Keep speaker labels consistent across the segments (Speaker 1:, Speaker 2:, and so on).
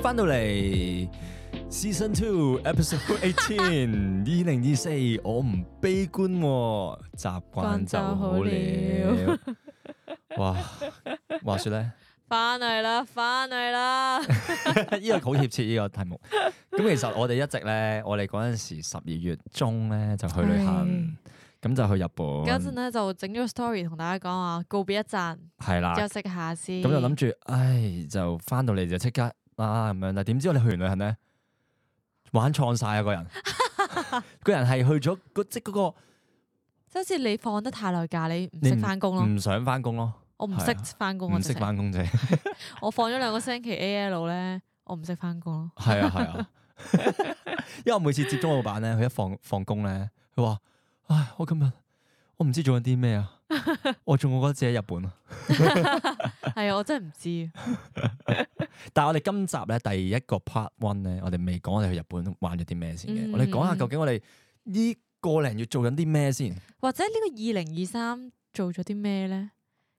Speaker 1: 翻到嚟 Season Two Episode Eighteen，二零二四，我唔悲觀喎，習慣就好 了。哇，話說咧，
Speaker 2: 翻嚟啦，翻嚟 啦，
Speaker 1: 啊呢個好貼切呢個題目。咁其實我哋一直咧，我哋嗰陣時十二月中咧就去旅行，咁就去日
Speaker 2: 嗰陣
Speaker 1: 本，
Speaker 2: 咧就整咗個 story 同大家講話告別一陣，
Speaker 1: 係啦。
Speaker 2: 休息下先。
Speaker 1: 啊咁就諗住，唉，就翻到嚟就即刻啦咁樣。但點知我哋去完旅行咧，玩創晒啊！個 人，個人係去咗嗰即嗰個
Speaker 2: 即係好似你放得太耐假，你唔
Speaker 1: 你
Speaker 2: 識翻工咯。
Speaker 1: 唔想翻工咯，
Speaker 2: 我唔識翻工，
Speaker 1: 嗯
Speaker 2: 我
Speaker 1: 啊唔
Speaker 2: 直
Speaker 1: 識
Speaker 2: 情
Speaker 1: 翻工啫。
Speaker 2: 我放咗兩個星期 A L 咧，我唔識翻工咯。
Speaker 1: 係啊係 啊，因為我每次接觸老闆咧，佢一放放工咧，佢話：唉，我今日我唔知做緊啲咩 啊！我仲覺得自己喺日本啊！
Speaker 2: 係啊，我真係唔知。
Speaker 1: 但係我哋今集咧第一個 part one 咧，我哋未講我哋去日本玩咗啲咩先嘅，
Speaker 2: 嗯
Speaker 1: 我哋講下究竟我哋呢個零月做緊啲咩先。
Speaker 2: 或者呢個二零二三做咗啲咩咧？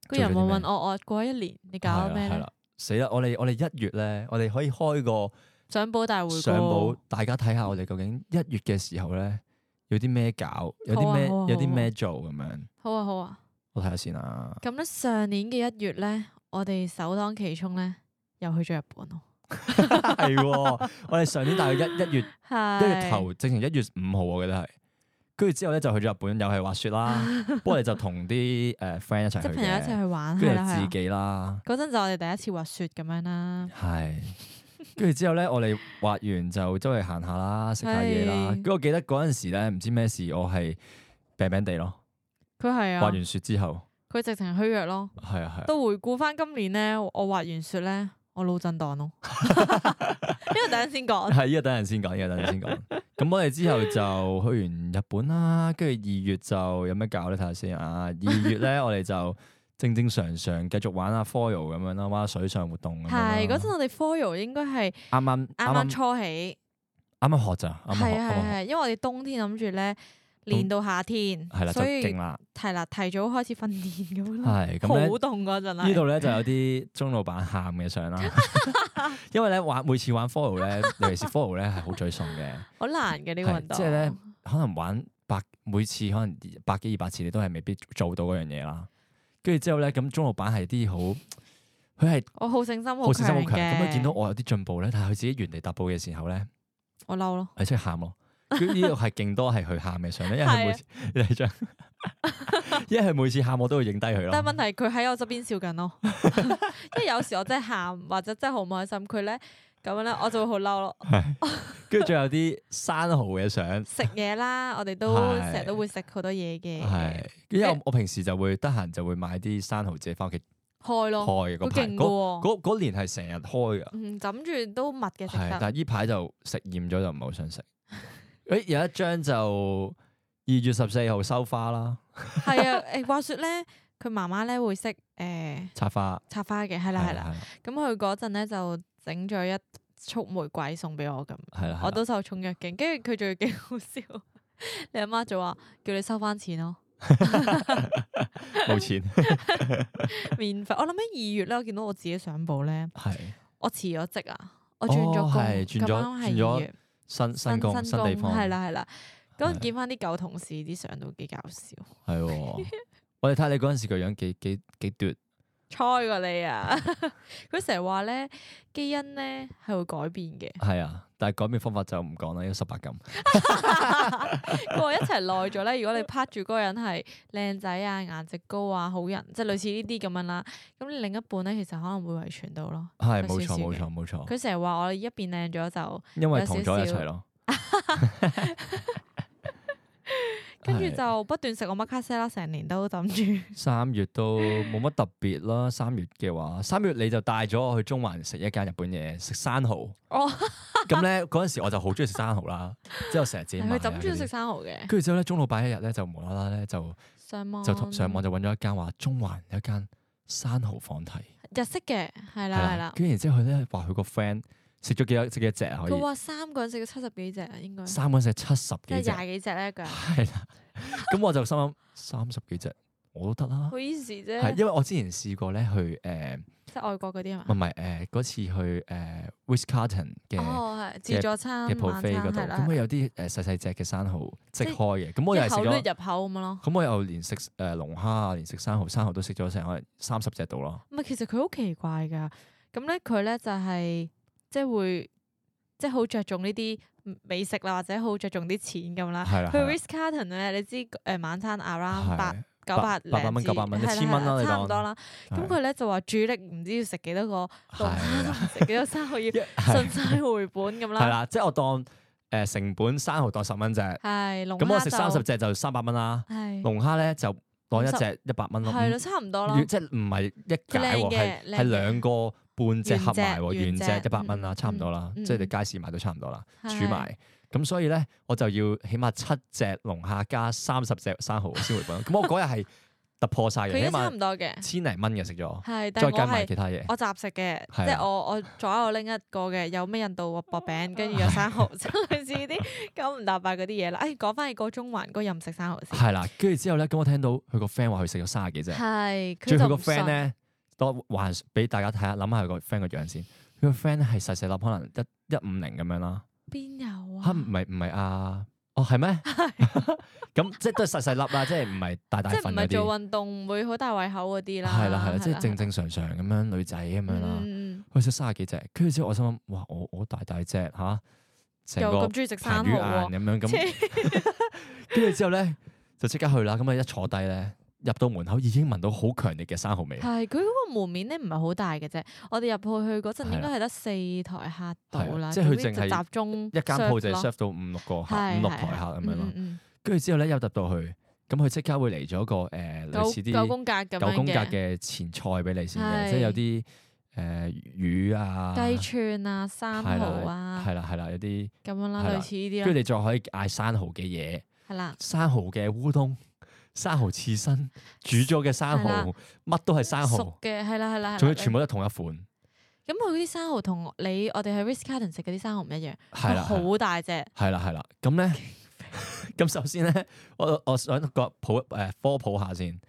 Speaker 2: 個
Speaker 1: 做咗
Speaker 2: 人
Speaker 1: 啲
Speaker 2: 渾
Speaker 1: 咩
Speaker 2: 渾噩噩過一年，你搞
Speaker 1: 係
Speaker 2: 咗
Speaker 1: 啦
Speaker 2: 咩
Speaker 1: 係
Speaker 2: 咧
Speaker 1: 啦？，死啦！我哋我哋一月咧，我哋可以開個
Speaker 2: 上報大會
Speaker 1: 上報
Speaker 2: 報，，
Speaker 1: 大家睇下我哋究竟一月嘅時候咧有啲咩搞，有啲咩
Speaker 2: 好啊好啊
Speaker 1: 有啲
Speaker 2: 好啊
Speaker 1: 咩做咁樣。
Speaker 2: 好啊好啊。
Speaker 1: 我睇下先啊 啦。
Speaker 2: 咁咧上年嘅一月咧，我哋首當其衝咧，又去咗日本咯。
Speaker 1: 係喎，我哋上年大約一一月一
Speaker 2: 係
Speaker 1: 月頭，正正一月五號，我記得係。跟住之後咧就去咗日本，又係滑雪啦。 不過我哋就同啲誒 friend 一齊
Speaker 2: 即係
Speaker 1: 去
Speaker 2: 朋友一齊
Speaker 1: 嘅，
Speaker 2: 去玩，
Speaker 1: 跟住就
Speaker 2: 係啦係
Speaker 1: 自
Speaker 2: 啦。
Speaker 1: 己啦，
Speaker 2: 嗰陣就我哋第一次滑雪咁樣啦，
Speaker 1: 係。跟住之後咧，我哋滑完就周圍行下啦，食下嘢啦。
Speaker 2: 係
Speaker 1: 跟住我記得嗰陣時咧，唔知咩事，我係病病地咯。
Speaker 2: 佢係
Speaker 1: 滑
Speaker 2: 啊，
Speaker 1: 完雪之後，
Speaker 2: 佢直情虛弱咯。
Speaker 1: 係啊係啊，
Speaker 2: 都回顧翻今年咧，我滑完雪咧，我腦震 盪咯。呢個等陣先講，
Speaker 1: 係依個等陣先講，依個等陣先 講。咁我哋之後就去完日本啦，跟住二月就有咩搞咧？睇下先啊！二月咧， 我哋就正正常常繼續玩下 foil 咁樣啦，玩下水上活動咁樣啦。
Speaker 2: 係嗰陣我哋 foil 應該係
Speaker 1: 啱啱
Speaker 2: 啱啱
Speaker 1: 啱啱
Speaker 2: 初起，
Speaker 1: 啱啱學咋，啱啱學啱
Speaker 2: 係啊係
Speaker 1: 啱
Speaker 2: 啊
Speaker 1: 學
Speaker 2: 係，因為我哋冬天諗住咧練到夏天
Speaker 1: 係，啦，就
Speaker 2: 所以
Speaker 1: 勁啦。
Speaker 2: 係啦提早開始訓練咁咯，
Speaker 1: 係
Speaker 2: 好
Speaker 1: 咁咧，
Speaker 2: 凍嗰陣啊啦
Speaker 1: 呢。度咧就有啲中老闆喊嘅相 啦，因為咧玩每次玩 foil 咧，尤其是 foil 咧係好沮喪 嘅。
Speaker 2: 好難嘅呢個
Speaker 1: 係
Speaker 2: 運動，
Speaker 1: 即係咧可能玩百每次可能百幾二百次，你都係未必做到嗰樣嘢啦。跟住之後咧，咁中老闆係啲好，佢係
Speaker 2: 我好勝心好
Speaker 1: 好勝心
Speaker 2: 強
Speaker 1: 好
Speaker 2: 嘅，
Speaker 1: 強。咁啊佢見到我有啲進步咧，但係佢自己原地踏步嘅時候咧，
Speaker 2: 我嬲咯，
Speaker 1: 係出去喊咯。跟住呢度係勁多係佢喊嘅相咧，
Speaker 2: 啊
Speaker 1: 因為佢每次 你係張，因為佢每次喊我都會影低佢
Speaker 2: 但係
Speaker 1: 咯。
Speaker 2: 問題佢喺我側邊笑 緊咯，因為有時我真係喊或者真係好唔開心，佢咧咁樣咧我就會好嬲咯。
Speaker 1: 跟住仲有啲生蠔嘅相，
Speaker 2: 食嘢啦，我哋都
Speaker 1: 係
Speaker 2: 成日都會食好多嘢嘅，
Speaker 1: 係。因為我我平時就會得閒就會買啲生蠔自己翻屋企
Speaker 2: 開咯，
Speaker 1: 開嘅
Speaker 2: 好
Speaker 1: 嗰排，
Speaker 2: 勁嘅
Speaker 1: 嗰
Speaker 2: 喎，
Speaker 1: 嗰嗰年係成日開嘅。
Speaker 2: 嗯，枕住都密嘅食
Speaker 1: 係，
Speaker 2: 得，
Speaker 1: 但係呢排就食厭咗，就唔係好想 食。誒，有一張就二月十四號收花啦，
Speaker 2: 係啊，誒話說咧，佢媽媽咧會識誒
Speaker 1: 插花
Speaker 2: 插花嘅，係
Speaker 1: 係
Speaker 2: 啦係啦，，咁佢嗰陣咧就整咗一束玫瑰送俾我咁。
Speaker 1: 係啦，
Speaker 2: 我都受寵若驚，跟住佢仲要幾好笑。 你阿媽就話叫你收翻錢咯，
Speaker 1: 冇錢，
Speaker 2: 免費。我諗起二月咧，我見到我自己上報咧，
Speaker 1: 係
Speaker 2: 我辭咗職啊，我轉咗
Speaker 1: 哦
Speaker 2: 工，
Speaker 1: 係轉咗
Speaker 2: 咁啱係
Speaker 1: 轉咗
Speaker 2: 二月
Speaker 1: 新
Speaker 2: 新
Speaker 1: 新工新地方，
Speaker 2: 係，啦係啦。
Speaker 1: 係
Speaker 2: 咁見翻啲舊同事啲相都幾搞笑，
Speaker 1: 係 喎。我哋睇下你嗰陣時個樣幾幾幾奪，
Speaker 2: 猜過你啊！ 佢成日話咧，基因咧係會改變嘅，
Speaker 1: 係啊，但係改變方法就唔講啦，因為十八禁，
Speaker 2: 佢話一齊耐咗咧，如果你拍住嗰個人係靚仔啊、顏值高啊、好人，即係類似呢啲咁樣啦，咁你另一半咧其實可能會遺傳到咯。
Speaker 1: 係
Speaker 2: 有
Speaker 1: 冇
Speaker 2: 少
Speaker 1: 錯
Speaker 2: 少
Speaker 1: 冇
Speaker 2: 嘅
Speaker 1: 錯冇錯，
Speaker 2: 佢成日話我一邊靚咗就，
Speaker 1: 因為
Speaker 2: 有
Speaker 1: 同
Speaker 2: 少
Speaker 1: 咗一
Speaker 2: 少
Speaker 1: 齊咯，
Speaker 2: 跟住
Speaker 1: 係
Speaker 2: 就不斷食我乜卡西啦，成年都枕住。
Speaker 1: 三月都冇乜特別啦。三月嘅話，三月你就帶咗我去中環食一間日本嘢，食生蠔。
Speaker 2: 哦，
Speaker 1: 咁咧嗰陣時我就好中意食生蠔啦，之後成日自己買
Speaker 2: 佢
Speaker 1: 啊
Speaker 2: 枕住食哦
Speaker 1: 嗰啲
Speaker 2: 生蠔嘅，
Speaker 1: 跟住之後咧，鐘老闆一日咧就無啦啦咧就
Speaker 2: 上網
Speaker 1: 就同上網就揾咗一間話中環有一間生蠔放題，
Speaker 2: 日式嘅，係啦
Speaker 1: 係
Speaker 2: 係
Speaker 1: 啦
Speaker 2: 啦。
Speaker 1: 跟住然之後佢咧話佢個 friend 食咗幾多食幾多隻啊可
Speaker 2: 佢
Speaker 1: 以，
Speaker 2: 話三個人食咗七十幾隻啊，應該即
Speaker 1: 三個人食七十幾
Speaker 2: 係
Speaker 1: 隻，
Speaker 2: 廿幾隻咧一個人。
Speaker 1: 係啦。咁我就心諗三十幾隻我都得啦。
Speaker 2: 好啊 easy
Speaker 1: 係
Speaker 2: 啫，
Speaker 1: 因為我之前試過咧去誒，
Speaker 2: 即係外國嗰啲係
Speaker 1: 唔
Speaker 2: 嘛？
Speaker 1: 係誒嗰次去誒 Wisconsin 嘅
Speaker 2: 哦，係自助餐
Speaker 1: 嘅 buffet 嗰
Speaker 2: 晚
Speaker 1: 度，
Speaker 2: 餐係啦
Speaker 1: 咁佢有啲呃誒細細只嘅生蠔即
Speaker 2: 即
Speaker 1: 開嘅，咁我又
Speaker 2: 一
Speaker 1: 係食
Speaker 2: 口
Speaker 1: 咗
Speaker 2: 攣。入口咁樣咯。
Speaker 1: 咁我又連食誒龍蝦啊，連食生蠔，生蠔都食咗成可能三十隻到咯。
Speaker 2: 唔係，其實佢好奇怪㗎。咁咧，佢咧就係、即係會即係好着重呢啲美食啦，或者好着重啲錢咁啦。
Speaker 1: 係啦，
Speaker 2: 啊佢
Speaker 1: 係啊
Speaker 2: Ritz Carlton 咧，你知誒、呃晚餐 around 八
Speaker 1: 啦
Speaker 2: 九百零
Speaker 1: 八百蚊
Speaker 2: 至
Speaker 1: 九百蚊
Speaker 2: 係啦
Speaker 1: 一千蚊啦
Speaker 2: 係
Speaker 1: 你
Speaker 2: 差唔
Speaker 1: 講
Speaker 2: 多啦。
Speaker 1: 係啊
Speaker 2: 咁佢咧就話主力唔知要食幾多個龍
Speaker 1: 係
Speaker 2: 蝦
Speaker 1: 啦，
Speaker 2: 同食幾多生蠔要
Speaker 1: 係
Speaker 2: 順晒回本咁
Speaker 1: 係
Speaker 2: 啦。
Speaker 1: 啦，即係我當誒成本生蠔當十蚊隻，咁
Speaker 2: 係龍
Speaker 1: 我
Speaker 2: 蝦
Speaker 1: 食
Speaker 2: 就
Speaker 1: 三十隻就三百蚊啦。
Speaker 2: 係
Speaker 1: 龍蝦咧就當一隻一百蚊咯，
Speaker 2: 係
Speaker 1: 唔
Speaker 2: 咯，差唔多
Speaker 1: 要
Speaker 2: 咯。
Speaker 1: 即係唔係一解
Speaker 2: 靚
Speaker 1: 喎，係
Speaker 2: 嘅靚
Speaker 1: 係
Speaker 2: 嘅
Speaker 1: 兩個半隻合埋喎，
Speaker 2: 原
Speaker 1: 原
Speaker 2: 隻
Speaker 1: 隻一百蚊
Speaker 2: 嗯
Speaker 1: 啦，
Speaker 2: 嗯
Speaker 1: 差唔多啦，
Speaker 2: 嗯
Speaker 1: 即係你街市買都差唔多啦，
Speaker 2: 係
Speaker 1: 儲埋。咁所以咧，我就要起碼七隻龍蝦加三十隻生蠔先回本。咁我嗰日係突破晒嘅，
Speaker 2: 佢
Speaker 1: 起
Speaker 2: 都差唔
Speaker 1: 碼
Speaker 2: 多嘅，
Speaker 1: 千零蚊嘅食咗，
Speaker 2: 係，但
Speaker 1: 再
Speaker 2: 係
Speaker 1: 加
Speaker 2: 我
Speaker 1: 埋
Speaker 2: 係
Speaker 1: 其他嘢。
Speaker 2: 我雜食嘅，即
Speaker 1: 係
Speaker 2: 係
Speaker 1: 啊
Speaker 2: 我我左右拎一個嘅，有咩印度薄餅，跟住有 生蠔，即係類似啲九唔搭八嗰啲嘢啦。誒，講翻去個中環嗰個任食生蠔先，
Speaker 1: 係啦，跟住之後咧，咁我聽到佢個 friend 話佢食咗卅幾隻，
Speaker 2: 係佢
Speaker 1: 最佢
Speaker 2: 就
Speaker 1: 個
Speaker 2: 唔信
Speaker 1: friend，咧，多還俾大家睇下，諗下佢個 friend 個樣先。佢個 friend 咧係細細粒，可能一一五零咁樣啦。
Speaker 2: 邊有
Speaker 1: 吓
Speaker 2: 啊？
Speaker 1: 唔係唔係啊？哦係咩？ 咁即係都係細細粒啦，即係唔係大大
Speaker 2: 即係
Speaker 1: 份
Speaker 2: 唔
Speaker 1: 嗰
Speaker 2: 係
Speaker 1: 啲。
Speaker 2: 做運動唔會好大胃口嗰啲啦？
Speaker 1: 係啦係啦，即係正
Speaker 2: 係
Speaker 1: 正常常咁樣女仔咁樣啦。
Speaker 2: 嗯嗯
Speaker 1: 佢食三十幾隻，跟住之後我心諗，哇！我我大大隻吓，
Speaker 2: 嗯
Speaker 1: 成
Speaker 2: 又
Speaker 1: 個
Speaker 2: 咁中意食生
Speaker 1: 彭
Speaker 2: 蠔
Speaker 1: 于晏
Speaker 2: 喎，
Speaker 1: 咁樣咁，
Speaker 2: 黐
Speaker 1: 跟住之後咧就即刻去啦。咁啊一坐低咧，入到門口已經聞到好強烈嘅生蠔味。
Speaker 2: 係佢嗰個門面咧唔係好大嘅啫，我哋入去去嗰陣應該係得四台客到
Speaker 1: 係
Speaker 2: 啦，
Speaker 1: 啊即係佢
Speaker 2: 總之
Speaker 1: 淨係
Speaker 2: 就集中
Speaker 1: 一間鋪就
Speaker 2: serve 咯
Speaker 1: serve 到五六個客，
Speaker 2: 係
Speaker 1: 五六
Speaker 2: 係
Speaker 1: 台客咁樣咯
Speaker 2: 嗯。嗯
Speaker 1: 跟住之後咧，又入到去，咁佢即刻會嚟咗個誒、呃、
Speaker 2: 嗯
Speaker 1: 類似
Speaker 2: 九九
Speaker 1: 啲
Speaker 2: 宮格咁
Speaker 1: 九
Speaker 2: 樣
Speaker 1: 宮格嘅前菜俾你先嘅，
Speaker 2: 係
Speaker 1: 即係有啲誒、呃、魚啊，
Speaker 2: 雞串啊、
Speaker 1: 係
Speaker 2: 生
Speaker 1: 啦
Speaker 2: 蠔啊
Speaker 1: 係啦係啦，有啲
Speaker 2: 咁樣
Speaker 1: 係
Speaker 2: 啦，
Speaker 1: 啦
Speaker 2: 類似呢
Speaker 1: 跟
Speaker 2: 啲
Speaker 1: 住
Speaker 2: 啦，
Speaker 1: 你再可以嗌生蠔嘅嘢，
Speaker 2: 係啦，
Speaker 1: 生蠔嘅烏冬、 生蠔刺身、煮咗嘅生
Speaker 2: 係啦
Speaker 1: 蠔，乜都係生蠔
Speaker 2: 熟，嘅係啦係啦係啦，
Speaker 1: 仲要全部
Speaker 2: 部
Speaker 1: 都係同一款，
Speaker 2: 咁佢嗰啲生蠔同你我哋喺 Ritz Carlton 食嗰啲生蠔唔一樣，
Speaker 1: 係啦係
Speaker 2: 佢
Speaker 1: 啦
Speaker 2: 好大隻，
Speaker 1: 係啦係啦，咁咧 咁首先咧，我我想個普誒科普下先。即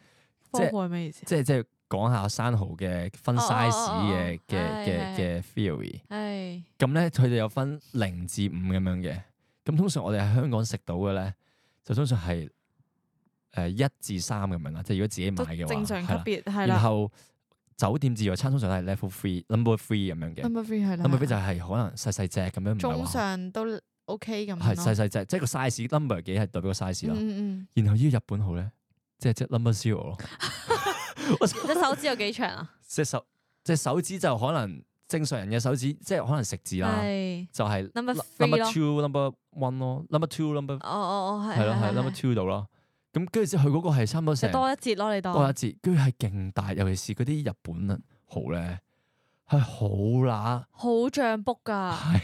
Speaker 2: 科
Speaker 1: 係
Speaker 2: 普係咩意思？
Speaker 1: 即係即係講下生蠔嘅分
Speaker 2: 哦哦
Speaker 1: size
Speaker 2: 哦
Speaker 1: 嘅嘅
Speaker 2: 係係
Speaker 1: 嘅嘅 theory。
Speaker 2: 係
Speaker 1: 咁咧，佢哋有分零至五咁樣嘅。咁通常我哋喺香港食到嘅咧，就通常係誒一至三咁樣啦。即係如果自己買
Speaker 2: 都
Speaker 1: 嘅話，
Speaker 2: 正常級
Speaker 1: 係啦
Speaker 2: 別係
Speaker 1: 然
Speaker 2: 啦
Speaker 1: 後酒店自助餐通常都係 level three、number three 咁樣嘅。
Speaker 2: ，number three 係啦
Speaker 1: number three
Speaker 2: 係
Speaker 1: 就
Speaker 2: 啦
Speaker 1: 係可能細細隻咁樣，唔係
Speaker 2: 中
Speaker 1: 話
Speaker 2: 上都 OK 咁
Speaker 1: 係
Speaker 2: 樣
Speaker 1: 細
Speaker 2: 咯，
Speaker 1: 細隻，即係個 size number 幾係代表個 size 啦。
Speaker 2: 嗯嗯
Speaker 1: 然後呢個日本好咧，即係即係 number zero 咯。我
Speaker 2: 嗯，隻手指有幾長啊？
Speaker 1: 隻手隻手指就可能正常人嘅手指， 即係可能食指啦，
Speaker 2: 係
Speaker 1: 就係
Speaker 2: number
Speaker 1: nu-
Speaker 2: three
Speaker 1: number
Speaker 2: 咯
Speaker 1: two number one 咯，number two number
Speaker 2: 哦哦哦係
Speaker 1: 係咯係 number
Speaker 2: 係
Speaker 1: two 度咯。咁跟住之後佢嗰個係差唔多
Speaker 2: 就
Speaker 1: 成
Speaker 2: 多一節咯，你當
Speaker 1: 多一截，跟住係勁大，尤其是嗰啲日本蠔咧係好乸
Speaker 2: 好脹卜㗎。
Speaker 1: 係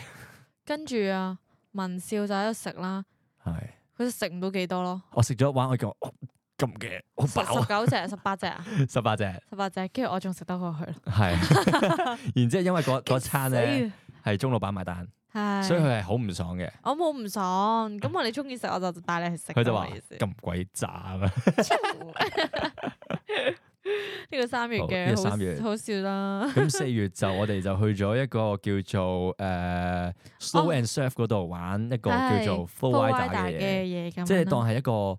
Speaker 2: 跟住啊，文少就喺度食啦，
Speaker 1: 係。
Speaker 2: 佢食唔到幾多咯，
Speaker 1: 我食咗一碗，我叫我哦咁嘅，好
Speaker 2: 十
Speaker 1: 飽
Speaker 2: 十
Speaker 1: 啊，
Speaker 2: 九隻、十八隻啊，
Speaker 1: 十八隻
Speaker 2: 十八隻，跟住我仲食得過佢咯。
Speaker 1: 係。 然之後因為嗰嗰餐咧係鐘老闆埋單，
Speaker 2: 係，
Speaker 1: 所以佢係好唔爽嘅。
Speaker 2: 我冇唔爽，咁我哋中意食我就帶你去食。
Speaker 1: 佢就話
Speaker 2: 咁嘅意思
Speaker 1: 咁鬼渣啊！
Speaker 2: 呢個三月
Speaker 1: 好
Speaker 2: 嘅
Speaker 1: 呢個三月
Speaker 2: 好好笑啦，
Speaker 1: 咁四月就我哋就去咗一個叫做誒、呃 slow
Speaker 2: 哦
Speaker 1: and surf 嗰度玩一個
Speaker 2: 係
Speaker 1: 叫做
Speaker 2: Full
Speaker 1: flow
Speaker 2: Rider
Speaker 1: rider 嘅嘢，
Speaker 2: 嘅嘢咁樣啦，啊
Speaker 1: 即係當係一個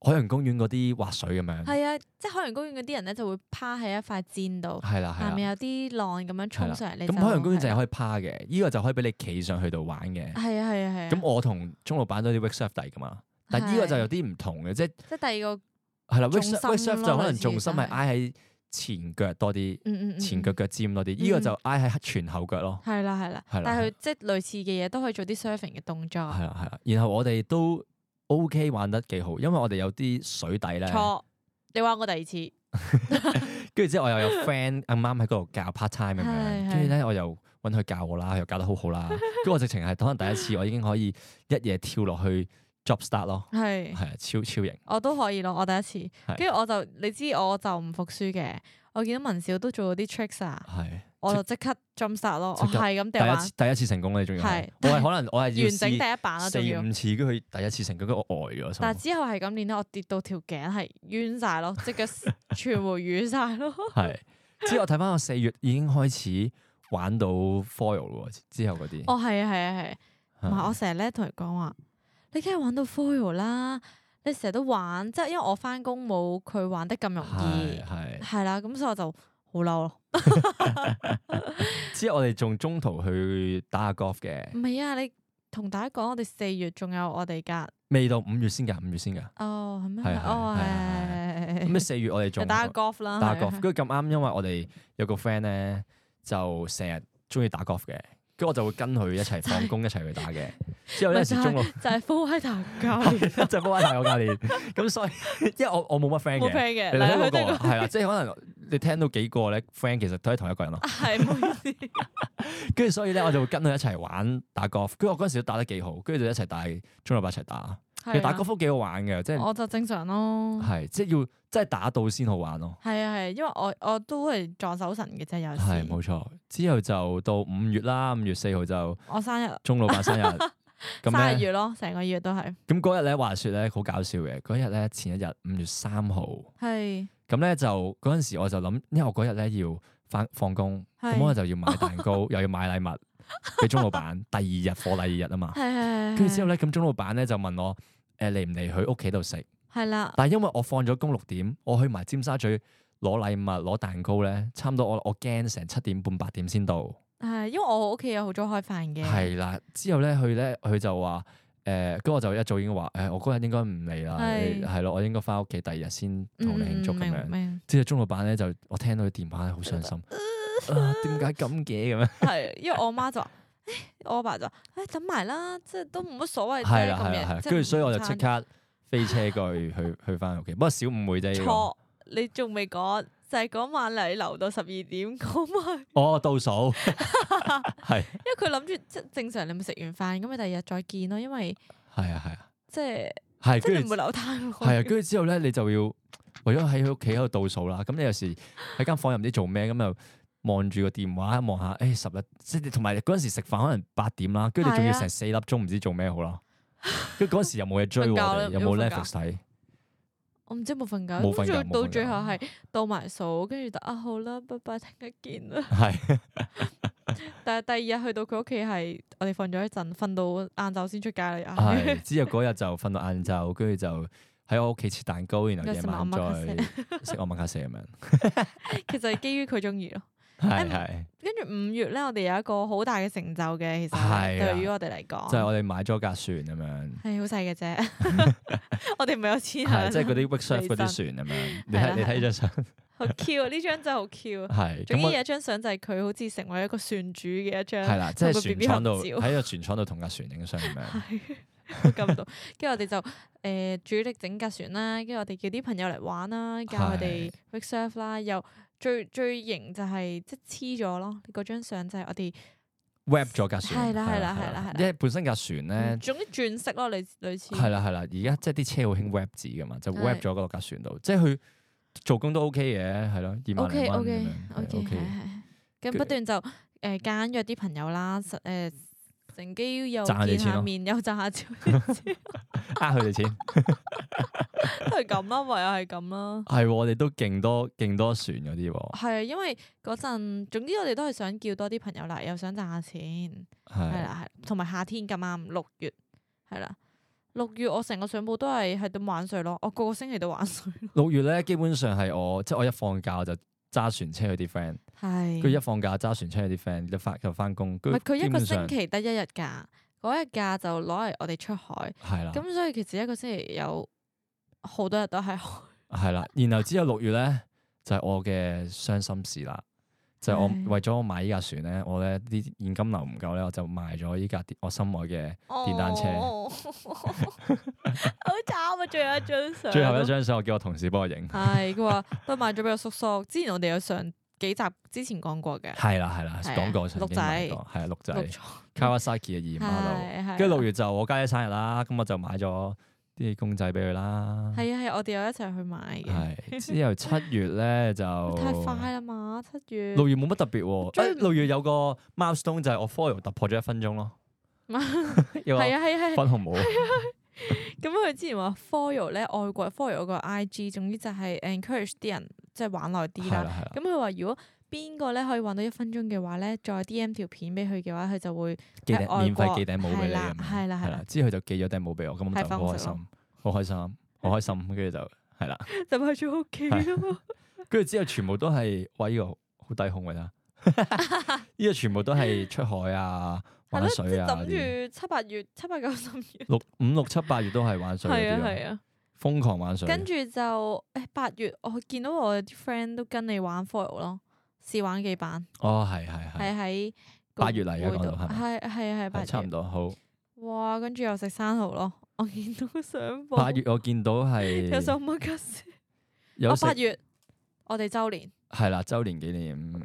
Speaker 1: 海洋公園嗰啲滑水咁樣，
Speaker 2: 係啊，即係海洋公園嗰啲人咧就會趴喺一塊箭度，
Speaker 1: 係啦
Speaker 2: 下
Speaker 1: 係
Speaker 2: 面
Speaker 1: 啦。
Speaker 2: 有啲浪咁樣衝上嚟，你
Speaker 1: 咁海洋公園就
Speaker 2: 係
Speaker 1: 係可以趴嘅，呢個就可以俾你企上去度玩嘅。
Speaker 2: 係啊係啊係啊，
Speaker 1: 咁我同鐘老闆都有啲 wake surf 底噶嘛，但呢個
Speaker 2: 係
Speaker 1: 就有啲唔同嘅，即係
Speaker 2: 即係第二個
Speaker 1: 係啦 wake
Speaker 2: 重心
Speaker 1: surf wake surf
Speaker 2: 咯
Speaker 1: 就可
Speaker 2: 類
Speaker 1: 能
Speaker 2: 似
Speaker 1: 重心
Speaker 2: 就
Speaker 1: 係
Speaker 2: 係
Speaker 1: 挨喺前腳多啲，
Speaker 2: 嗯嗯嗯
Speaker 1: 前
Speaker 2: 嗯
Speaker 1: 腳腳尖多啲，呢個
Speaker 2: 嗯
Speaker 1: 就挨喺前後腳咯。
Speaker 2: 係啦係啦，
Speaker 1: 係啦
Speaker 2: 但係佢即係類似嘅嘢都可以做啲 surfing 嘅動作，
Speaker 1: 係啦係啦，然後我哋都 OK 玩得幾好，因為我哋有啲水底咧，
Speaker 2: 錯。你玩過第二次，
Speaker 1: 跟住之後我又有 friend 啱啱喺嗰度教 part time 咁
Speaker 2: 係
Speaker 1: 樣，
Speaker 2: 係
Speaker 1: 跟住咧我又揾佢教我 啦，佢又教得好好啦，跟住我直情係可能第一次我已經可以一夜跳落去 job start 咯，
Speaker 2: 係
Speaker 1: 係啊超超型，
Speaker 2: 我都可以咯，我第一次
Speaker 1: 係，
Speaker 2: 跟住我就你知我就唔服輸嘅，我見到文少都做咗啲 tricks 啊，
Speaker 1: 係
Speaker 2: 我就即刻 jump start 咯，
Speaker 1: 即
Speaker 2: 我
Speaker 1: 刻
Speaker 2: 係咁
Speaker 1: 第
Speaker 2: 掉
Speaker 1: 一
Speaker 2: 玩
Speaker 1: 次第一次成功咧，仲要係
Speaker 2: 係
Speaker 1: 我係可能我係要
Speaker 2: 完整第一
Speaker 1: 試
Speaker 2: 版啦，
Speaker 1: 四
Speaker 2: 仲要。
Speaker 1: 五次，跟住佢第一次成功，跟住我呆咗心
Speaker 2: 但
Speaker 1: 諗。
Speaker 2: 係之後係咁練咧，我跌到條頸係冤晒咯，隻 腳全部瘀晒咯。
Speaker 1: 係之後我睇翻我四月已經開始玩到 foil 咯喎，之後嗰啲。
Speaker 2: 哦，係啊，係啊，係啊。
Speaker 1: 係
Speaker 2: 同埋我成日咧同人講話，你梗係玩到 foil 啦，你成日都玩，即係因為我翻工冇佢玩得咁容易
Speaker 1: 係，啊係
Speaker 2: 係啦，咁所以我就好嬲咯。
Speaker 1: 之後我哋仲中途去打下 golf 嘅
Speaker 2: 唔，係啊，你同大家講，我哋四月仲有我哋隔
Speaker 1: 未到五月先㗎，五月先㗎。
Speaker 2: 哦，係咩？
Speaker 1: 係係
Speaker 2: 哦，
Speaker 1: 係
Speaker 2: 係係
Speaker 1: 咁
Speaker 2: 係
Speaker 1: 你四月我哋
Speaker 2: 就
Speaker 1: 仲
Speaker 2: 打下 golf 啦，
Speaker 1: 打
Speaker 2: 係啊
Speaker 1: golf，
Speaker 2: 係
Speaker 1: 跟住咁啱，因為我哋有個 friend 咧就成日中意打 golf 嘅，跟住我就會跟佢一齊放工一齊去打 嘅。之後有
Speaker 2: 咪
Speaker 1: 陣時
Speaker 2: 就係
Speaker 1: 中六
Speaker 2: 就係 full h i t 教練
Speaker 1: 就係波大我教練，咁所以因為我我冇乜 friend
Speaker 2: 冇
Speaker 1: 嘅，
Speaker 2: friend 嘅，
Speaker 1: 你
Speaker 2: 嗱
Speaker 1: 聽啊
Speaker 2: 佢哋
Speaker 1: 嗰
Speaker 2: 個
Speaker 1: 個係啦，即係可能你聽到幾個咧 friend 其實都係同一個人咯，
Speaker 2: 係冇意思，
Speaker 1: 跟住所以咧我就會跟佢一齊玩打 golf，跟住我嗰陣時都打得幾好，跟住就一齊帶中六八一齊打，其實
Speaker 2: 係
Speaker 1: 打
Speaker 2: 啊哦
Speaker 1: golf 都幾好玩嘅，即係
Speaker 2: 我就正常咯。
Speaker 1: 係即係要即係打到先好玩咯。
Speaker 2: 係啊係，因為我我都係撞手神嘅啫，有時
Speaker 1: 係冇錯，之後就到五月啦，五月四號就
Speaker 2: 我生日
Speaker 1: 中老闆生 日，咁
Speaker 2: 生日
Speaker 1: 咧
Speaker 2: 月咯，成個月都係
Speaker 1: 咁嗰日咧話說咧好搞笑嘅，嗰日咧前一日五月三號，
Speaker 2: 係
Speaker 1: 咁咧就嗰陣時我就諗，因為我嗰日咧要翻放工，
Speaker 2: 係
Speaker 1: 咁我就要買蛋糕，又要買禮物俾鐘老闆，第二日貨禮二日啊嘛，
Speaker 2: 係係，
Speaker 1: 跟住之後咧，
Speaker 2: 咧
Speaker 1: 咁鐘老闆咧就問我誒嚟唔嚟佢屋企度食，
Speaker 2: 係啦，
Speaker 1: 但係因為我放咗工六點，我去埋尖沙咀攞禮物攞蛋糕咧，差唔多我我驚成七點半八點先到。
Speaker 2: 係因為我屋企有好早開飯嘅，
Speaker 1: 係啦，之後咧佢咧佢就話誒，跟、住我就一早已經話誒、我嗰日應該唔嚟啦，
Speaker 2: 係
Speaker 1: 你係咯，我應該翻屋企第二日先同你慶祝咁
Speaker 2: 嗯明
Speaker 1: 樣。
Speaker 2: 明
Speaker 1: 之後鐘老闆咧就我聽到佢電話好傷心，啊點解咁嘅 咁樣？
Speaker 2: 係，因為我媽就話。 誒我阿爸就話：，誒等埋啦，即係都冇乜所謂啫
Speaker 1: 係啦
Speaker 2: 咁
Speaker 1: 係啦係
Speaker 2: 樣
Speaker 1: 啦，
Speaker 2: 即係
Speaker 1: 跟住所以我就
Speaker 2: 午
Speaker 1: 即
Speaker 2: 餐
Speaker 1: 刻飛車過去去去翻屋企，不過小誤會啫。呢個
Speaker 2: 錯，你仲未講，就係嗰晚你留到十二點嗰晚，
Speaker 1: 哦倒數 係
Speaker 2: 因為佢諗住即係正常，你咪食完飯咁咪第二日再見咯，因為
Speaker 1: 係啊係啊
Speaker 2: 即係
Speaker 1: 係
Speaker 2: 即係
Speaker 1: 跟
Speaker 2: 你唔
Speaker 1: 住
Speaker 2: 會留太耐。
Speaker 1: 係啊，跟住之後咧你就要為咗喺佢屋企喺度倒數啦。咁你有時喺間房又唔知做咩，咁又望住個電話望下，誒十日即係同埋嗰陣時食飯可能八點啦，跟住你仲要
Speaker 2: 係啊
Speaker 1: 成四粒鐘唔知做咩好啦。跟住嗰陣時又冇嘢追
Speaker 2: 瞓
Speaker 1: 我
Speaker 2: 覺
Speaker 1: 哋，
Speaker 2: 啦
Speaker 1: 又冇
Speaker 2: 要瞓
Speaker 1: Netflix 睇，
Speaker 2: 我唔知有冇瞓覺，
Speaker 1: 冇瞓覺
Speaker 2: 跟
Speaker 1: 冇
Speaker 2: 住到
Speaker 1: 瞓覺
Speaker 2: 最後係到埋數，跟住就啊好啦，拜拜，聽日見啦。
Speaker 1: 係。
Speaker 2: 但係第二日去到佢屋企係，我哋瞓咗一陣，瞓到晏晝先出街啦。又係
Speaker 1: 係，之後嗰日就瞓到晏晝，跟住就喺我屋企切蛋糕，然後
Speaker 2: 又
Speaker 1: 夜
Speaker 2: 食埋
Speaker 1: 晚
Speaker 2: 我媽
Speaker 1: 再食我麥卡錫咁樣。
Speaker 2: 其實係基於佢中意咯。
Speaker 1: 係係，
Speaker 2: 跟住五月咧，我哋有一個好大嘅成就嘅，其實
Speaker 1: 係啦
Speaker 2: 對於我哋嚟講，
Speaker 1: 就係我哋買咗架船咁樣，
Speaker 2: 係好細嘅啫。 我哋唔係有錢啊
Speaker 1: 係即係嗰啲 w i s h 嗰啲船咁樣。你睇你睇張相，
Speaker 2: 好 Q 啊！呢張真係好 Q 啊！
Speaker 1: 係
Speaker 2: 總
Speaker 1: 咁
Speaker 2: 之
Speaker 1: 我
Speaker 2: 有一張相就係佢好似成為一個船主嘅一張，
Speaker 1: 係啦，即
Speaker 2: 同個
Speaker 1: 係
Speaker 2: BB
Speaker 1: 船廠度
Speaker 2: 合照
Speaker 1: 喺個船廠度同架船影相咁樣。
Speaker 2: 好感動。跟住我哋就誒主力整架船啦，跟住我哋叫啲朋友嚟玩啦，教佢哋 wake surf 啦，又最最型就係即係黐咗咯。嗰張相就係我哋
Speaker 1: wrap 咗架船，
Speaker 2: 係啦係啦
Speaker 1: 係
Speaker 2: 係啦係啦
Speaker 1: 因為本身架船咧
Speaker 2: 嗯總之轉色咯，類類似
Speaker 1: 係啦係啦，而家即係啲車好興 wrap 紙噶嘛，就 wrap
Speaker 2: 係
Speaker 1: 咗嗰架船度，即係佢做工都 OK 嘅，係咯，二
Speaker 2: O
Speaker 1: 萬零
Speaker 2: K
Speaker 1: 蚊
Speaker 2: O
Speaker 1: 咁
Speaker 2: K
Speaker 1: 樣
Speaker 2: O
Speaker 1: 係
Speaker 2: K 係
Speaker 1: ，OK。
Speaker 2: 係。咁不斷就誒間約啲朋友啦，實誒乘機又
Speaker 1: 賺下啲
Speaker 2: 見
Speaker 1: 錢咯
Speaker 2: 下面，又賺下錢，
Speaker 1: 呃佢哋錢，
Speaker 2: 都係咁啦，唯有係咁啦。
Speaker 1: 係喎我哋都勁多勁多船嗰啲喎，
Speaker 2: 係，啊因為嗰陣，總之我哋都係想叫多啲朋友嚟，又想賺下錢。係
Speaker 1: 係
Speaker 2: 啦，係，同埋夏天咁啱六月，係啦，六月我成個上報都係喺度玩水咯，我個個星期都 玩水，
Speaker 1: 六月咧，基本上係我即係我一放假我就揸船車去啲 friend，跟
Speaker 2: 係
Speaker 1: 住一放假揸船車去啲 friend，一翻又翻工，
Speaker 2: 唔
Speaker 1: 跟
Speaker 2: 係
Speaker 1: 住
Speaker 2: 佢
Speaker 1: 基
Speaker 2: 一個
Speaker 1: 本
Speaker 2: 星
Speaker 1: 上
Speaker 2: 期得一日假，嗰日假就攞嚟我哋出海，
Speaker 1: 係啦，
Speaker 2: 咁所以其實一個星期有好多日都係海，
Speaker 1: 係啦，然後之後六月咧就係我嘅傷心事啦。就係
Speaker 2: 係
Speaker 1: 我為咗我買呢架船咧，我咧啲現金流唔夠咧，我就賣咗依架電我心愛嘅電單車
Speaker 2: 哦好慘啊！最後一張相，
Speaker 1: 最後一張相，我叫我同事幫我影。
Speaker 2: 係佢話都買咗俾我叔叔，之前我哋有上幾集之前講過嘅，
Speaker 1: 係啦係啦，
Speaker 2: 係啊
Speaker 1: 講過曾
Speaker 2: 鹿
Speaker 1: 經買
Speaker 2: 仔
Speaker 1: 過，係啊鹿
Speaker 2: 錄
Speaker 1: 仔
Speaker 2: 咗
Speaker 1: Kawasaki 嘅二馬路。
Speaker 2: 係係
Speaker 1: 跟住六月就我家姐生日啦，咁我就買咗啲公仔俾佢啦。
Speaker 2: 係啊係啊，我哋有一齊去買嘅。
Speaker 1: 係之後七月咧就
Speaker 2: 太快啦嘛，七月。
Speaker 1: 六月冇乜特別喎、
Speaker 2: 追
Speaker 1: 誒六月有個 milestone 就係我 follow 突破咗一分鐘 咯，有個
Speaker 2: 係啊係啊係啊，
Speaker 1: 分紅冇？
Speaker 2: 咁佢之前話 follow 咧，外國 follow 有個 IG，總之就係 encourage 啲人即係玩耐啲
Speaker 1: 係啦
Speaker 2: 啦。
Speaker 1: 係啦，
Speaker 2: 咁佢話如果邊個咧可以玩到一分鐘嘅話咧，再 DM 條片俾佢嘅話，佢就會
Speaker 1: 寄
Speaker 2: 喺
Speaker 1: 頂
Speaker 2: 外
Speaker 1: 免費
Speaker 2: 國
Speaker 1: 寄頂帽俾你
Speaker 2: 係啦
Speaker 1: 咁樣
Speaker 2: 係啦係
Speaker 1: 係
Speaker 2: 啦
Speaker 1: 啦，之後佢就寄咗頂帽俾我，咁我
Speaker 2: 太
Speaker 1: 就好開
Speaker 2: 豐盛咯
Speaker 1: 心，好開心，好開心，跟住就係啦，
Speaker 2: 就去咗屋企 咯。
Speaker 1: 跟住之後全部都係喂呢個好低控㗎 啦，呢個全部都係出海啊、
Speaker 2: 係
Speaker 1: 玩
Speaker 2: 咯，即
Speaker 1: 水
Speaker 2: 係
Speaker 1: 啊嗰啲，
Speaker 2: 諗住七八月、七八九十月，
Speaker 1: 六五六七八月都係玩水嗰
Speaker 2: 係啊
Speaker 1: 啲咯，
Speaker 2: 係啊。
Speaker 1: 瘋狂玩水，
Speaker 2: 跟住就誒八月，我見到我有啲 friend 都跟你玩 f o r l 咯，試玩幾版，
Speaker 1: 哦係係係
Speaker 2: 係喺
Speaker 1: 八月嚟㗎
Speaker 2: 嗰
Speaker 1: 講到係咪
Speaker 2: 係係啊係八
Speaker 1: 係，差唔
Speaker 2: 月。
Speaker 1: 多好。
Speaker 2: 哇！跟住又食生蠔咯，我見到上報
Speaker 1: 八月我見到
Speaker 2: 有
Speaker 1: 係
Speaker 2: 首乜吉士。
Speaker 1: 有
Speaker 2: 我八
Speaker 1: 食
Speaker 2: 月我哋周年，
Speaker 1: 係啦，周年紀念。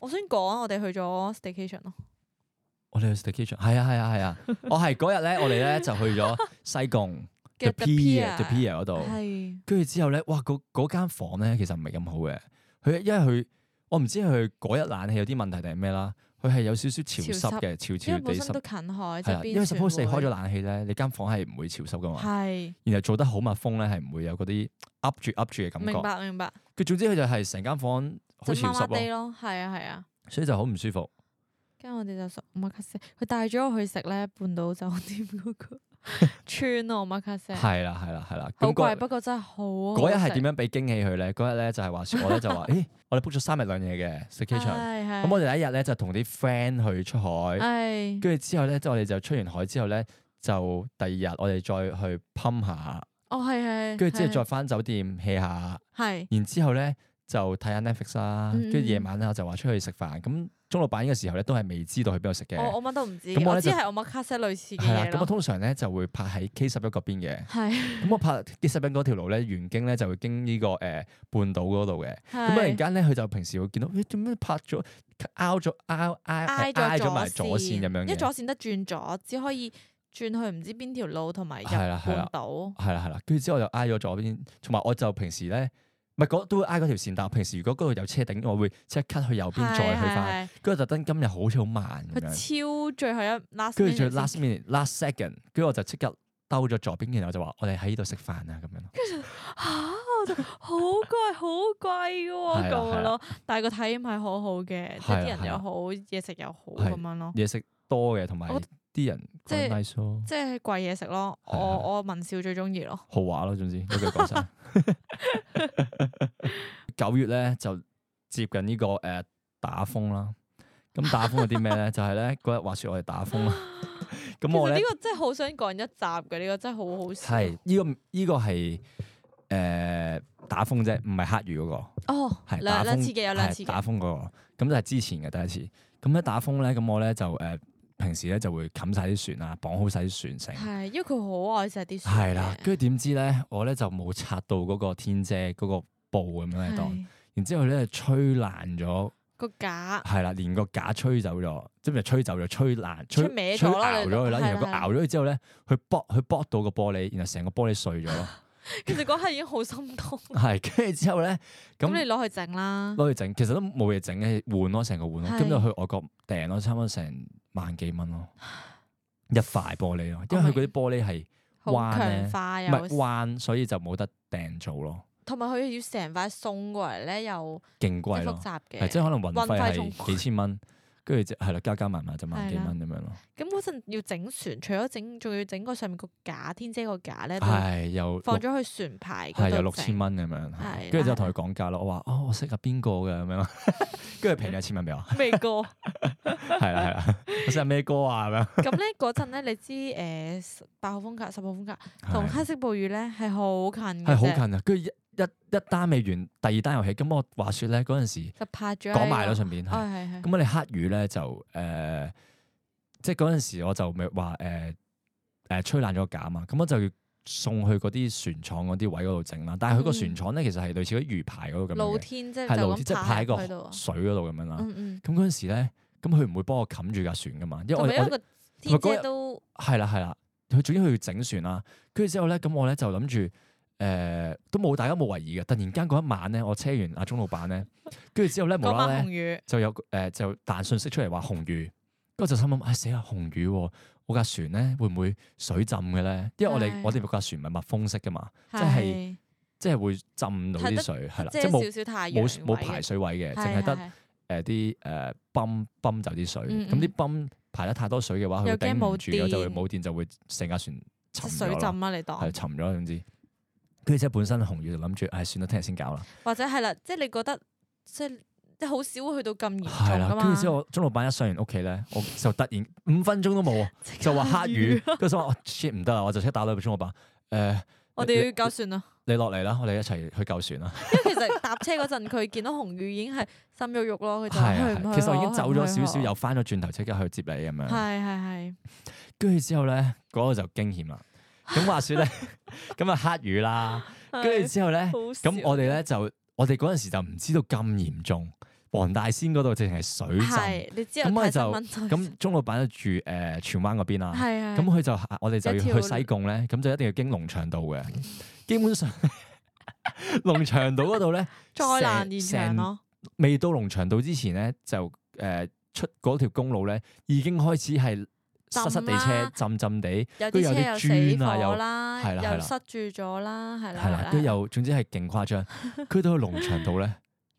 Speaker 2: 我想講我哋去咗 staycation 咯，
Speaker 1: 我哋去 station，係啊係啊係啊， 我係嗰日咧，我哋咧就去咗西貢
Speaker 2: 嘅
Speaker 1: The
Speaker 2: The 啊
Speaker 1: Pier
Speaker 2: Pier
Speaker 1: The Pier 嗰度，
Speaker 2: 係
Speaker 1: 跟住之後咧，哇嗰嗰間房咧其實唔係咁好嘅，佢因為佢我唔知佢嗰日冷氣有啲問題定係咩啦，佢係有少少潮
Speaker 2: 潮
Speaker 1: 濕
Speaker 2: 濕
Speaker 1: 嘅，潮
Speaker 2: 因
Speaker 1: 潮
Speaker 2: 為
Speaker 1: 地
Speaker 2: 本身
Speaker 1: 濕
Speaker 2: 都近
Speaker 1: 係
Speaker 2: 海，就
Speaker 1: 啦，
Speaker 2: 邊
Speaker 1: 因為
Speaker 2: 船
Speaker 1: suppose 你開
Speaker 2: 會
Speaker 1: 咗冷氣咧，你間房係唔會潮濕噶嘛，
Speaker 2: 係
Speaker 1: 然後做得好密封咧係唔會有嗰啲噏住噏住嘅感
Speaker 2: 明
Speaker 1: 覺，
Speaker 2: 白明白，
Speaker 1: 佢總之佢就係成間房好
Speaker 2: 就
Speaker 1: 潮
Speaker 2: 麻麻
Speaker 1: 濕
Speaker 2: 地
Speaker 1: 咯，
Speaker 2: 咯，係啊係啊。
Speaker 1: 所以就好唔舒服。
Speaker 2: 跟住我哋就食 m a k 佢帶咗我去食咧半島酒店嗰 個村啊咯 m a k
Speaker 1: 係啦係啦係啦，
Speaker 2: 好
Speaker 1: 咁嗰
Speaker 2: 貴，不過真係哦好
Speaker 1: 嗰日啊係點
Speaker 2: 樣？
Speaker 1: 樣俾驚喜佢咧？嗰日咧就係話説我咧就 話，誒，我哋 book 咗三日兩夜嘅 station。
Speaker 2: 係係
Speaker 1: 咁我哋第一日咧就同啲 friend 去出
Speaker 2: 啊
Speaker 1: 海，
Speaker 2: 係
Speaker 1: 跟住之後咧，即係我哋就出完海之後咧，就第二日我哋再去 pump 下，
Speaker 2: 哦係係，
Speaker 1: 跟住之後再
Speaker 2: 係
Speaker 1: 翻酒店 hea 下，
Speaker 2: 係
Speaker 1: 然之後咧就睇下 Netflix 啦，
Speaker 2: 嗯
Speaker 1: 跟住夜晚咧我就話出去食飯。咁中老闆呢個時候咧都係未知道去邊度食嘅，
Speaker 2: 哦我我乜都唔知，
Speaker 1: 咁我
Speaker 2: 我
Speaker 1: 呢
Speaker 2: 知
Speaker 1: 就
Speaker 2: 係我 m a k 類似嘅
Speaker 1: 係啦。
Speaker 2: 嘢
Speaker 1: 咁我
Speaker 2: 咯，
Speaker 1: 通常咧就會拍喺 K 十一嗰邊嘅。
Speaker 2: 係
Speaker 1: 咁我拍 K 十一嗰條路咧，沿經咧就會經呢個誒半島嗰度嘅。咁突然
Speaker 2: 係
Speaker 1: 間咧，佢就平時會見到，咦點解拍咗拗咗拗挨
Speaker 2: 挨
Speaker 1: 挨咗埋
Speaker 2: 咗
Speaker 1: 左線咁樣
Speaker 2: 因為
Speaker 1: 嘅？
Speaker 2: 左線得轉左，只可以轉去唔知邊條路同埋入
Speaker 1: 係啦係
Speaker 2: 半
Speaker 1: 啦
Speaker 2: 島，
Speaker 1: 係啦係啦，跟住之後我就挨咗左邊，同埋我就平時咧，唔係嗰都會挨嗰條線，但我平時如果嗰度有車頂，我會即刻去右邊
Speaker 2: 係
Speaker 1: 再去翻，
Speaker 2: 係
Speaker 1: 跟住特登今日好似好慢咁
Speaker 2: 係
Speaker 1: 樣，
Speaker 2: 佢超最後一 last，
Speaker 1: 跟住最
Speaker 2: minute 先
Speaker 1: last minute last second，跟住我就即刻兜咗左邊，然後我就話我哋喺呢度食飯啊咁樣咯，
Speaker 2: 吓，我就好貴好貴嘅喎
Speaker 1: 係啦啊係
Speaker 2: 咁樣
Speaker 1: 啦
Speaker 2: 咯，但係個體驗係好好嘅，即係
Speaker 1: 係啦
Speaker 2: 啲人
Speaker 1: 係啦
Speaker 2: 又好，嘢食又好
Speaker 1: 係
Speaker 2: 咁樣咯，
Speaker 1: 嘢食多嘅，同埋
Speaker 2: 我
Speaker 1: 啲人
Speaker 2: 即
Speaker 1: 講
Speaker 2: 係
Speaker 1: nice 咯，
Speaker 2: 即係貴嘢食咯。
Speaker 1: 係啊啦係啦
Speaker 2: 我我文少最中意咯，
Speaker 1: 豪華咯，總之一句講 晒。九月咧就接近呢、個誒、呃打風啦。咁打風有啲咩 咧？就係咧嗰日話説我哋打風啦。
Speaker 2: 其
Speaker 1: 咁我
Speaker 2: 實呢
Speaker 1: 咧
Speaker 2: 個真係好想講一集嘅，呢個真係好好笑。
Speaker 1: 係呢個呢、個係誒、呃打風啫，唔係黑雨嗰、個。
Speaker 2: 哦，
Speaker 1: 係打
Speaker 2: 兩兩
Speaker 1: 風
Speaker 2: 次嘅有兩次
Speaker 1: 係打
Speaker 2: 嘅，
Speaker 1: 風嗰、個，咁就係之前嘅第一次。咁咧打風咧，咁我咧就誒、呃平時咧就會冚晒啲船啊，綁好晒啲船繩。
Speaker 2: 係因為佢好愛錫啲
Speaker 1: 係
Speaker 2: 船
Speaker 1: 啦，
Speaker 2: 嘅，
Speaker 1: 跟住點知咧，我咧就冇拆到嗰個天遮嗰、個布咁樣喺度，
Speaker 2: 係
Speaker 1: 然之後咧吹爛咗，
Speaker 2: 個架
Speaker 1: 係啦，連個架吹走咗，即係吹走咗，吹爛，吹
Speaker 2: 吹歪
Speaker 1: 吹
Speaker 2: 咗啦
Speaker 1: 熬咗
Speaker 2: 你
Speaker 1: 佢啦，
Speaker 2: 係啦
Speaker 1: 然後佢
Speaker 2: 係啦
Speaker 1: 熬咗佢之後咧，佢剝佢剝到個玻璃，然後成個玻璃碎 咗咯，
Speaker 2: 其實嗰刻已經好心痛。
Speaker 1: 係跟住之後咧，
Speaker 2: 咁
Speaker 1: 咁
Speaker 2: 你攞去整啦，
Speaker 1: 攞去整，其實都冇嘢整嘅，換咯成個換咯，
Speaker 2: 係
Speaker 1: 跟住去外國訂咯，差唔多成萬幾蚊咯，一塊玻璃咯，因為佢
Speaker 2: Oh
Speaker 1: 嗰啲玻璃係
Speaker 2: 好
Speaker 1: 彎咧
Speaker 2: 強化
Speaker 1: 唔係
Speaker 2: 又，
Speaker 1: 彎，所以就冇得訂做咯，
Speaker 2: 同埋佢要成塊送過嚟咧，又
Speaker 1: 勁
Speaker 2: 即
Speaker 1: 貴
Speaker 2: 係
Speaker 1: 咯
Speaker 2: 複，雜
Speaker 1: 係
Speaker 2: 嘅。
Speaker 1: 即係可能運
Speaker 2: 運費
Speaker 1: 費
Speaker 2: 仲
Speaker 1: 係
Speaker 2: 貴
Speaker 1: 幾千蚊，跟住就係啦，加加埋埋就萬幾蚊咁樣咯。
Speaker 2: 咁嗰陣要整船，除咗整，仲要整個上面個架，天遮個架咧，
Speaker 1: 係又
Speaker 2: 放咗去船牌嗰
Speaker 1: 係有
Speaker 2: 度整
Speaker 1: 六千。蚊咁樣，係
Speaker 2: 係啦
Speaker 1: 跟住之後同佢講價咯。我話哦，我識下邊個嘅咁樣， 跟住平咗一千蚊俾我，
Speaker 2: 未 過。
Speaker 1: 係啦係 啦，我識下咩歌啊咁樣
Speaker 2: 咁咧嗰陣咧，你知誒八號風球、十號風球同
Speaker 1: 係，
Speaker 2: 黑色暴雨咧係好近
Speaker 1: 係
Speaker 2: 嘅啫
Speaker 1: 好近啊。跟住一一一單未完，第二單遊戲。咁我話説咧嗰陣時
Speaker 2: 就拍咗喺
Speaker 1: 講埋
Speaker 2: 個
Speaker 1: 咯，順便係
Speaker 2: 哦係係
Speaker 1: 咁我哋黑雨咧就誒、呃即係嗰陣時我就咪話誒誒吹爛咗個架嘛，咁我就要送去嗰啲船廠嗰啲位嗰度整啦。但係佢個
Speaker 2: 嗯
Speaker 1: 船廠咧其實係類似嗰啲魚排嗰度咁
Speaker 2: 露
Speaker 1: 樣嘅，
Speaker 2: 天即係
Speaker 1: 係
Speaker 2: 就
Speaker 1: 露天即
Speaker 2: 咁
Speaker 1: 係派
Speaker 2: 拍
Speaker 1: 喺個
Speaker 2: 喺度啊。
Speaker 1: 水嗰度咁樣啦。
Speaker 2: 嗯嗯，
Speaker 1: 咁嗰陣時咧，咁佢唔會幫我冚住架船噶嘛，因為我
Speaker 2: 同埋因為
Speaker 1: 我
Speaker 2: 個天
Speaker 1: 同埋嗰日
Speaker 2: 遮都
Speaker 1: 係啦係啦，佢總之佢要整船啦。跟住之後咧，咁我咧就諗住誒都冇大家冇懷疑嘅。突然間嗰一晚咧，我車完阿鐘老闆咧，跟住之後咧無
Speaker 2: 嗰
Speaker 1: 啦
Speaker 2: 晚
Speaker 1: 咧
Speaker 2: 紅。雨，
Speaker 1: 就有誒、呃就彈信息出嚟話紅雨，跟住我就心諗唉死啦紅雨喎、我架船咧會唔會水浸嘅咧？因為我哋
Speaker 2: 係
Speaker 1: 我哋架船唔係密封式噶嘛，即係即係會浸到
Speaker 2: 係
Speaker 1: 啲
Speaker 2: 得
Speaker 1: 水係
Speaker 2: 係
Speaker 1: 啦，即
Speaker 2: 遮
Speaker 1: 係冇
Speaker 2: 少少太陽
Speaker 1: 冇冇
Speaker 2: 位
Speaker 1: 排水位嘅，
Speaker 2: 係
Speaker 1: 淨係
Speaker 2: 係
Speaker 1: 得誒啲誒泵泵走啲水，
Speaker 2: 嗯
Speaker 1: 咁啲
Speaker 2: 嗯
Speaker 1: 泵排得太多水嘅話，佢會
Speaker 2: 又驚
Speaker 1: 頂唔
Speaker 2: 冇
Speaker 1: 住，就會
Speaker 2: 電
Speaker 1: 冇電就會成架船
Speaker 2: 即
Speaker 1: 沉
Speaker 2: 係
Speaker 1: 咗
Speaker 2: 水
Speaker 1: 咯，
Speaker 2: 浸啊！你當
Speaker 1: 係沉咗啦總之。跟住之後本身紅雨就諗住，唉算啦，聽日先搞啦。
Speaker 2: 或者係啦，即係你覺得即係即係好少會去到咁嚴
Speaker 1: 係
Speaker 2: 重
Speaker 1: 啦
Speaker 2: 噶，
Speaker 1: 跟住之
Speaker 2: 嘛？
Speaker 1: 後，鐘老闆一上完屋企咧，我就突然五分鐘都冇啊。
Speaker 2: 即刻
Speaker 1: 就話黑雨
Speaker 2: 雨，，
Speaker 1: 跟住心話哦 shit 唔得啦，我就即刻打到俾中國辦。誒、
Speaker 2: 我哋要救船啦。
Speaker 1: 你落嚟啦，我哋一齊去救船啦。
Speaker 2: 因為其實搭車嗰陣，佢見到紅雨已經係心喐喐咯，佢就話哎
Speaker 1: 係啊
Speaker 2: 去唔
Speaker 1: 係
Speaker 2: 去好
Speaker 1: 其實我已經走咗少
Speaker 2: 去
Speaker 1: 少，
Speaker 2: 唔去好
Speaker 1: 又翻咗轉頭，即刻去接你咁樣。
Speaker 2: 係係係，
Speaker 1: 跟住之後咧，嗰、個就驚險 啦。咁話說咧， 咁啊黑雨啦，跟住
Speaker 2: 係
Speaker 1: 之後咧，
Speaker 2: 好笑
Speaker 1: 咁我哋咧就我哋嗰陣時就唔知道咁嚴重，黃大仙嗰度淨係水浸。
Speaker 2: 係你之後
Speaker 1: 咁我
Speaker 2: 睇
Speaker 1: 哋
Speaker 2: 新
Speaker 1: 就
Speaker 2: 聞就
Speaker 1: 咁鐘老闆就住誒、呃荃灣嗰邊啦。
Speaker 2: 係啊，
Speaker 1: 咁佢就我哋就要
Speaker 2: 一條
Speaker 1: 去西貢咧，咁就一定要經農場道嘅。基本上 農場道嗰度咧，
Speaker 2: 災難現
Speaker 1: 成
Speaker 2: 場。咯，
Speaker 1: 成未到農場道之前咧，就誒、呃出嗰條公路咧，已經開始係濕濕地車浸浸地，
Speaker 2: 有
Speaker 1: 跟
Speaker 2: 啲
Speaker 1: 住有
Speaker 2: 車又
Speaker 1: 啲
Speaker 2: 死
Speaker 1: 磚啊，
Speaker 2: 火
Speaker 1: 又
Speaker 2: 啦，
Speaker 1: 係啦係
Speaker 2: 又
Speaker 1: 啦
Speaker 2: 塞住咗啦，係啦
Speaker 1: 係啦，跟住又總之係勁誇 張。佢到去農場道咧，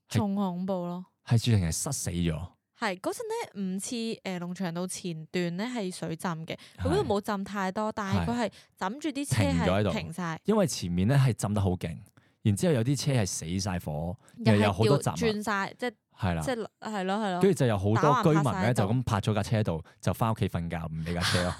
Speaker 2: 仲恐怖咯。
Speaker 1: 係注定係塞死咗。
Speaker 2: 係嗰陣咧，唔似誒呃農場道前段咧係水浸嘅，佢嗰
Speaker 1: 係
Speaker 2: 度冇浸太多，但係
Speaker 1: 係
Speaker 2: 佢係枕住啲車
Speaker 1: 停咗喺度
Speaker 2: 係停晒，
Speaker 1: 因為前面咧係浸得好勁，然之後有啲車係死晒火，又有
Speaker 2: 係
Speaker 1: 好多雜
Speaker 2: 掉
Speaker 1: 物
Speaker 2: 轉晒，即係
Speaker 1: 係啦
Speaker 2: 即。係係咯係
Speaker 1: 跟。
Speaker 2: 咯
Speaker 1: 住就有好多
Speaker 2: 打橫
Speaker 1: 居
Speaker 2: 泊
Speaker 1: 民
Speaker 2: 晒
Speaker 1: 咧，
Speaker 2: 喺
Speaker 1: 就
Speaker 2: 度
Speaker 1: 咁泊咗架車度，就翻屋企瞓覺，唔理架車 咯。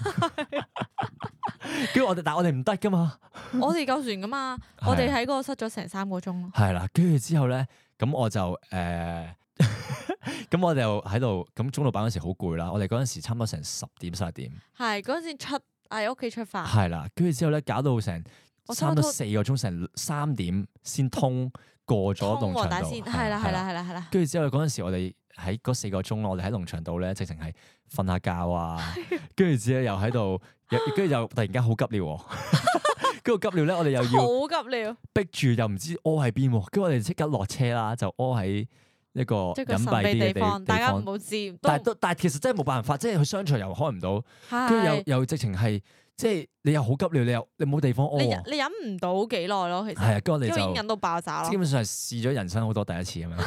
Speaker 1: 跟住我哋，但係我哋唔得噶嘛，
Speaker 2: 我哋救船噶嘛，
Speaker 1: 係
Speaker 2: 我哋喺嗰度塞咗成三個鐘咯。
Speaker 1: 係啦。跟住之後咧，咁我就誒，呃 咁、我就喺度，咁鐘老闆嗰時好攰啦。我哋嗰陣時差唔多成十點十一點，
Speaker 2: 係嗰陣時出喺屋企出發，
Speaker 1: 係啦。跟住之後咧，搞到成
Speaker 2: 啊我
Speaker 1: 差
Speaker 2: 差
Speaker 1: 唔
Speaker 2: 唔
Speaker 1: 多
Speaker 2: 多
Speaker 1: 四個鐘，成三點先通過咗
Speaker 2: 通
Speaker 1: 農
Speaker 2: 和
Speaker 1: 場
Speaker 2: 大
Speaker 1: 道。
Speaker 2: 仙，係啦係啦。係啦係啦，
Speaker 1: 跟住之後嗰陣時，我哋喺嗰四個鐘咯，我哋喺農場度咧，直情係瞓下覺啊，跟住之後又喺度，又跟住又突然間好急尿喎， 跟住急尿咧，我哋又要
Speaker 2: 好急尿，
Speaker 1: 逼住，又唔知屙喺邊喎，跟住我哋即刻落車啦，就屙喺一個
Speaker 2: 即係
Speaker 1: 隱
Speaker 2: 個神
Speaker 1: 蔽
Speaker 2: 秘
Speaker 1: 啲嘅
Speaker 2: 地
Speaker 1: 地
Speaker 2: 方，大
Speaker 1: 地
Speaker 2: 家唔
Speaker 1: 方。
Speaker 2: 好知，
Speaker 1: 但係都但係其實真係冇辦法，即係佢商場又開唔到，跟住
Speaker 2: 係
Speaker 1: 又又直情係即係你又好急尿，你又你冇地方屙
Speaker 2: 你
Speaker 1: 喎
Speaker 2: 忍，你忍唔到幾耐咯，
Speaker 1: 哦係
Speaker 2: 其實，
Speaker 1: 啊，跟住我
Speaker 2: 因為
Speaker 1: 哋
Speaker 2: 已經
Speaker 1: 就。
Speaker 2: 忍到爆炸
Speaker 1: 基
Speaker 2: 咯。
Speaker 1: 本上係試咗人生好多第一次咁 樣，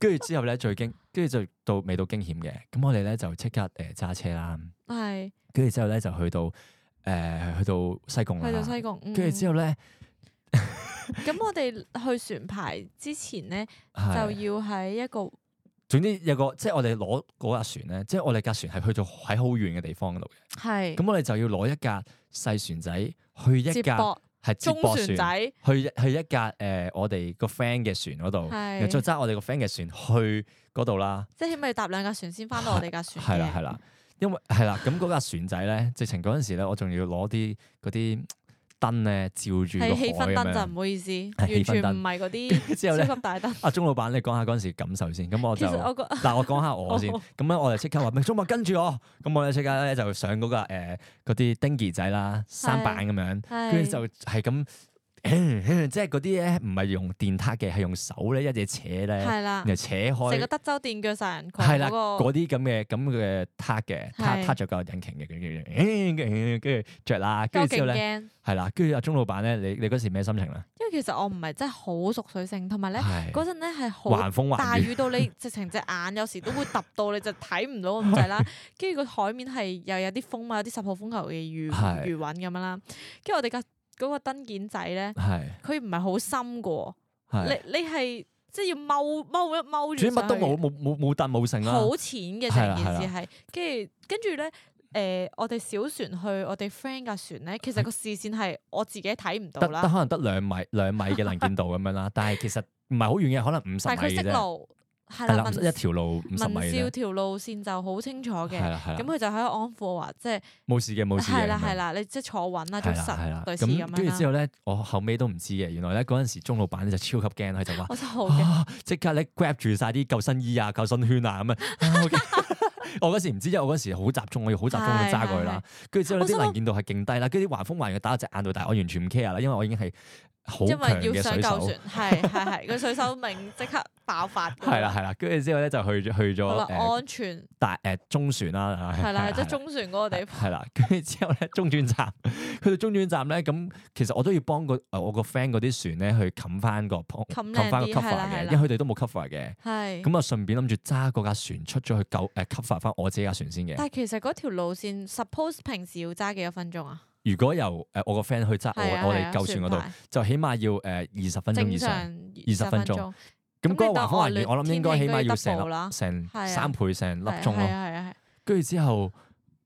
Speaker 1: 跟住之後咧最驚，跟住就到未到驚險嘅，咁我哋咧就即刻誒揸車啦，
Speaker 2: 係
Speaker 1: 跟住之後咧就去到誒、去到西貢
Speaker 2: 去到西
Speaker 1: 啦，
Speaker 2: 貢，嗯
Speaker 1: 啊跟住之後咧
Speaker 2: 咁我哋去船牌之前咧，就
Speaker 1: 係
Speaker 2: 要喺一個
Speaker 1: 總之有個即係我哋攞嗰架船咧，即係我哋架船係去到喺好遠嘅地方嗰度嘅，
Speaker 2: 係
Speaker 1: 咁我哋就要攞一架細船仔去
Speaker 2: 接
Speaker 1: 一架
Speaker 2: 駁
Speaker 1: 係接
Speaker 2: 中
Speaker 1: 駁
Speaker 2: 船
Speaker 1: 船
Speaker 2: 仔，
Speaker 1: 去一去一架誒、呃我哋個 friend 嘅船嗰度，然後再
Speaker 2: 係
Speaker 1: 揸我哋個 friend 嘅船去嗰度啦。
Speaker 2: 即係起碼要搭兩架船先翻到我哋架船
Speaker 1: 係啦
Speaker 2: 嘅
Speaker 1: 係啦，因為係啦，咁嗰架船仔咧，直情嗰陣時咧，我仲要攞啲嗰啲嗯燈咧照住個
Speaker 2: 係氣
Speaker 1: 海咁
Speaker 2: 氛燈就
Speaker 1: 樣。
Speaker 2: 唔好意思，
Speaker 1: 係氣
Speaker 2: 完
Speaker 1: 氛
Speaker 2: 全
Speaker 1: 燈
Speaker 2: 唔係嗰
Speaker 1: 跟住 之後
Speaker 2: 啲
Speaker 1: 咧
Speaker 2: 超級大燈。
Speaker 1: 阿鐘老闆，你講下嗰陣時感受先，咁我
Speaker 2: 其
Speaker 1: 就
Speaker 2: 實我覺
Speaker 1: 嗱我講下我先，
Speaker 2: 哦
Speaker 1: 咁咧我就即刻話咩鐘伯跟住我，咁我咧即刻咧就上嗰架誒嗰啲丁兒仔啦，三板咁樣，跟住就係咁， 即係嗰啲咧唔係用電撻嘅，係用手咧一隻扯咧，然
Speaker 2: 係啦，
Speaker 1: 後扯
Speaker 2: 成
Speaker 1: 開
Speaker 2: 個。德州電鋸殺人狂
Speaker 1: 係啦，
Speaker 2: 嗰個
Speaker 1: 嗰啲咁嘅咁嘅塔嘅塔
Speaker 2: 係
Speaker 1: 塔着個引擎嘅，跟住跟住跟住着啦，跟
Speaker 2: 究
Speaker 1: 住之
Speaker 2: 竟
Speaker 1: 後咧
Speaker 2: 驚。
Speaker 1: 係啦，跟住阿鐘老闆咧，你你嗰時咩心情咧？
Speaker 2: 因為其實我唔係真係好熟水性，同埋咧
Speaker 1: 係
Speaker 2: 嗰陣咧係好
Speaker 1: 橫風
Speaker 2: 大
Speaker 1: 橫雨，
Speaker 2: 雨 到你直情隻眼有時都會揼到你就睇唔到咁 滯啦。跟住個海面係又有啲風啊嘛，有啲十號風球嘅雨
Speaker 1: 係
Speaker 2: 雨雲咁樣啦。跟住我哋架嗰個燈件仔咧，
Speaker 1: 係
Speaker 2: 佢唔係好深嘅喎，
Speaker 1: 係，
Speaker 2: 你你係即係要踎踎一踎
Speaker 1: 主
Speaker 2: 住
Speaker 1: 要乜
Speaker 2: 上
Speaker 1: 都
Speaker 2: 去
Speaker 1: 冇冇冇冇凳冇剩啦，
Speaker 2: 好淺嘅
Speaker 1: 係啦
Speaker 2: 成
Speaker 1: 係
Speaker 2: 件事係，跟住跟住咧。誒、我哋小船去我哋 friend 架船咧，其實個視線係我自己睇唔
Speaker 1: 得
Speaker 2: 到
Speaker 1: 得可
Speaker 2: 啦，
Speaker 1: 能得兩米兩米嘅能見度咁樣啦，但係其實唔係好遠嘅，可能五十
Speaker 2: 但係佢
Speaker 1: 米
Speaker 2: 識
Speaker 1: 嘅啫，
Speaker 2: 路，係
Speaker 1: 係
Speaker 2: 啦，
Speaker 1: 啦，
Speaker 2: 文
Speaker 1: 一條路五十米
Speaker 2: 文
Speaker 1: 嘅
Speaker 2: 少
Speaker 1: 啫，
Speaker 2: 條路線就好清楚
Speaker 1: 係
Speaker 2: 嘅，
Speaker 1: 啦係
Speaker 2: 咁
Speaker 1: 啦，
Speaker 2: 佢就喺度安撫我話，即係
Speaker 1: 冇事嘅冇事嘅，
Speaker 2: 係啦
Speaker 1: 咁樣
Speaker 2: 係啦，你即係坐穩啦，
Speaker 1: 係
Speaker 2: 捉
Speaker 1: 啦係啦
Speaker 2: 實，類似咁
Speaker 1: 咁跟住
Speaker 2: 樣
Speaker 1: 之
Speaker 2: 啦。
Speaker 1: 後咧，我後尾都唔知嘅，原來咧嗰陣時鐘老闆就超級驚，佢就話。
Speaker 2: 我真係好驚，
Speaker 1: 啊！即刻咧 grab 住晒啲救生衣啊、救生圈啊咁樣啊，OK 我嗰時唔知，因為我嗰時好集中，我要好集中咁揸過去啦。跟住之後呢
Speaker 2: 我想
Speaker 1: 啲
Speaker 2: 講
Speaker 1: 能見度係勁低啦，跟住啲橫風橫雨打到隻眼度，但係我完全唔 care 啦，因為我已經係好
Speaker 2: 因
Speaker 1: 強
Speaker 2: 為要
Speaker 1: 嘅
Speaker 2: 上
Speaker 1: 水
Speaker 2: 救
Speaker 1: 手。
Speaker 2: 船，係係係，個水手命即刻爆發㗎。
Speaker 1: 係啦係啦，跟住之後咧就去咗去
Speaker 2: 好啦，
Speaker 1: 咗誒
Speaker 2: 安全
Speaker 1: 大誒中船啦，
Speaker 2: 係啦，即係
Speaker 1: 係
Speaker 2: 中船嗰個地方。
Speaker 1: 係啦，跟住之後咧，中轉站，去到中轉站咧，咁其實我都要幫個呃我個 friend 嗰啲船咧去冚翻個
Speaker 2: 冚
Speaker 1: 冚翻
Speaker 2: 靚
Speaker 1: 個
Speaker 2: 啲係啦
Speaker 1: cover
Speaker 2: 係啦
Speaker 1: 嘅，因為佢哋都冇 cover 嘅。
Speaker 2: 係。
Speaker 1: 咁啊，順便諗住揸嗰架船出咗去救呃誒 cover 翻我自己架船先嘅。
Speaker 2: 但係其實嗰條路線，suppose 平時要揸幾多分鐘啊？
Speaker 1: 如果由誒我個 friend 去揸
Speaker 2: 係啊
Speaker 1: 我我
Speaker 2: 係啊
Speaker 1: 哋救船嗰度，
Speaker 2: 牌
Speaker 1: 就起碼要呃誒二十分鐘
Speaker 2: 正
Speaker 1: 以
Speaker 2: 常
Speaker 1: 上。20
Speaker 2: 二
Speaker 1: 分鐘
Speaker 2: 鐘。
Speaker 1: 咁嗰個
Speaker 2: 你當
Speaker 1: 橫
Speaker 2: 我
Speaker 1: 風橫雨，
Speaker 2: 亂
Speaker 1: 我諗應該起碼要成
Speaker 2: 天氣都要 double 啦
Speaker 1: 粒成
Speaker 2: 係啊
Speaker 1: 三倍成粒鐘
Speaker 2: 係
Speaker 1: 咯。
Speaker 2: 啊係啊
Speaker 1: 跟住之後，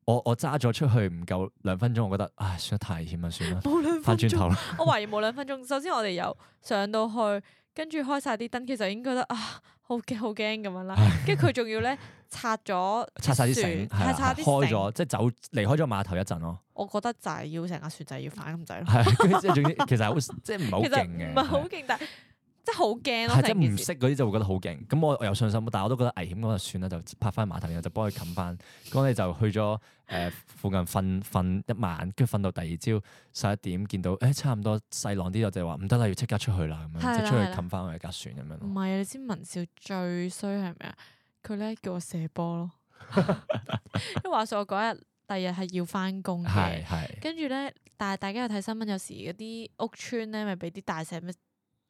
Speaker 1: 我我揸咗出去唔夠兩分鐘，我覺得唉，算得太險啦，算啦
Speaker 2: 係，冇
Speaker 1: 翻
Speaker 2: 兩分
Speaker 1: 轉
Speaker 2: 鐘。
Speaker 1: 頭啦。
Speaker 2: 我懷疑冇兩分鐘。首先我哋由上到去，跟住開晒啲燈，其實已經覺得啊，好驚好驚咁樣啦。跟住佢仲要咧拆咗
Speaker 1: 拆晒啲
Speaker 2: 船
Speaker 1: 繩，係
Speaker 2: 係拆
Speaker 1: 啦，
Speaker 2: 啲
Speaker 1: 開
Speaker 2: 繩
Speaker 1: 咗，即係走離開咗碼頭一陣咯。
Speaker 2: 我覺得就係要成架船就係要反咁滯咯。
Speaker 1: 係，跟住即係總之，其實好即係唔係好
Speaker 2: 其實
Speaker 1: 勁嘅，
Speaker 2: 唔係好勁，但係即係好驚咯。
Speaker 1: 係即
Speaker 2: 成
Speaker 1: 係
Speaker 2: 件
Speaker 1: 唔
Speaker 2: 事
Speaker 1: 識嗰啲就會覺得好勁。咁我我有信心，但係我都覺得危險，咁就算啦，就拍翻碼頭，然後就幫佢冚翻。咁我哋就去咗誒、呃附近瞓瞓一晚，跟住瞓到第二朝十一點，見到誒、差唔多細浪啲，我就話唔得啦，要即刻出去啦，咁
Speaker 2: 係啦
Speaker 1: 樣即係出
Speaker 2: 係啦
Speaker 1: 去冚翻我哋架船咁樣
Speaker 2: 唔
Speaker 1: 咯。
Speaker 2: 係啊！你知文少最衰係咩啊？佢咧叫我射波 咯，因為話說我嗰日第日係要翻工嘅
Speaker 1: 係，係
Speaker 2: 跟住咧，但係大家有睇新聞，有時嗰啲屋村咧咪俾啲大石咩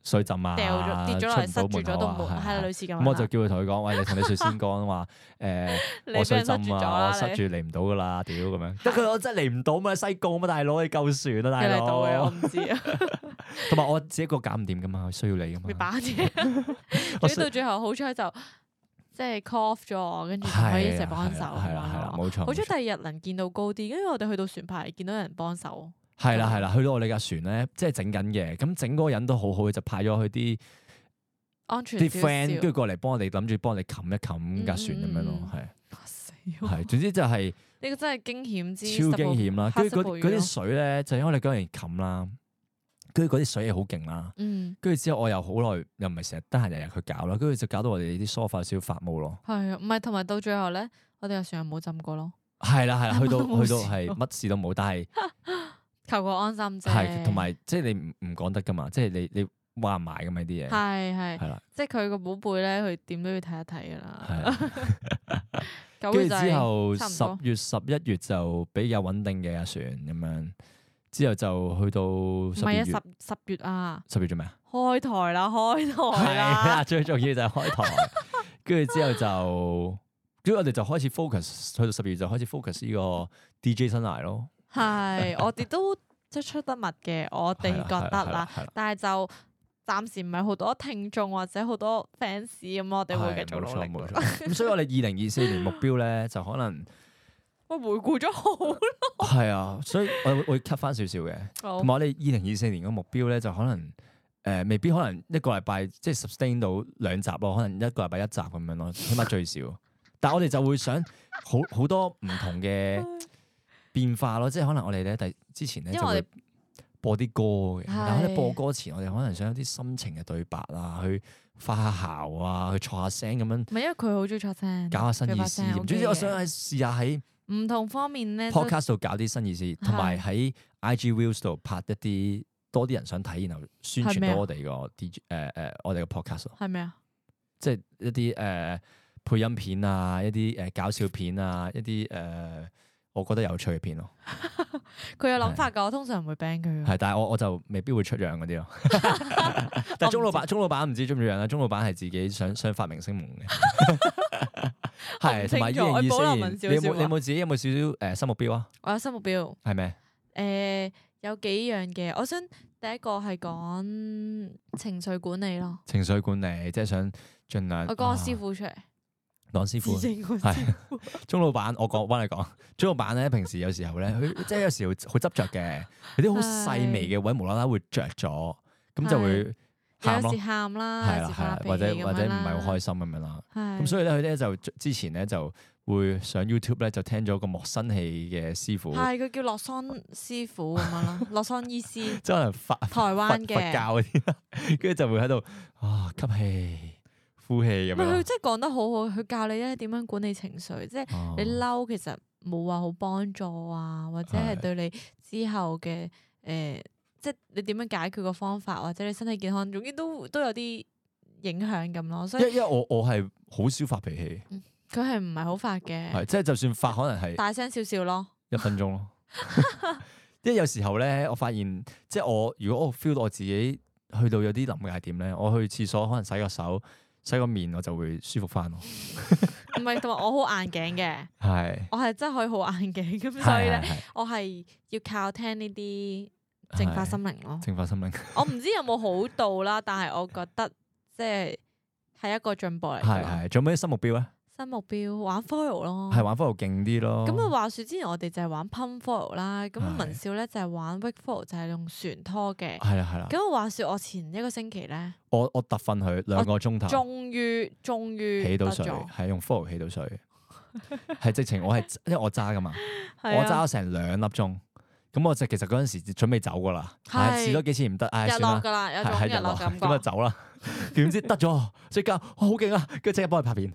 Speaker 1: 水浸啊，
Speaker 2: 掉咗跌咗落嚟，塞
Speaker 1: 出唔
Speaker 2: 住咗
Speaker 1: 到
Speaker 2: 道門，
Speaker 1: 門口啊
Speaker 2: 係啦，類似咁樣啦。
Speaker 1: 咁我就叫佢同佢講，喂，你同你水先講 話誒。
Speaker 2: 你
Speaker 1: 我
Speaker 2: 俾
Speaker 1: 水
Speaker 2: 人
Speaker 1: 浸
Speaker 2: 塞住咗
Speaker 1: 啊！我
Speaker 2: 啦，
Speaker 1: 塞
Speaker 2: 你
Speaker 1: 住嚟唔到噶啦，屌咁樣。得佢我真係嚟唔到嘛，西貢嘛，大佬你救船啊，大
Speaker 2: 你嚟到嘅，我
Speaker 1: 佬。
Speaker 2: 唔知啊，
Speaker 1: 同埋我自己一個搞唔掂噶嘛，我需要你噶嘛。
Speaker 2: 你把 嘢。
Speaker 1: 我
Speaker 2: 所以到最後好彩就即係 call off 咗我，跟住就可以一齊幫手咁
Speaker 1: 啊係啊啦係啦
Speaker 2: 樣，咯。
Speaker 1: 冇錯。
Speaker 2: 好
Speaker 1: 冇
Speaker 2: 彩
Speaker 1: 錯
Speaker 2: 第二日能見到高啲，跟住我哋去到船牌見到有人幫手。
Speaker 1: 係啦係啦，去到我哋架船咧，即係整緊嘅，咁整嗰個人都好好嘅，就派咗佢啲
Speaker 2: 安全
Speaker 1: 啲
Speaker 2: 少少
Speaker 1: friend，跟住過嚟幫我哋，諗住幫我哋冚一冚架船咁樣咯
Speaker 2: 嗯，
Speaker 1: 係
Speaker 2: 哇死我！
Speaker 1: 係，總之就係
Speaker 2: 呢個真係驚險之
Speaker 1: 超驚險啦。跟住嗰嗰啲
Speaker 2: 啲
Speaker 1: 水咧，就因為我哋嗰人冚啦，跟住嗰啲水係好勁啦。
Speaker 2: 嗯
Speaker 1: 跟住之後我又好耐又唔係成日得閒日日去搞啦，跟住就搞到我哋啲 sofa 有少少發毛咯。
Speaker 2: 係啊，唔係同埋到最後咧，我哋嘅船係冇浸過咯，
Speaker 1: 係啦係啦，去 到
Speaker 2: 乜都冇
Speaker 1: 去到
Speaker 2: 事
Speaker 1: 係乜事都冇，但係
Speaker 2: 求個安心啫。
Speaker 1: 係同埋即係你唔唔講得噶嘛，即係你你話唔埋噶嘛呢啲嘢。
Speaker 2: 係係，
Speaker 1: 係啦，
Speaker 2: 即係佢個寶貝咧，佢點都要睇一睇噶
Speaker 1: 係
Speaker 2: 啦。
Speaker 1: 啦。
Speaker 2: 九
Speaker 1: 跟
Speaker 2: 月
Speaker 1: 住
Speaker 2: 啊就
Speaker 1: 之後
Speaker 2: 差唔
Speaker 1: 十
Speaker 2: 多
Speaker 1: 月十一月就比較穩定嘅阿船咁樣，之後就去
Speaker 2: 唔
Speaker 1: 到十
Speaker 2: 係
Speaker 1: 二
Speaker 2: 啊，
Speaker 1: 月。
Speaker 2: 十十月啊，
Speaker 1: 十月做咩啊？
Speaker 2: 開台啦，開台
Speaker 1: 係啊
Speaker 2: 啦
Speaker 1: 啦，，最重要就係開台。跟住之後就，跟住我哋就開始 focus，去到十二月就開始 focus 呢個 DJ 生涯咯。
Speaker 2: 係我哋都即係出得密嘅，我哋
Speaker 1: 係啦
Speaker 2: 覺
Speaker 1: 係
Speaker 2: 得啦，，
Speaker 1: 啦係啦
Speaker 2: 但係就暫時唔係好多聽眾或者好多 fans 咁，我哋會繼續努力
Speaker 1: 係冇錯冇
Speaker 2: 咯。
Speaker 1: 錯咁所以我哋二零二四年目標咧，就可 能
Speaker 2: 我回顧咗好
Speaker 1: 係啊，所以我會會 cut 翻少少嘅。
Speaker 2: 好
Speaker 1: 同埋我哋二零二四年嘅目標咧，就可能誒、呃未必可能一個禮拜即係 sustain 到兩集咯，可能一個禮拜一集咁樣 咯，起碼最少。但係我哋就會想好好多唔同嘅變化咯，即係可能我哋咧第之前咧
Speaker 2: 因為
Speaker 1: 就
Speaker 2: 我哋
Speaker 1: 會播啲歌嘅，但係
Speaker 2: 係
Speaker 1: 喺播歌前，我哋可能想有啲心情嘅對白啊，去發下姣啊，去錯下聲咁樣。
Speaker 2: 唔係因為佢好中意出聲，
Speaker 1: 搞下新
Speaker 2: 佢
Speaker 1: 意
Speaker 2: 把
Speaker 1: 思
Speaker 2: 聲，
Speaker 1: 總之
Speaker 2: OK
Speaker 1: 我想
Speaker 2: 嘅
Speaker 1: 係試下喺
Speaker 2: 唔同方面咧都
Speaker 1: podcast 度搞啲新意思，
Speaker 2: 啊
Speaker 1: 同埋喺 IG reels 度拍一啲多啲人想睇，然後宣
Speaker 2: 係
Speaker 1: 傳
Speaker 2: 咩啊
Speaker 1: 到我哋個 DJ 誒誒我哋個 podcast 咯，
Speaker 2: 係咪啊？
Speaker 1: 即係一啲誒配音片啊，一啲誒搞笑片啊，一啲誒我覺得有趣嘅片咯，
Speaker 2: 佢有諗法㗎，我通常唔會 ban 佢㗎。
Speaker 1: 係，但係我我就未必會出樣嗰啲 咯。 但係鐘老闆，鐘老闆唔知出唔出樣啦，啊鐘老闆係自己想想發明星夢嘅。係，同埋二零二四年，你有冇
Speaker 2: 我唔清楚我保留文少少啊
Speaker 1: 你有冇自己有冇少少誒新目標啊？
Speaker 2: 我有新目標，
Speaker 1: 係咩？
Speaker 2: 誒有幾樣嘅，我想第一個係講情緒管理咯。
Speaker 1: 情緒管理，即係想盡量。
Speaker 2: 我講我師
Speaker 1: 傅，
Speaker 2: 傅出嚟，
Speaker 1: 講啊師 傅
Speaker 2: 自，認我
Speaker 1: 係鐘老闆，我講幫你講。鐘老闆咧，平時有時候咧，佢即係有時候好執着嘅，有啲好細微嘅位無啦啦會着咗，咁就會喊
Speaker 2: 有
Speaker 1: 咯
Speaker 2: 時，喊啦，
Speaker 1: 係
Speaker 2: 有
Speaker 1: 啦
Speaker 2: 時
Speaker 1: 係
Speaker 2: 發
Speaker 1: 啦，
Speaker 2: 脾
Speaker 1: 或者
Speaker 2: 氣
Speaker 1: 或者唔係好開
Speaker 2: 開
Speaker 1: 心咁樣啦。
Speaker 2: 心
Speaker 1: 咁所以咧，佢咧就之前咧就會上 YouTube 咧就聽咗個莫生氣嘅師傅，
Speaker 2: 係佢叫洛桑師傅咁樣啦， 洛桑醫師，
Speaker 1: 即係可能法
Speaker 2: 台
Speaker 1: 佛
Speaker 2: 灣
Speaker 1: 佛
Speaker 2: 嘅，
Speaker 1: 教嗰啲啦，跟住就會喺度啊吸氣、呼氣咁
Speaker 2: 唔係佢
Speaker 1: 樣。
Speaker 2: 真係講得好好，佢教你咧點樣管理情緒，即係
Speaker 1: 哦
Speaker 2: 你嬲其實冇話好幫助啊，或者係
Speaker 1: 係
Speaker 2: 對你之後嘅誒、呃即係你點樣解決個方法，或者你身體健康，總之都都有啲影響咁咯。所以
Speaker 1: 因因為我我係好少發脾氣，
Speaker 2: 佢係唔係好發嘅，
Speaker 1: 係即係就算發可能係
Speaker 2: 大聲少少咯。
Speaker 1: 一分鐘 咯。因為有時候咧，我發現即係我如果我 feel 到我自己去到有啲臨界點咧，我去廁所可能洗個手、洗個面，我就會舒服 翻咯。
Speaker 2: 唔係，同埋我好硬頸嘅，
Speaker 1: 係，
Speaker 2: 我係真係可以好硬頸，咁所
Speaker 1: 係
Speaker 2: 以
Speaker 1: 係啊
Speaker 2: 咧，
Speaker 1: 係
Speaker 2: 我係要靠聽呢啲淨化心靈咯。
Speaker 1: 淨化心靈。
Speaker 2: 我唔知有冇好到啦，但係我覺得即係係一個進步嚟
Speaker 1: 係
Speaker 2: 嘅。
Speaker 1: 係，仲有咩新目標咧？
Speaker 2: 新目標玩 foil 咯，
Speaker 1: 係玩 follow 勁啲咯。
Speaker 2: 哦咁啊，話説之前我哋就係玩 pump foil 啦，咁
Speaker 1: 係啊
Speaker 2: 文少咧就係玩 wake foil，就係用船拖嘅。
Speaker 1: 係啦係啦，
Speaker 2: 咁啊話説我前一個星期咧，
Speaker 1: 我我特訓佢兩個鐘頭。
Speaker 2: 終於終於
Speaker 1: 啊起到
Speaker 2: 得
Speaker 1: 水，
Speaker 2: 咗，
Speaker 1: 係用 follow 起到 水，係直情我係因為我揸噶嘛，我
Speaker 2: 係啊
Speaker 1: 揸咗成兩粒鐘，咁我就其實嗰陣時準備走噶啦，
Speaker 2: 係
Speaker 1: 唉試多幾次唔得，唉
Speaker 2: 日
Speaker 1: 算
Speaker 2: 落
Speaker 1: 啦，
Speaker 2: 㗎啦，有
Speaker 1: 啊係係啊日
Speaker 2: 種日落
Speaker 1: 落
Speaker 2: 感
Speaker 1: 咁就
Speaker 2: 覺。
Speaker 1: 走啦， 點知得咗，即刻哇好勁啊，跟住即刻幫佢拍片，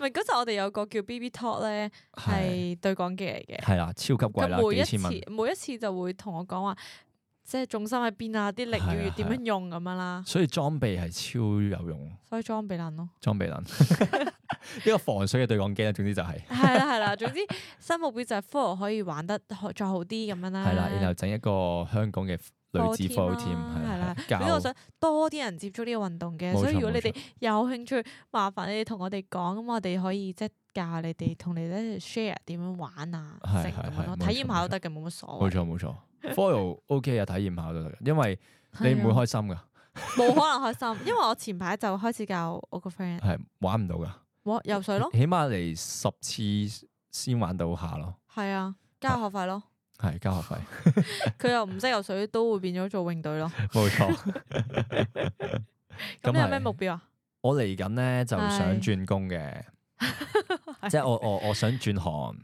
Speaker 2: 咪嗰陣我哋有個叫 BB Talk 咧，係對講機嚟嘅。
Speaker 1: 係啦，超級貴啦，
Speaker 2: 咁每一
Speaker 1: 幾
Speaker 2: 次
Speaker 1: 千蚊，
Speaker 2: 每一次就會同我講話，即係重心喺邊啊，啲力
Speaker 1: 係啊
Speaker 2: 要點
Speaker 1: 係啊
Speaker 2: 樣用咁樣啦，
Speaker 1: 所以裝備係超有用，
Speaker 2: 所以裝備能咯。
Speaker 1: 裝備撚呢個防水嘅對講機啦，總之就係
Speaker 2: 係啦係啦，總之新目標就係 foil 可以玩得好再好啲咁樣啦。
Speaker 1: 係啦，然後整一個香港嘅女子
Speaker 2: Foil
Speaker 1: foil
Speaker 2: 啊 team
Speaker 1: team
Speaker 2: 啦
Speaker 1: 係啦
Speaker 2: 係，
Speaker 1: 教
Speaker 2: 所以我想多啲人接觸呢個運動嘅，
Speaker 1: 冇
Speaker 2: 所
Speaker 1: 錯
Speaker 2: 以如果
Speaker 1: 冇
Speaker 2: 你
Speaker 1: 錯
Speaker 2: 哋有興趣，麻煩你哋同我哋講，咁我哋可以即係教你哋同你哋一齊 share 點樣玩啊，
Speaker 1: 係
Speaker 2: 成咁
Speaker 1: 係
Speaker 2: 樣
Speaker 1: 係冇
Speaker 2: 咯，體驗
Speaker 1: 錯
Speaker 2: 下
Speaker 1: 冇
Speaker 2: 都得嘅，冇乜所
Speaker 1: 冇
Speaker 2: 謂。
Speaker 1: 錯冇錯 foil OK 啊，體驗下都得嘅，因為。
Speaker 2: 係
Speaker 1: 你唔
Speaker 2: 啊
Speaker 1: 會開心噶，
Speaker 2: 冇可能開心，因為我前排就開始教我 個 friend
Speaker 1: 係玩唔到噶。
Speaker 2: 玩游水咯，
Speaker 1: 起碼嚟十次先玩到下咯，
Speaker 2: 係啊，交學費咯，
Speaker 1: 係交 學費，
Speaker 2: 佢又唔識游水，都會變咗做泳隊咯。
Speaker 1: 冇錯。
Speaker 2: 咁
Speaker 1: 咁
Speaker 2: 你有咩
Speaker 1: 係
Speaker 2: 目標啊？
Speaker 1: 我嚟緊咧就想
Speaker 2: 係
Speaker 1: 轉工 嘅，即係我我我想轉行，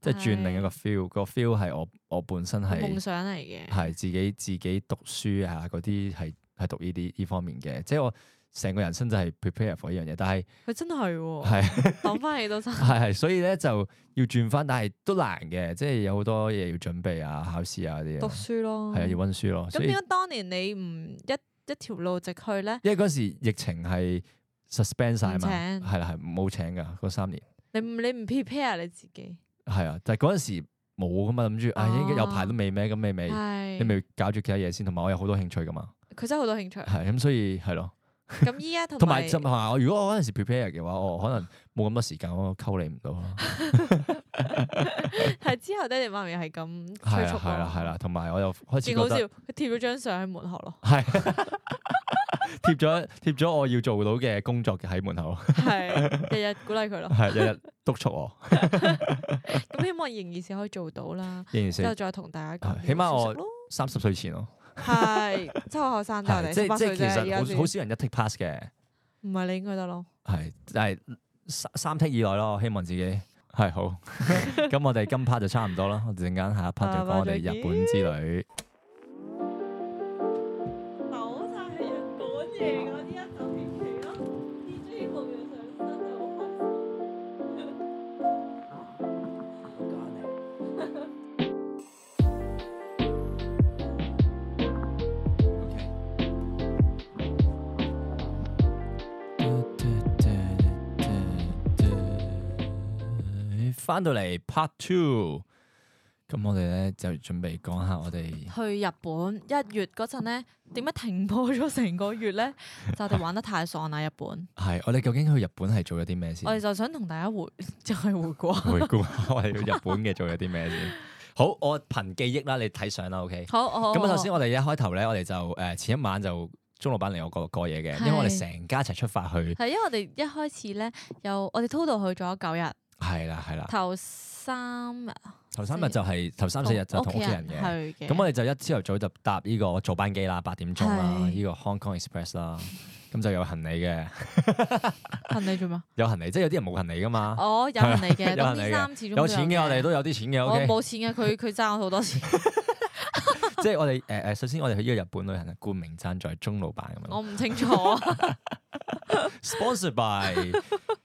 Speaker 1: 即係轉另一個 feel。個 feel 係我我本身
Speaker 2: 夢
Speaker 1: 係
Speaker 2: 想嚟嘅，
Speaker 1: 係自己自己讀書啊嗰啲係係讀呢啲呢方面嘅，即係我成個人生就係 prepare for 呢樣嘢，但係
Speaker 2: 佢真係喎，
Speaker 1: 係。
Speaker 2: 諗翻起都真係。
Speaker 1: 係啊係，所以咧就要轉翻，但係都難嘅，即係有好多嘢要準備啊、考試啊嗰啲
Speaker 2: 讀
Speaker 1: 咯，
Speaker 2: 書咯，
Speaker 1: 係啊要温書咯。
Speaker 2: 咁
Speaker 1: 所以
Speaker 2: 點解當年你唔一一條路直去咧？
Speaker 1: 因為嗰時疫情係 suspend 晒嘛，
Speaker 2: 唔請
Speaker 1: 係啦係冇請噶嗰三年，
Speaker 2: 你唔你唔 prepare 你自己，
Speaker 1: 係啊，但係嗰陣時冇噶嘛，諗住唉
Speaker 2: 哦
Speaker 1: 應該有排都未咩，咁你咪你
Speaker 2: 係
Speaker 1: 咪搞住其他嘢先，同埋我有好多興趣噶嘛，
Speaker 2: 佢真係好多 興趣。
Speaker 1: 係咁所以係咯，
Speaker 2: 咁依家同
Speaker 1: 同埋哦
Speaker 2: 埋
Speaker 1: 就係話我如果我嗰陣時 prepare 嘅話，我可能冇咁多時間，我溝你唔到咯，
Speaker 2: 係之後爹哋媽咪係咁 催
Speaker 1: 係
Speaker 2: 促
Speaker 1: 啊
Speaker 2: 我，
Speaker 1: 係啦係啦，同埋我又開始
Speaker 2: 勁
Speaker 1: 覺
Speaker 2: 好
Speaker 1: 得，
Speaker 2: 笑。。佢貼咗張相喺門口咯
Speaker 1: 係貼咗貼咗我要做到嘅工作嘅喺門口，
Speaker 2: 係日日鼓勵佢咯。
Speaker 1: 係日日督促我，
Speaker 2: 咁希望仍然是可以做 到啦。
Speaker 1: 仍然
Speaker 2: 之後
Speaker 1: 是
Speaker 2: 再同大家講呢個消
Speaker 1: 係
Speaker 2: 息咯，
Speaker 1: 起碼我三十歲前咯，
Speaker 2: 係 真係好後生啫，我
Speaker 1: 係
Speaker 2: 哋
Speaker 1: 即
Speaker 2: 十八
Speaker 1: 即係
Speaker 2: 歲
Speaker 1: 其
Speaker 2: 啫，而家
Speaker 1: 實好好
Speaker 2: 先
Speaker 1: 少人一 take pass 嘅，
Speaker 2: 唔係你應該得咯。
Speaker 1: 係但係三三 take 以內咯，我希望自己係 好。咁我哋今 part 就差唔多啦，我哋陣間下一 part 就
Speaker 2: 下一
Speaker 1: 講
Speaker 2: part
Speaker 1: 我哋
Speaker 2: 再見
Speaker 1: 日本之旅，
Speaker 2: 抖晒係日本嘢，我依家就期期咯，跌咗呢部嘢上身就好開心。
Speaker 1: 翻到嚟 part two，咁我哋咧就準備講下我哋。
Speaker 2: 去日本一月嗰陣咧，點解停播咗成個月 咧？就我哋玩得太爽啦！日本，
Speaker 1: 係，我哋究竟去日本係做咗啲咩先
Speaker 2: 我？哋就想同大家回 就係回顧下。
Speaker 1: 回顧下我哋去日本嘅做咗啲咩先。好，我憑記憶啦，你睇相啦，OK。
Speaker 2: 好，好，
Speaker 1: 咁啊，
Speaker 2: 好
Speaker 1: 首先我哋一開頭咧，我哋就誒、呃前一晚就鐘老闆嚟我過過夜嘅，因為我哋
Speaker 2: 係
Speaker 1: 成家一齊出發去，
Speaker 2: 係因為我哋一開始咧，有我哋 total 去咗九日，
Speaker 1: 係啦係啦。
Speaker 2: 頭三日，哦啊
Speaker 1: 頭三日就係頭三四日就同屋企人嘅。
Speaker 2: 去嘅。
Speaker 1: 咁我哋就一朝頭早就搭呢個早班機啦，八點鐘啦，
Speaker 2: 係
Speaker 1: 呢個 Hong Kong Express 啦，咁就有行李嘅，
Speaker 2: 行李做咩？
Speaker 1: 有行李，即係有啲人冇行李噶嘛，
Speaker 2: 哦，有行李嘅，
Speaker 1: 有
Speaker 2: 咁
Speaker 1: 行李
Speaker 2: 呢
Speaker 1: 嘅
Speaker 2: 三次
Speaker 1: 有錢嘅我哋都有啲錢嘅
Speaker 2: 我
Speaker 1: ，OK。
Speaker 2: 冇錢嘅，佢佢爭我好多錢，
Speaker 1: 即係我啊
Speaker 2: 哦
Speaker 1: 哋誒誒，首先我哋去呢個日本旅行係冠名贊助係鐘老闆咁樣。
Speaker 2: 我唔清楚啊。
Speaker 1: Sponsored by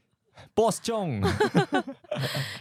Speaker 1: Boss John，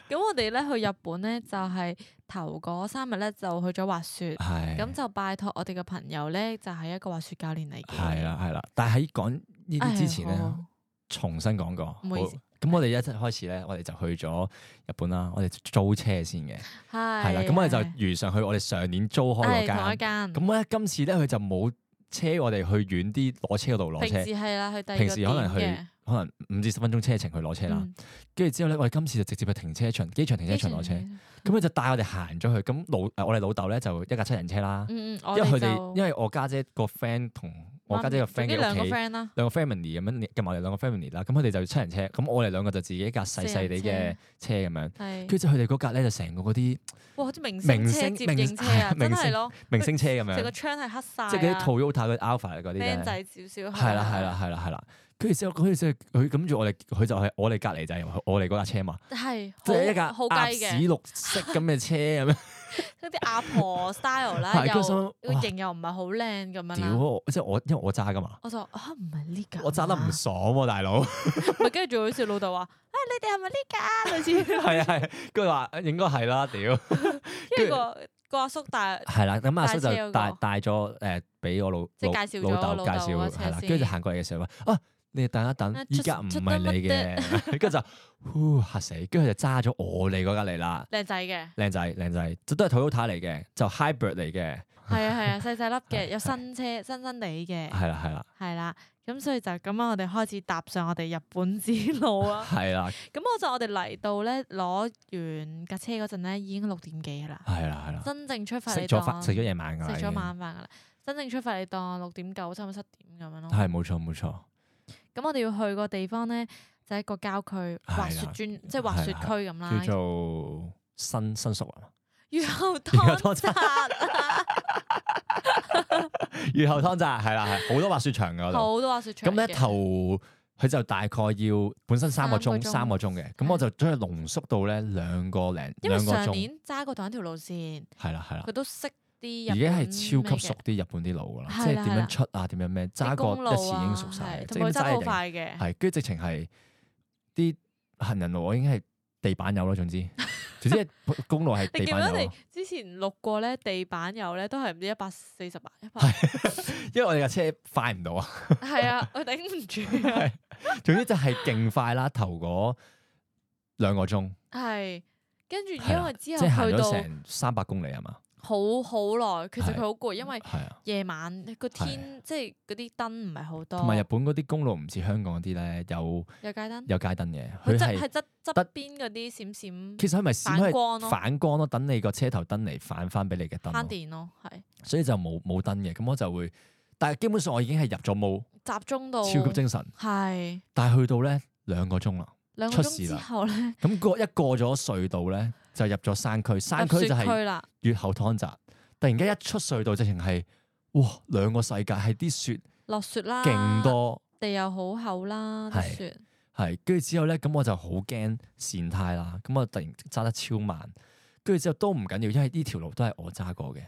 Speaker 2: 咁我哋咧去日本咧，就係頭嗰三日咧就去咗滑雪，
Speaker 1: 係
Speaker 2: 咁就拜託我哋嘅朋友咧，就係一個滑雪教練嚟嘅。
Speaker 1: 係啦係啦。但係喺講呢
Speaker 2: 哎呀，
Speaker 1: 啲之前咧，
Speaker 2: 我
Speaker 1: 重新講過。
Speaker 2: 唔好意思
Speaker 1: 咁我哋一開始咧，我哋就去咗日本啦。我哋租車先嘅，
Speaker 2: 係
Speaker 1: 係啦。咁我哋
Speaker 2: 係
Speaker 1: 就如常去我哋上年租開嗰
Speaker 2: 係同一
Speaker 1: 間。
Speaker 2: 間。
Speaker 1: 咁咧今次咧佢就冇車我哋去遠啲攞車嗰度攞
Speaker 2: 平
Speaker 1: 車，
Speaker 2: 時係啦，去第二
Speaker 1: 平
Speaker 2: 個
Speaker 1: 時可能
Speaker 2: 點
Speaker 1: 去可能五至十分鐘車程去攞車
Speaker 2: 嘅
Speaker 1: 啦。
Speaker 2: 嗯
Speaker 1: 跟住之後咧，我哋今次就直接去停車場、機場停車場攞車。
Speaker 2: 機場嘅
Speaker 1: 咁佢就帶我哋行咗去。咁老誒我哋老豆咧就一架七人車啦。
Speaker 2: 嗯嗯，我
Speaker 1: 因為佢
Speaker 2: 就
Speaker 1: 哋因為我家姐個 friend 同我家姐個
Speaker 2: 媽咪
Speaker 1: friend
Speaker 2: 總之兩個
Speaker 1: 嘅屋企
Speaker 2: friend 啦，
Speaker 1: 兩個 family 咁樣，夾埋我哋兩個 family 啦。咁佢哋就七人車，咁我哋兩個就自己一架細細哋
Speaker 2: 四
Speaker 1: 嘅
Speaker 2: 人
Speaker 1: 車咁樣。
Speaker 2: 係
Speaker 1: 跟住之後佢哋嗰架咧就成個嗰啲
Speaker 2: 哇，啲明
Speaker 1: 明
Speaker 2: 星車
Speaker 1: 星
Speaker 2: 接
Speaker 1: 明
Speaker 2: 應車啊，
Speaker 1: 明
Speaker 2: 真係
Speaker 1: 星
Speaker 2: 咯，
Speaker 1: 明星車咁
Speaker 2: 成個
Speaker 1: 樣，
Speaker 2: 窗係黑晒啊，
Speaker 1: 即係嗰啲 Toyota 嗰啲 Alpha 嗰啲咧
Speaker 2: 僆。仔少少
Speaker 1: 係啦係啦係啦係啦。跟住之後，跟住之後佢咁住我哋，佢就係我哋隔離就係我哋嗰架車嘛，
Speaker 2: 係
Speaker 1: 即係
Speaker 2: 好
Speaker 1: 一架
Speaker 2: 好
Speaker 1: 鴨
Speaker 2: 雞嘅
Speaker 1: 屎綠色咁嘅車 咁樣。
Speaker 2: 嗰啲阿婆 style 啦，
Speaker 1: 係跟住心
Speaker 2: 又
Speaker 1: 諗
Speaker 2: 個
Speaker 1: 哇
Speaker 2: 型又唔係好靚咁樣
Speaker 1: 屌
Speaker 2: 啦。
Speaker 1: 我，即係我因為我揸噶嘛，
Speaker 2: 我就啊唔係呢架，
Speaker 1: 我揸得唔爽喎大佬。
Speaker 2: 咪跟住仲好似老豆話：，啊你哋係咪呢架 啊？類似
Speaker 1: 係啊係，佢話應該係啦，屌。
Speaker 2: 因為個個阿叔大
Speaker 1: 係啦，咁阿叔
Speaker 2: 帶車
Speaker 1: 就
Speaker 2: 嗰
Speaker 1: 帶
Speaker 2: 個
Speaker 1: 帶咗誒俾我老
Speaker 2: 即係
Speaker 1: 老
Speaker 2: 介紹咗
Speaker 1: 老豆
Speaker 2: 老
Speaker 1: 介
Speaker 2: 豆嗰
Speaker 1: 紹
Speaker 2: 車
Speaker 1: 係啦，
Speaker 2: 先
Speaker 1: 跟住就行過嚟嘅時候話啊，你哋等一
Speaker 2: 啊
Speaker 1: 等，
Speaker 2: 出
Speaker 1: 依家唔係你嘅， 跟住就呼嚇死，跟住就揸咗我哋嗰架嚟啦，
Speaker 2: 靚仔嘅，
Speaker 1: 靚仔靚仔，就都係 Toyota 嚟嘅，就 hybrid 嚟嘅，
Speaker 2: 係啊 係啊，細細粒嘅，
Speaker 1: 係
Speaker 2: 有新車新新地嘅，
Speaker 1: 係啦係啦
Speaker 2: 係啦。咁所以就咁啊樣，我哋開始踏上我哋日本之路 啦。
Speaker 1: 係啦
Speaker 2: 咁我就我哋嚟到咧，攞完架車嗰陣咧，已經六點幾啦。
Speaker 1: 係啦係啦，
Speaker 2: 真正出發
Speaker 1: 食
Speaker 2: 你
Speaker 1: 咗飯
Speaker 2: 當
Speaker 1: 食咗夜晚㗎啦，
Speaker 2: 食咗晚飯噶啦，真正出發你當六點九差唔多七點咁樣咯。
Speaker 1: 係冇錯冇錯，
Speaker 2: 咁我哋要去個地方咧，就係一個郊區
Speaker 1: 係啦
Speaker 2: 滑雪專，即係滑雪區咁啦。
Speaker 1: 叫做新新宿啊，
Speaker 2: 雨後
Speaker 1: 雨後
Speaker 2: 湯
Speaker 1: 多
Speaker 2: 澤
Speaker 1: 汁
Speaker 2: 啊，
Speaker 1: 越後湯澤係啦係，好多滑雪場㗎嗰度。
Speaker 2: 好多滑雪場
Speaker 1: 咁
Speaker 2: 嘅。
Speaker 1: 咧頭佢就大概要本身三個鐘
Speaker 2: 三
Speaker 1: 三
Speaker 2: 個
Speaker 1: 個
Speaker 2: 鐘
Speaker 1: 鐘嘅，咁我就將佢濃縮到咧兩個零
Speaker 2: 因為
Speaker 1: 兩個
Speaker 2: 上
Speaker 1: 鐘，
Speaker 2: 年揸過同一條路線，
Speaker 1: 係啦係啦
Speaker 2: 佢，都識啲
Speaker 1: 而
Speaker 2: 日本
Speaker 1: 家係超級熟
Speaker 2: 咩嘅，
Speaker 1: 啲日本啲路噶啦，
Speaker 2: 係啦
Speaker 1: 即係點
Speaker 2: 係啦
Speaker 1: 樣出啊點樣咩，揸
Speaker 2: 啲
Speaker 1: 過
Speaker 2: 公路
Speaker 1: 一次已經
Speaker 2: 啊
Speaker 1: 熟晒，
Speaker 2: 係
Speaker 1: 即
Speaker 2: 同
Speaker 1: 係咁
Speaker 2: 埋佢揸得
Speaker 1: 揸
Speaker 2: 好
Speaker 1: 一定
Speaker 2: 快嘅，
Speaker 1: 係，跟住直情係啲行人路我已經係地板油咯，總 之總之公路係
Speaker 2: 你
Speaker 1: 地
Speaker 2: 記唔記得
Speaker 1: 板
Speaker 2: 我
Speaker 1: 油
Speaker 2: 哋
Speaker 1: 咯，
Speaker 2: 之前錄過咧地板油咧，都係唔知一百四十啊，一百
Speaker 1: 因為我哋架車快唔到啊，
Speaker 2: 係啊，我頂唔住啊，
Speaker 1: 係總之就係勁快啦，頭嗰兩個鐘，
Speaker 2: 係。跟住
Speaker 1: 係
Speaker 2: 因
Speaker 1: 啦
Speaker 2: 為
Speaker 1: 即
Speaker 2: 之
Speaker 1: 係行
Speaker 2: 後去到
Speaker 1: 咗成三百公里係啊嘛，
Speaker 2: 好好耐，其實
Speaker 1: 係
Speaker 2: 佢好攰，因為
Speaker 1: 係啊。
Speaker 2: 夜晚個天即係嗰啲燈唔係好多，
Speaker 1: 同埋日本嗰啲公路唔似香港嗰啲咧，有
Speaker 2: 有街燈，
Speaker 1: 有街燈嘅，
Speaker 2: 佢
Speaker 1: 佢
Speaker 2: 側
Speaker 1: 係
Speaker 2: 哦係側側
Speaker 1: 得
Speaker 2: 邊嗰啲閃閃
Speaker 1: 其實佢咪閃
Speaker 2: 反光咯
Speaker 1: 開反光咯，等你個車頭燈嚟反翻俾你嘅燈
Speaker 2: 慳
Speaker 1: 咯，
Speaker 2: 電咯，係
Speaker 1: 所以就冇冇燈嘅，咁我就會，但係基本上我已經係入咗冇
Speaker 2: 集中到
Speaker 1: 超級精神，
Speaker 2: 係
Speaker 1: 但係去到咧兩個鐘啦，
Speaker 2: 兩個
Speaker 1: 出
Speaker 2: 鐘
Speaker 1: 事
Speaker 2: 之
Speaker 1: 啦
Speaker 2: 後咧，
Speaker 1: 咁過一過咗隧道咧就入咗山區，山
Speaker 2: 入
Speaker 1: 區
Speaker 2: 雪
Speaker 1: 就係
Speaker 2: 區啦，
Speaker 1: 越後湯澤，突然間一出隧道直情係，哇兩個世界係啲雪
Speaker 2: 落雪啦，
Speaker 1: 勁，多。
Speaker 2: 地又好厚啦，啲
Speaker 1: 係
Speaker 2: 雪
Speaker 1: 係，跟住之後咧，咁我就好驚跣胎啦，咁我突然揸得超慢，跟住之後都唔緊要，因為呢條路都係我揸 過嘅。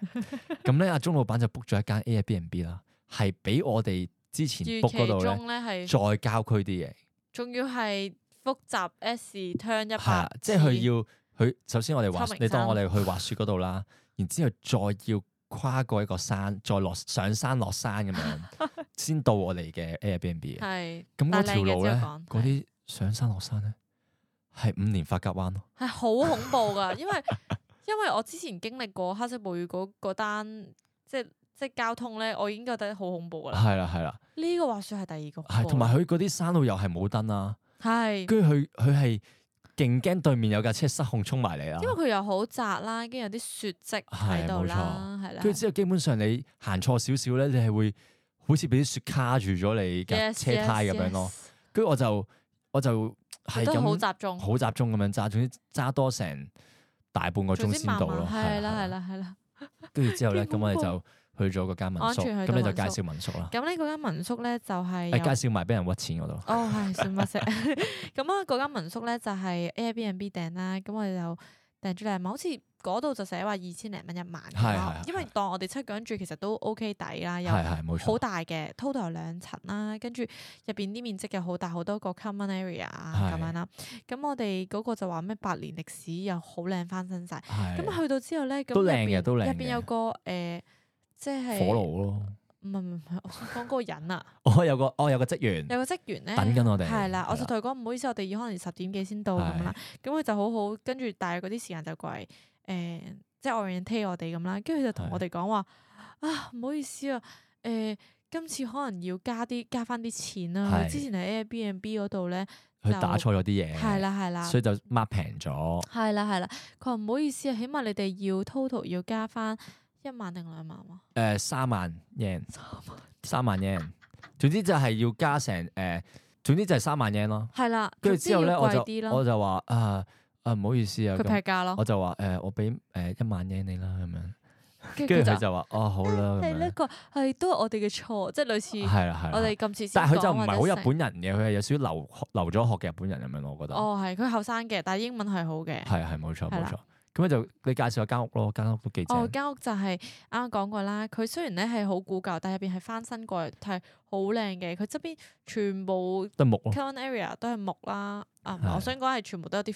Speaker 1: 咁咧，阿鐘老闆就 book 咗一間 Airbnb 啦，係比我哋之前
Speaker 2: 預
Speaker 1: book 嗰度
Speaker 2: 期
Speaker 1: 咧
Speaker 2: 中咧係
Speaker 1: 再郊區啲嘅，
Speaker 2: 仲要係複雜 S turn
Speaker 1: 係
Speaker 2: 一
Speaker 1: 啊
Speaker 2: 百，，
Speaker 1: 即係佢要佢首先我哋滑
Speaker 2: 秋，名
Speaker 1: 你當
Speaker 2: 山
Speaker 1: 我哋去滑雪嗰度啦，然之後再要跨過一個山，再落上山落山咁樣， 先到我哋嘅 Airbnb 嘅。
Speaker 2: 係
Speaker 1: 咁嗰
Speaker 2: 但係靚
Speaker 1: 條
Speaker 2: 嘅
Speaker 1: 路
Speaker 2: 之
Speaker 1: 咧
Speaker 2: 後講，
Speaker 1: 嗰
Speaker 2: 係
Speaker 1: 啲上山落山咧，係五年發夾彎咯。
Speaker 2: 係好恐怖噶，因為因為我之前經歷過黑色暴雨嗰嗰單，即係即係交通咧，我已經覺得好恐怖噶啦。
Speaker 1: 係啦係啦，
Speaker 2: 呢個滑雪係第二個恐
Speaker 1: 啊係
Speaker 2: 怖，
Speaker 1: 同埋佢嗰啲山路又係冇燈啦，
Speaker 2: 係
Speaker 1: 跟住佢佢係勁驚對面有架車失控衝埋嚟啦啊
Speaker 2: 因為。佢又好窄啦，跟住有啲雪跡喺
Speaker 1: 係
Speaker 2: 度
Speaker 1: 冇
Speaker 2: 啦，係啦
Speaker 1: 跟住。之後基本上你行錯少少咧，你係會好似俾啲雪卡住咗你架
Speaker 2: Yes,
Speaker 1: 車胎咁樣咯。跟住我就我就
Speaker 2: yes, yes，
Speaker 1: 係
Speaker 2: 都好
Speaker 1: 咁
Speaker 2: 集中，
Speaker 1: 好集中咁樣揸，總之揸多成大半個
Speaker 2: 總
Speaker 1: 鐘
Speaker 2: 之
Speaker 1: 先
Speaker 2: 慢
Speaker 1: 到
Speaker 2: 慢
Speaker 1: 咯。
Speaker 2: 係啦係。啦係啦。
Speaker 1: 跟住之後咧，
Speaker 2: 幾恐
Speaker 1: 咁
Speaker 2: 怖
Speaker 1: 我哋就去咗嗰間民
Speaker 2: 安
Speaker 1: 宿，
Speaker 2: 全去
Speaker 1: 咁你
Speaker 2: 到
Speaker 1: 就
Speaker 2: 民
Speaker 1: 介
Speaker 2: 宿
Speaker 1: 紹民宿啦。
Speaker 2: 咁呢嗰間民宿咧就係
Speaker 1: 誒
Speaker 2: 有
Speaker 1: 介紹埋俾人屈錢嗰度。
Speaker 2: 哦，係算乜啫？ 咁啊，嗰間民宿咧就係 Airbnb 訂啦，咁我哋就訂咗禮物，好似嗰度就寫話二千零蚊一晚咁
Speaker 1: 係
Speaker 2: 咯
Speaker 1: 係係
Speaker 2: 因為當我哋七個人住其實都 OK 抵啦，又
Speaker 1: 係係冇
Speaker 2: 好
Speaker 1: 錯，
Speaker 2: 大嘅，total 有兩層啦，跟住入邊啲面積又好大，好多個 common area 啊咁
Speaker 1: 係
Speaker 2: 樣啦。咁我哋嗰個就話咩百年歷史又好靚翻身晒。咁
Speaker 1: 係
Speaker 2: 去到之後咧，咁
Speaker 1: 都
Speaker 2: 入
Speaker 1: 靚嘅
Speaker 2: 邊
Speaker 1: 都靚
Speaker 2: 入邊
Speaker 1: 嘅
Speaker 2: 有個誒，即係
Speaker 1: 火爐咯。
Speaker 2: 唔係唔係唔係，我想講嗰個人啊，
Speaker 1: 我哦有個我有個職員
Speaker 2: 有個職員咧
Speaker 1: 嗯等緊我哋
Speaker 2: 係啦，我
Speaker 1: 係
Speaker 2: 就
Speaker 1: 啦
Speaker 2: 同佢講唔好意思，我哋要可能十點幾先到咁樣啦。咁佢就好好，跟住但係嗰啲時間就過嚟誒、即係 orientate 我哋咁啦。跟住佢就同
Speaker 1: 係
Speaker 2: 我哋講話啊，唔好意思啊，誒、今次可能要加啲加翻啲錢啦、
Speaker 1: 係
Speaker 2: 之前喺 Airbnb 嗰度咧，
Speaker 1: 佢打錯咗啲
Speaker 2: 係
Speaker 1: 嘢，
Speaker 2: 啦係啦
Speaker 1: 所。以就 mark 平咗，
Speaker 2: 係啦係啦，佢話唔好意思啊，起碼你哋要 total 要加翻一萬定兩萬啊，
Speaker 1: 誒三萬 yen，三萬 yen，總之就係要加成誒，總之就係三萬 yen 咯。
Speaker 2: 係啦，
Speaker 1: 跟住之後咧，我
Speaker 2: 總之要
Speaker 1: 就
Speaker 2: 貴啲咯
Speaker 1: 我就話啊啊唔好意思啊，
Speaker 2: 佢劈
Speaker 1: 咁
Speaker 2: 價咯
Speaker 1: 我，就話誒我俾誒一萬 yen 你啦咁樣，
Speaker 2: 跟
Speaker 1: 跟住佢
Speaker 2: 就
Speaker 1: 就話哦好啦
Speaker 2: 係
Speaker 1: 咁
Speaker 2: 呢
Speaker 1: 樣，
Speaker 2: 個係都係我哋嘅錯，即係類似
Speaker 1: 係啦係
Speaker 2: 我
Speaker 1: 啦
Speaker 2: 哋。咁次先
Speaker 1: 但係佢就
Speaker 2: 講
Speaker 1: 唔
Speaker 2: 或
Speaker 1: 係
Speaker 2: 者
Speaker 1: 好
Speaker 2: 成
Speaker 1: 日本人嘅，佢係有少少留留咗學嘅日本人咁樣咯，我覺得。
Speaker 2: 哦，係佢後生嘅，但係英文係好嘅。
Speaker 1: 係係冇錯
Speaker 2: 係
Speaker 1: 冇
Speaker 2: 啦
Speaker 1: 錯。咁你就你介紹下間屋咯，間屋都幾
Speaker 2: 哦，
Speaker 1: 正。
Speaker 2: 間屋就係啱啱講過啦。佢雖然咧係好古舊，但係入邊係翻新過，係好靚嘅。佢側邊全部
Speaker 1: 得木咯，
Speaker 2: common area 都係木啦。啊，唔係
Speaker 1: 哦係
Speaker 2: 我想講係全部都有啲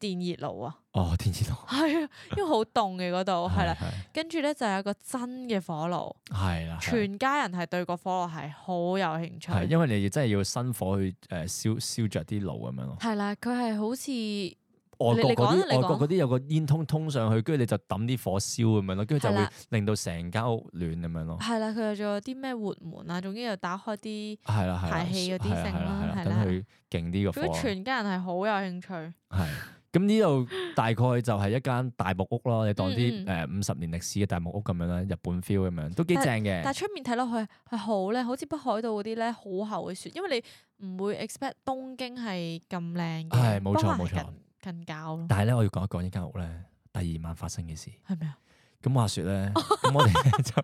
Speaker 2: 電熱 爐啊。
Speaker 1: 哦電子爐，
Speaker 2: 係啊，因為好凍嘅嗰度係啦。
Speaker 1: 係
Speaker 2: 跟住咧就有個真嘅火爐，
Speaker 1: 係啦，係
Speaker 2: 全家人係對個火爐係好有興趣。
Speaker 1: 係因為你要真係要生火去呃誒燒燒著啲爐咁樣咯。
Speaker 2: 係啦，佢係好似
Speaker 1: 外國嗰
Speaker 2: 你講啊你
Speaker 1: 啲
Speaker 2: 講
Speaker 1: 外國嗰啲有個煙通通上去，跟住你就抌啲火燒咁樣咯，跟住就
Speaker 2: 係
Speaker 1: 會
Speaker 2: 啦
Speaker 1: 令到成間屋暖咁樣咯。
Speaker 2: 係啦，佢又仲有啲咩活門啊，總之又打開啲。
Speaker 1: 係啦係啦，
Speaker 2: 啊排氣嗰啲
Speaker 1: 係啦
Speaker 2: 聲
Speaker 1: 係
Speaker 2: 啦
Speaker 1: 啦係
Speaker 2: 係
Speaker 1: 啦，
Speaker 2: 啦
Speaker 1: 等佢勁啲個
Speaker 2: 佢
Speaker 1: 火。
Speaker 2: 全家人係好有興趣，
Speaker 1: 係。咁呢度大概就係一間大木屋咯，你當
Speaker 2: 嗯
Speaker 1: 啲呃誒
Speaker 2: 嗯
Speaker 1: 五十年歷史嘅大木屋咁樣啦，日本 feel 咁樣都幾正
Speaker 2: 但
Speaker 1: 嘅。
Speaker 2: 係出面睇落去係好靚，好似北海道嗰啲咧好厚嘅雪，因為你唔會 expect 東京係咁靚嘅，
Speaker 1: 係冇錯
Speaker 2: 北
Speaker 1: 冇
Speaker 2: 韓係
Speaker 1: 錯
Speaker 2: 近，近郊咯，
Speaker 1: 但係咧，我要講一講呢間屋咧，第二晚發生嘅事。
Speaker 2: 係咪啊？
Speaker 1: 咁話說咧，咁我哋咧就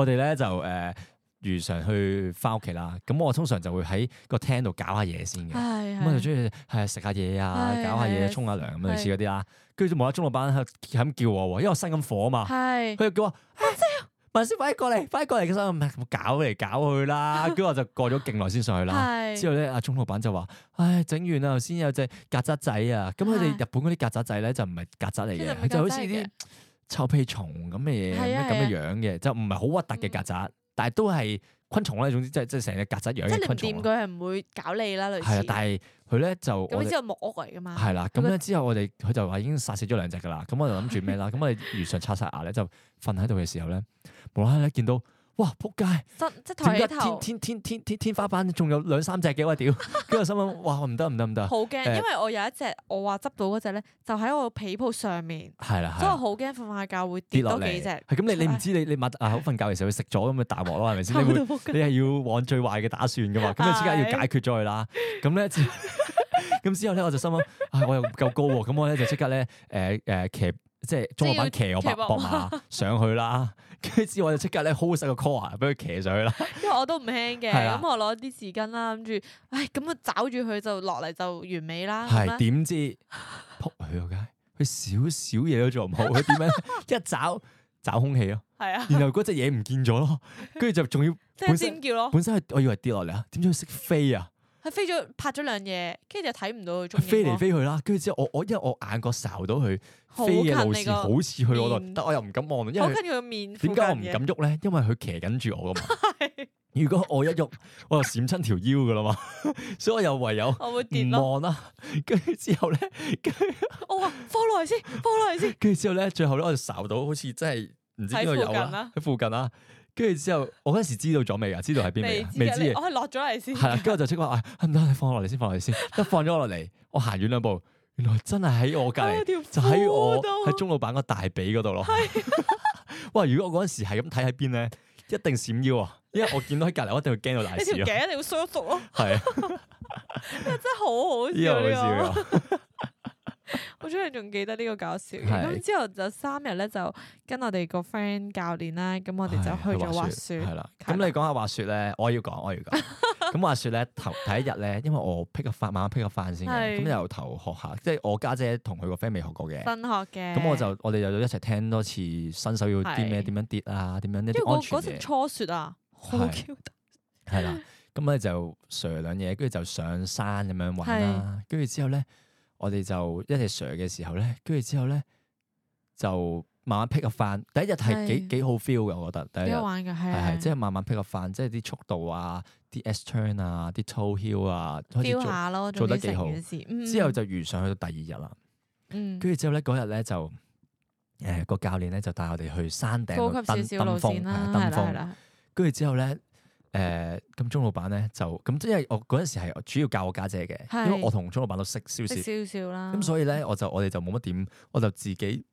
Speaker 1: 我哋 咧就誒、呃如常去翻屋企啦。咁我通常就會喺個廳度搞下嘢先嘅。
Speaker 2: 係
Speaker 1: 咁我就
Speaker 2: 係
Speaker 1: 中意係食下嘢啊，
Speaker 2: 係
Speaker 1: 搞下
Speaker 2: 係
Speaker 1: 嘢，沖下涼咁類似
Speaker 2: 係
Speaker 1: 嗰啲啦。跟住就無啦啦中老闆喺度咁叫我喎，因為我生緊火啊嘛。
Speaker 2: 係
Speaker 1: 佢就叫我文先快啲過嚟，快啲過嚟！佢心諗唔係咁嗯搞嚟搞去 啦。跟住我就過咗勁耐先上去啦。之
Speaker 2: 係
Speaker 1: 後咧，阿鐘老闆就話：，唉，整完啊啦，頭先有隻曱甴仔啊！咁佢哋
Speaker 2: 係
Speaker 1: 日本嗰啲曱甴仔咧就唔係曱甴嚟
Speaker 2: 其實唔
Speaker 1: 嘅，
Speaker 2: 係
Speaker 1: 佢就好
Speaker 2: 曱
Speaker 1: 似
Speaker 2: 甴嚟
Speaker 1: 啲
Speaker 2: 嘅
Speaker 1: 臭屁蟲咁嘅嘢
Speaker 2: 係啊嗯
Speaker 1: 咁嘅樣嘅，就唔係好核突嘅曱甴，但係都係昆蟲啦。總之即係即係成隻曱甴樣
Speaker 2: 即
Speaker 1: 嘅昆
Speaker 2: 係你
Speaker 1: 蟲
Speaker 2: 唔掂
Speaker 1: 啦。
Speaker 2: 佢係唔會搞你啦，類
Speaker 1: 啊係啊
Speaker 2: 似，。
Speaker 1: 但係佢咧就我
Speaker 2: 咁
Speaker 1: 哋
Speaker 2: 之後啊木屋嚟噶嘛，
Speaker 1: 係啊啦，
Speaker 2: 佢
Speaker 1: 咁
Speaker 2: 個
Speaker 1: 咧之後我哋佢就話已經殺死咗兩隻噶啦，咁我就諗住咩啦，咁我哋 如常刷晒牙咧就瞓喺度嘅時候咧，無啦啦見到哇撲街，
Speaker 2: 真即係抬
Speaker 1: 點
Speaker 2: 起
Speaker 1: 解
Speaker 2: 頭
Speaker 1: 天，天天天天天花板仲有兩三隻嘅我 屌，跟住我心諗哇唔得唔得唔得，
Speaker 2: 好驚，
Speaker 1: 啊誒
Speaker 2: 因為我有一隻我話執到嗰只咧，就喺我被鋪上面，
Speaker 1: 係啦係
Speaker 2: 所以
Speaker 1: 啦。
Speaker 2: 我好驚瞓下覺會
Speaker 1: 跌
Speaker 2: 跌
Speaker 1: 落
Speaker 2: 多
Speaker 1: 嚟，
Speaker 2: 幾隻，
Speaker 1: 係咁你你唔知你你擘大口瞓覺嘅時候佢食咗咁嘅大鑊咯，係咪 先？你
Speaker 2: 臭
Speaker 1: 會
Speaker 2: 到仆街
Speaker 1: 你係要往最壞嘅打算噶嘛？咁你即刻要解決咗佢啦。咁咧之 咁之後咧，我就心諗，唉，我又唔夠高喎，咁我咧就即刻咧，誒誒騎，即係中老闆騎我白
Speaker 2: 即係要
Speaker 1: 膊馬 上去啦。跟住之後我就即刻咧 hold 實個 core 俾佢騎上去啦。
Speaker 2: 因為我都唔輕嘅，
Speaker 1: 係啦
Speaker 2: 咁我攞啲紙巾啦，諗住，唉，咁我找住佢就落嚟就完美啦。咁
Speaker 1: 係
Speaker 2: 啦
Speaker 1: 點知撲佢個街，佢少少嘢都做唔好，佢 點樣一找找空氣咯，
Speaker 2: 係啊，
Speaker 1: 然後嗰隻嘢唔見咗咯，跟住就仲要
Speaker 2: 即係
Speaker 1: 本身
Speaker 2: 尖叫咯，
Speaker 1: 本身係我以為跌落嚟啊，點知佢識飛啊！
Speaker 2: 佢飛咗拍咗兩嘢，跟住就睇唔到佢蹤影
Speaker 1: 飛嚟
Speaker 2: 喎
Speaker 1: 飛去啦，跟住之後我我因為我眼角睄到佢
Speaker 2: 好
Speaker 1: 飛嘅路
Speaker 2: 近
Speaker 1: 線
Speaker 2: 你個
Speaker 1: 好似去我度，
Speaker 2: 面
Speaker 1: 但我又唔敢望，因
Speaker 2: 好
Speaker 1: 為
Speaker 2: 近佢個面附
Speaker 1: 點解我唔
Speaker 2: 近嘅
Speaker 1: 敢喐咧？因為佢騎緊住我噶嘛。 如果我一喐，我就閃親條腰噶啦嘛， 所以我又唯有
Speaker 2: 我會跌
Speaker 1: 唔
Speaker 2: 咯。
Speaker 1: 望啦。跟住之後咧，跟住
Speaker 2: 我話放耐先，放耐先。
Speaker 1: 跟住之後咧，最後咧我就睄到好似真係唔知邊度
Speaker 2: 喺附
Speaker 1: 有
Speaker 2: 近
Speaker 1: 啦
Speaker 2: 啦，
Speaker 1: 喺附近啦。跟住之後，我嗰陣時知道咗未啊？知道喺邊未啊？未
Speaker 2: 啊
Speaker 1: 知
Speaker 2: 你
Speaker 1: 嘅。
Speaker 2: 我係落咗嚟先。
Speaker 1: 係啦，跟住我就即刻話 哎唔得，你放落嚟先，放落嚟先。一放咗我落嚟，我行遠兩步，原來真係喺我隔離，
Speaker 2: 哎喺條褲
Speaker 1: 就喺我
Speaker 2: 度
Speaker 1: 喺鐘老闆個大髀嗰度咯。 哇！如果我嗰陣時係咁睇喺邊咧，一定閃腰啊！因為我見到喺隔離，我一定會驚到大
Speaker 2: 你條
Speaker 1: 屎咯。
Speaker 2: 頸一定要縮一縮咯，
Speaker 1: 係啊，
Speaker 2: 真係好好
Speaker 1: 呢個好
Speaker 2: 笑呢個。
Speaker 1: 笑啊！
Speaker 2: 我終於仲記得呢個搞笑嘅。
Speaker 1: 係
Speaker 2: 咁之後就三日咧就跟我哋個 friend 教練啦，咁我哋就
Speaker 1: 係
Speaker 2: 去咗
Speaker 1: 滑
Speaker 2: 滑
Speaker 1: 雪，
Speaker 2: 雪
Speaker 1: 係。啦。
Speaker 2: 係
Speaker 1: 咁
Speaker 2: 啦
Speaker 1: 你講下滑雪咧，我要講，我要講。咁話説咧，頭第一日咧，因為我 pick 個飯，晚晚 pick 個飯先嘅，
Speaker 2: 係
Speaker 1: 咁由頭學下，即係我家姐同佢個 friend 未學過嘅，
Speaker 2: 新學嘅。
Speaker 1: 咁我就我哋又一齊聽多次新手要啲咩，
Speaker 2: 係
Speaker 1: 點樣跌啊，點樣一
Speaker 2: 因為
Speaker 1: 啲安
Speaker 2: 我
Speaker 1: 全
Speaker 2: 嗰陣
Speaker 1: 嘢，
Speaker 2: 初雪啊，好
Speaker 1: 係
Speaker 2: Q 得
Speaker 1: 係
Speaker 2: 嗯
Speaker 1: 啦，咁咧就 share 兩嘢，跟住就上山咁樣玩啦，跟住之後咧，我哋就一齊 share 嘅時候咧，跟住之後咧就慢慢 pick 個飯，第一日係幾
Speaker 2: 係
Speaker 1: 幾好 feel 嘅，我覺得第
Speaker 2: 幾
Speaker 1: 一日
Speaker 2: 好。玩㗎，係啊
Speaker 1: 係係，
Speaker 2: 係
Speaker 1: 即係慢慢 pick 個飯，即係啲速度啊、啲 S turn 啊、啲 toe heel 啊，開始做。
Speaker 2: feel 下咯，
Speaker 1: 做得
Speaker 2: 總之
Speaker 1: 幾好
Speaker 2: 成件事嗯
Speaker 1: 之後就如上去到第二日啦，
Speaker 2: 嗯
Speaker 1: 跟住之後咧嗰日咧就誒個教練咧就帶我哋去山頂
Speaker 2: 高
Speaker 1: 度
Speaker 2: 級
Speaker 1: 登
Speaker 2: 少少路
Speaker 1: 登
Speaker 2: 線
Speaker 1: 峰，
Speaker 2: 啦，
Speaker 1: 係啊登
Speaker 2: 係啦係
Speaker 1: 峰。
Speaker 2: 啦，
Speaker 1: 跟住之後咧誒咁鐘老闆咧就咁，因為我嗰陣時係主要教我家姐嘅，
Speaker 2: 係
Speaker 1: 因為我同鐘老闆都識少少，
Speaker 2: 識啊少少啦。
Speaker 1: 咁所以咧我就我哋就冇乜點，我就自己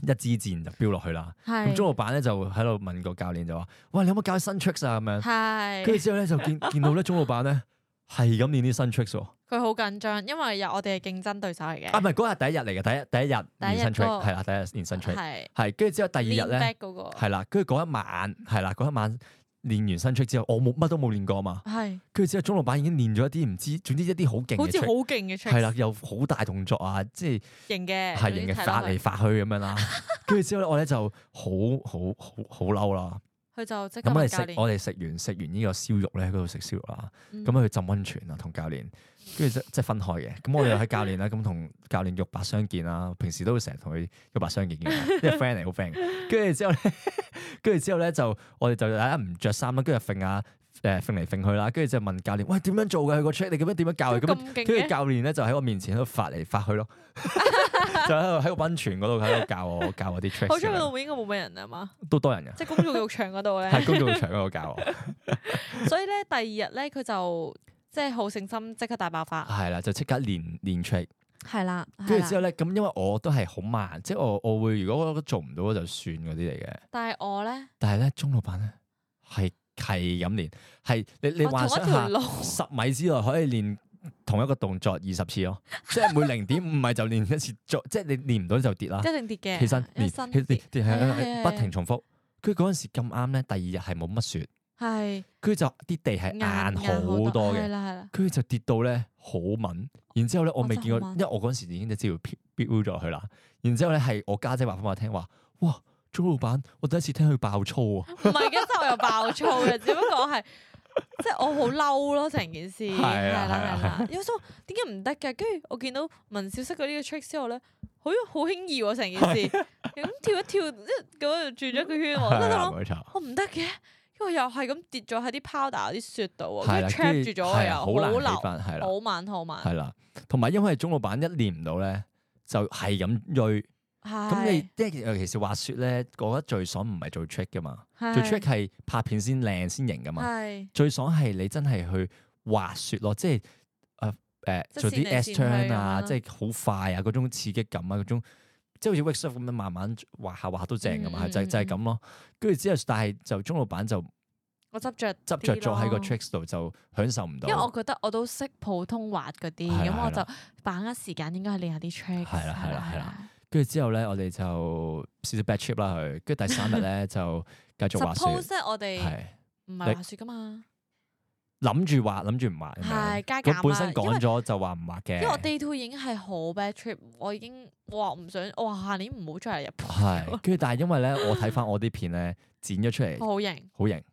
Speaker 1: 一支箭就飆落去啦。
Speaker 2: 以係
Speaker 1: 咁鐘老闆咧就喺度問個教練就話：，喂，你有冇教新 tricks 啊？咁樣。
Speaker 2: 係
Speaker 1: 跟住之後咧就 見見到咧，鐘老闆咧係咁練啲新 tricks 喎。
Speaker 2: 佢好緊張，因為有我哋係競爭對手嚟
Speaker 1: 啊，唔係
Speaker 2: 嘅，
Speaker 1: 嗰日第一日嚟嘅，第一第一日練
Speaker 2: 第一日
Speaker 1: 新 trick
Speaker 2: 嗰個
Speaker 1: 係啦，第一日練新 trick
Speaker 2: 係
Speaker 1: 係。跟住之後第二日
Speaker 2: lean back
Speaker 1: 咧
Speaker 2: 嗰個
Speaker 1: 係啦，跟住嗰一晚係啦，嗰一晚練完新 trick 之後，我冇乜都冇練過嘛。
Speaker 2: 係
Speaker 1: 跟住之後，鐘老闆已經練咗一啲唔知，總之一啲好勁
Speaker 2: 好
Speaker 1: 嘅
Speaker 2: 似好
Speaker 1: trick。
Speaker 2: 勁嘅
Speaker 1: 係
Speaker 2: trick，
Speaker 1: 啦，有好大動作啊，即
Speaker 2: 型嘅
Speaker 1: 係係型嘅發嚟，發去咁樣 啦。跟住之後咧，我咧就好好好好嬲啦。
Speaker 2: 佢就即刻
Speaker 1: 咁我哋
Speaker 2: 問啊教
Speaker 1: 食
Speaker 2: 練
Speaker 1: 我哋食完食完呢個燒肉咧，喺嗰度食燒肉啦。
Speaker 2: 嗯
Speaker 1: 咁去浸温泉啊，同教練，跟住即即係分開嘅。咁我哋又喺教練啦，咁同教練肉白相見啦。平時都會成日同佢肉白相見嘅，因為 friend 嚟好 friend 嘅。跟住之後咧， 跟住之後咧就我哋就大家唔着衫啦，跟住揈下誒揈嚟揈去啦。跟住就問教練：喂，點樣做嘅佢個 trick？你咁樣點樣教佢？咁樣
Speaker 2: 咁勁
Speaker 1: 跟住
Speaker 2: 嘅，
Speaker 1: 教練咧就喺我面前喺度發嚟發去 咯，就喺度喺個温泉嗰度喺度教我教我啲
Speaker 2: 好彩嗰
Speaker 1: tricks，
Speaker 2: 度應該冇乜人啊嘛，
Speaker 1: 都多人嘅，
Speaker 2: 即係公眾浴場 嗰度咧。
Speaker 1: 喺公眾場嗰度教我。
Speaker 2: 所以咧，第二日咧，佢就即係好勝心，即刻大爆發，
Speaker 1: 係啦，就即刻練練 trick。
Speaker 2: 係啦，係
Speaker 1: 跟住之後
Speaker 2: 啦。
Speaker 1: 咧，咁因為我都係好慢，即係我我會如果我做唔到我就算嗰啲嚟嘅。
Speaker 2: 但係我咧，
Speaker 1: 但係咧，鐘老闆咧係係咁練，係你你
Speaker 2: 我
Speaker 1: 幻
Speaker 2: 同一
Speaker 1: 想
Speaker 2: 條
Speaker 1: 下啊
Speaker 2: 路，
Speaker 1: 十米之內可以練同一個動作二十次 咯，即係每零點五米就練一次，做即係你練唔到就跌啦，
Speaker 2: 一定跌嘅，
Speaker 1: 起身
Speaker 2: 啊一
Speaker 1: 練，
Speaker 2: 身
Speaker 1: 起
Speaker 2: 跌
Speaker 1: 跌跌
Speaker 2: 係啊係
Speaker 1: 係
Speaker 2: 啊
Speaker 1: 不停重複。跟住嗰陣時咁啱咧，第二日係冇乜雪，
Speaker 2: 係
Speaker 1: 跟住就啲地係
Speaker 2: 硬
Speaker 1: 硬好
Speaker 2: 硬
Speaker 1: 多
Speaker 2: 係
Speaker 1: 嘅，
Speaker 2: 啦係啦，
Speaker 1: 跟住就跌到咧好敏，然之後咧我
Speaker 2: 哦
Speaker 1: 未
Speaker 2: 真
Speaker 1: 見
Speaker 2: 係
Speaker 1: 過，
Speaker 2: 好
Speaker 1: 因
Speaker 2: 敏
Speaker 1: 為我嗰陣時已經就知道飆飆咗落去啦。然之後咧係我家姐話翻我聽話，哇，鐘老闆，我第一次聽佢爆粗啊，
Speaker 2: 唔係嘅，即係我又爆粗嘅，只不過係。即係我好嬲咯，成件 事
Speaker 1: 係啊
Speaker 2: 啦
Speaker 1: 係啊
Speaker 2: 係啦，有時候點解唔得嘅？跟住我見到文少識過呢個 trick 之後咧，好好輕易喎成件事， 咁跳一跳，即係咁就轉咗個圈喎，我真係諗
Speaker 1: 啊冇錯，
Speaker 2: 我唔得嘅，因為又係咁跌咗喺啲 powder 啲雪度啊，
Speaker 1: 係
Speaker 2: 跟
Speaker 1: 啦，
Speaker 2: 住
Speaker 1: 跟
Speaker 2: trap
Speaker 1: 住
Speaker 2: 住
Speaker 1: 係
Speaker 2: 咗
Speaker 1: 啊
Speaker 2: 又
Speaker 1: 好
Speaker 2: 好
Speaker 1: 難
Speaker 2: 流
Speaker 1: 起，翻，係啦，
Speaker 2: 好慢好慢，
Speaker 1: 係啦，同埋因為鐘老闆一練唔到咧，就係咁鋭。咁你
Speaker 2: 係
Speaker 1: 即係尤其是滑雪咧，我覺得最爽唔係做 trick 噶嘛，
Speaker 2: 係
Speaker 1: 做 trick 係拍片先靚先型噶嘛，
Speaker 2: 係
Speaker 1: 最爽係你真係去滑雪咯，即係誒誒
Speaker 2: 即係
Speaker 1: 做啲
Speaker 2: 線嚟
Speaker 1: S
Speaker 2: 線去咁
Speaker 1: turn
Speaker 2: 樣
Speaker 1: 啊，
Speaker 2: 咯
Speaker 1: 即係好快啊，嗰種刺激感啊，嗰種即係好似 wake up 咁樣慢慢滑下滑下都正噶嘛，
Speaker 2: 嗯
Speaker 1: 就
Speaker 2: 嗯嗯
Speaker 1: 就係咁咯。跟住之後，但係就鐘老闆就
Speaker 2: 我執着
Speaker 1: 執着咗喺個
Speaker 2: 啲咯
Speaker 1: tricks 度，就享受唔到。
Speaker 2: 因為我覺得我都識普通話嗰啲，
Speaker 1: 係啦
Speaker 2: 咁我
Speaker 1: 係啦
Speaker 2: 就把握時間應該係練下啲 trick。
Speaker 1: 係啦係啦係啦，跟住之後咧，我哋就少少 bad trip 啦佢。跟住第三日 咧就繼續滑雪，
Speaker 2: Suppose 咧我哋
Speaker 1: 係
Speaker 2: 唔
Speaker 1: 你
Speaker 2: 係滑雪噶嘛，
Speaker 1: 諗住滑諗住唔滑咁樣。
Speaker 2: 係加減
Speaker 1: 啊佢
Speaker 2: 啦
Speaker 1: 本身
Speaker 2: 因為
Speaker 1: 講咗就話唔滑嘅，
Speaker 2: 因為我 day two 已經係好 bad trip，我已經我話唔想，我話下年唔好再嚟日本，
Speaker 1: 係 跟住但係因為咧，我睇翻我啲片咧剪咗出嚟。
Speaker 2: 好型。
Speaker 1: 好型。咁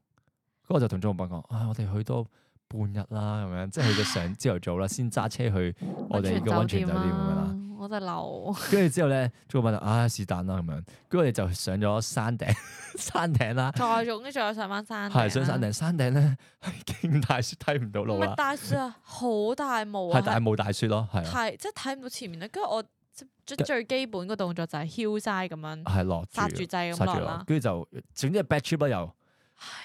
Speaker 1: 我就同鍾浩斌講：，啊，我哋去多半日啦，咁樣， 即係去咗上朝頭早啦，先揸車去我哋個温泉酒店
Speaker 2: 啊
Speaker 1: 咁樣啦。，
Speaker 2: 我就流。
Speaker 1: 跟住之後咧，鍾浩斌就啊是但啦咁樣，跟住我哋就上咗山頂， 山頂啦，
Speaker 2: 再總之仲有上翻山，啊
Speaker 1: 係上山頂，山頂咧係勁大雪，睇唔到
Speaker 2: 唔
Speaker 1: 路
Speaker 2: 係
Speaker 1: 啦，
Speaker 2: 大雪啊，好大霧啊，
Speaker 1: 係但係冇大雪咯，係啊
Speaker 2: 係即係睇唔到前面啦。跟住我即即最基本個動作就係翹晒咁樣
Speaker 1: 係落住
Speaker 2: 剎住掣咁
Speaker 1: 剎
Speaker 2: 落
Speaker 1: 住啊落
Speaker 2: 啦，。
Speaker 1: 跟住就總之係 bad trip 啦又，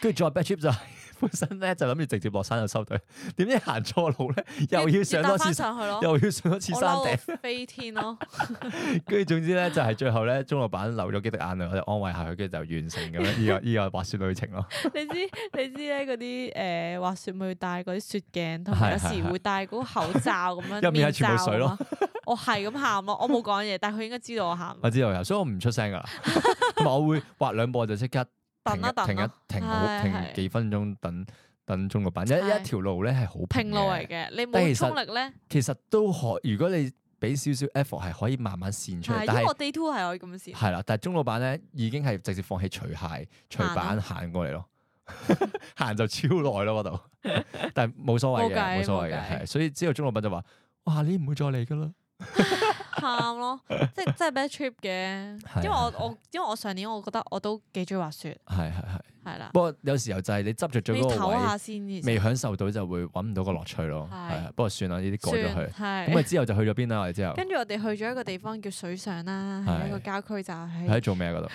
Speaker 1: 跟住再 bad trip 就係 本身咧就諗住直接落山就收隊，點知行錯路咧又要上多次
Speaker 2: 翻，上去咯，
Speaker 1: 又要上多次
Speaker 2: 我
Speaker 1: 山頂。
Speaker 2: 嬲到啊飛天咯，
Speaker 1: 跟住總之咧，就係最後咧，鐘老闆流咗幾滴眼淚，我哋安慰下佢，跟住就完成咁樣 呢個呢個滑雪旅程咯。
Speaker 2: 你知你知咧嗰啲誒滑雪咪會戴嗰啲雪鏡，同埋有
Speaker 1: 係係
Speaker 2: 時
Speaker 1: 係
Speaker 2: 會戴嗰個口罩咁樣，
Speaker 1: 入面係全部
Speaker 2: 罩
Speaker 1: 水咯
Speaker 2: 咁啊。 我係咁喊咯，我冇講嘢，但係佢應該知道我喊。
Speaker 1: 我知道有，所以我唔出聲噶啦，
Speaker 2: 啊
Speaker 1: 同埋我會滑兩步我就即刻停
Speaker 2: 等
Speaker 1: 一
Speaker 2: 一等
Speaker 1: 停
Speaker 2: 咯，
Speaker 1: 一停好
Speaker 2: 係
Speaker 1: 停
Speaker 2: 係
Speaker 1: 幾分鐘等等中國版，一
Speaker 2: 係
Speaker 1: 一條路咧係好
Speaker 2: 平路嚟
Speaker 1: 嘅。
Speaker 2: 嘅，你
Speaker 1: 但其
Speaker 2: 冇
Speaker 1: 實
Speaker 2: 衝力咧，
Speaker 1: 其實都可，如果你俾少少 effort 係可以慢慢線出嚟，
Speaker 2: 係因
Speaker 1: 但
Speaker 2: 為
Speaker 1: 係
Speaker 2: 我 day two 係可以咁先，
Speaker 1: 係啦，但係中老闆咧已經係直接放棄除鞋除板行過嚟咯， 行就超耐咯嗰 度，但係冇所謂
Speaker 2: 冇
Speaker 1: 嘅，
Speaker 2: 計
Speaker 1: 冇所謂
Speaker 2: 冇
Speaker 1: 嘅，
Speaker 2: 計
Speaker 1: 係所以之後中老闆就話：哇，呢唔會再嚟噶啦，
Speaker 2: 喊咯， 即係即係 bad trip
Speaker 1: 係啊
Speaker 2: 嘅，因為我
Speaker 1: 係
Speaker 2: 我因為我上年我覺得我都幾中意滑雪，
Speaker 1: 係係 係。
Speaker 2: 係啦，
Speaker 1: 不過有時候就係你執着咗
Speaker 2: 要
Speaker 1: 嗰個
Speaker 2: 唞下
Speaker 1: 位，
Speaker 2: 先，
Speaker 1: 未享受到就會揾唔到個樂趣咯。係
Speaker 2: 係
Speaker 1: 啊，不過算啦，呢啲過咗去。
Speaker 2: 算
Speaker 1: 咁啊
Speaker 2: 係。
Speaker 1: 之後就去咗邊啦？我哋之後
Speaker 2: 跟住我哋去咗一個地方叫水上啦，係一個
Speaker 1: 係
Speaker 2: 郊區就係、
Speaker 1: 喺做咩啊嗰度？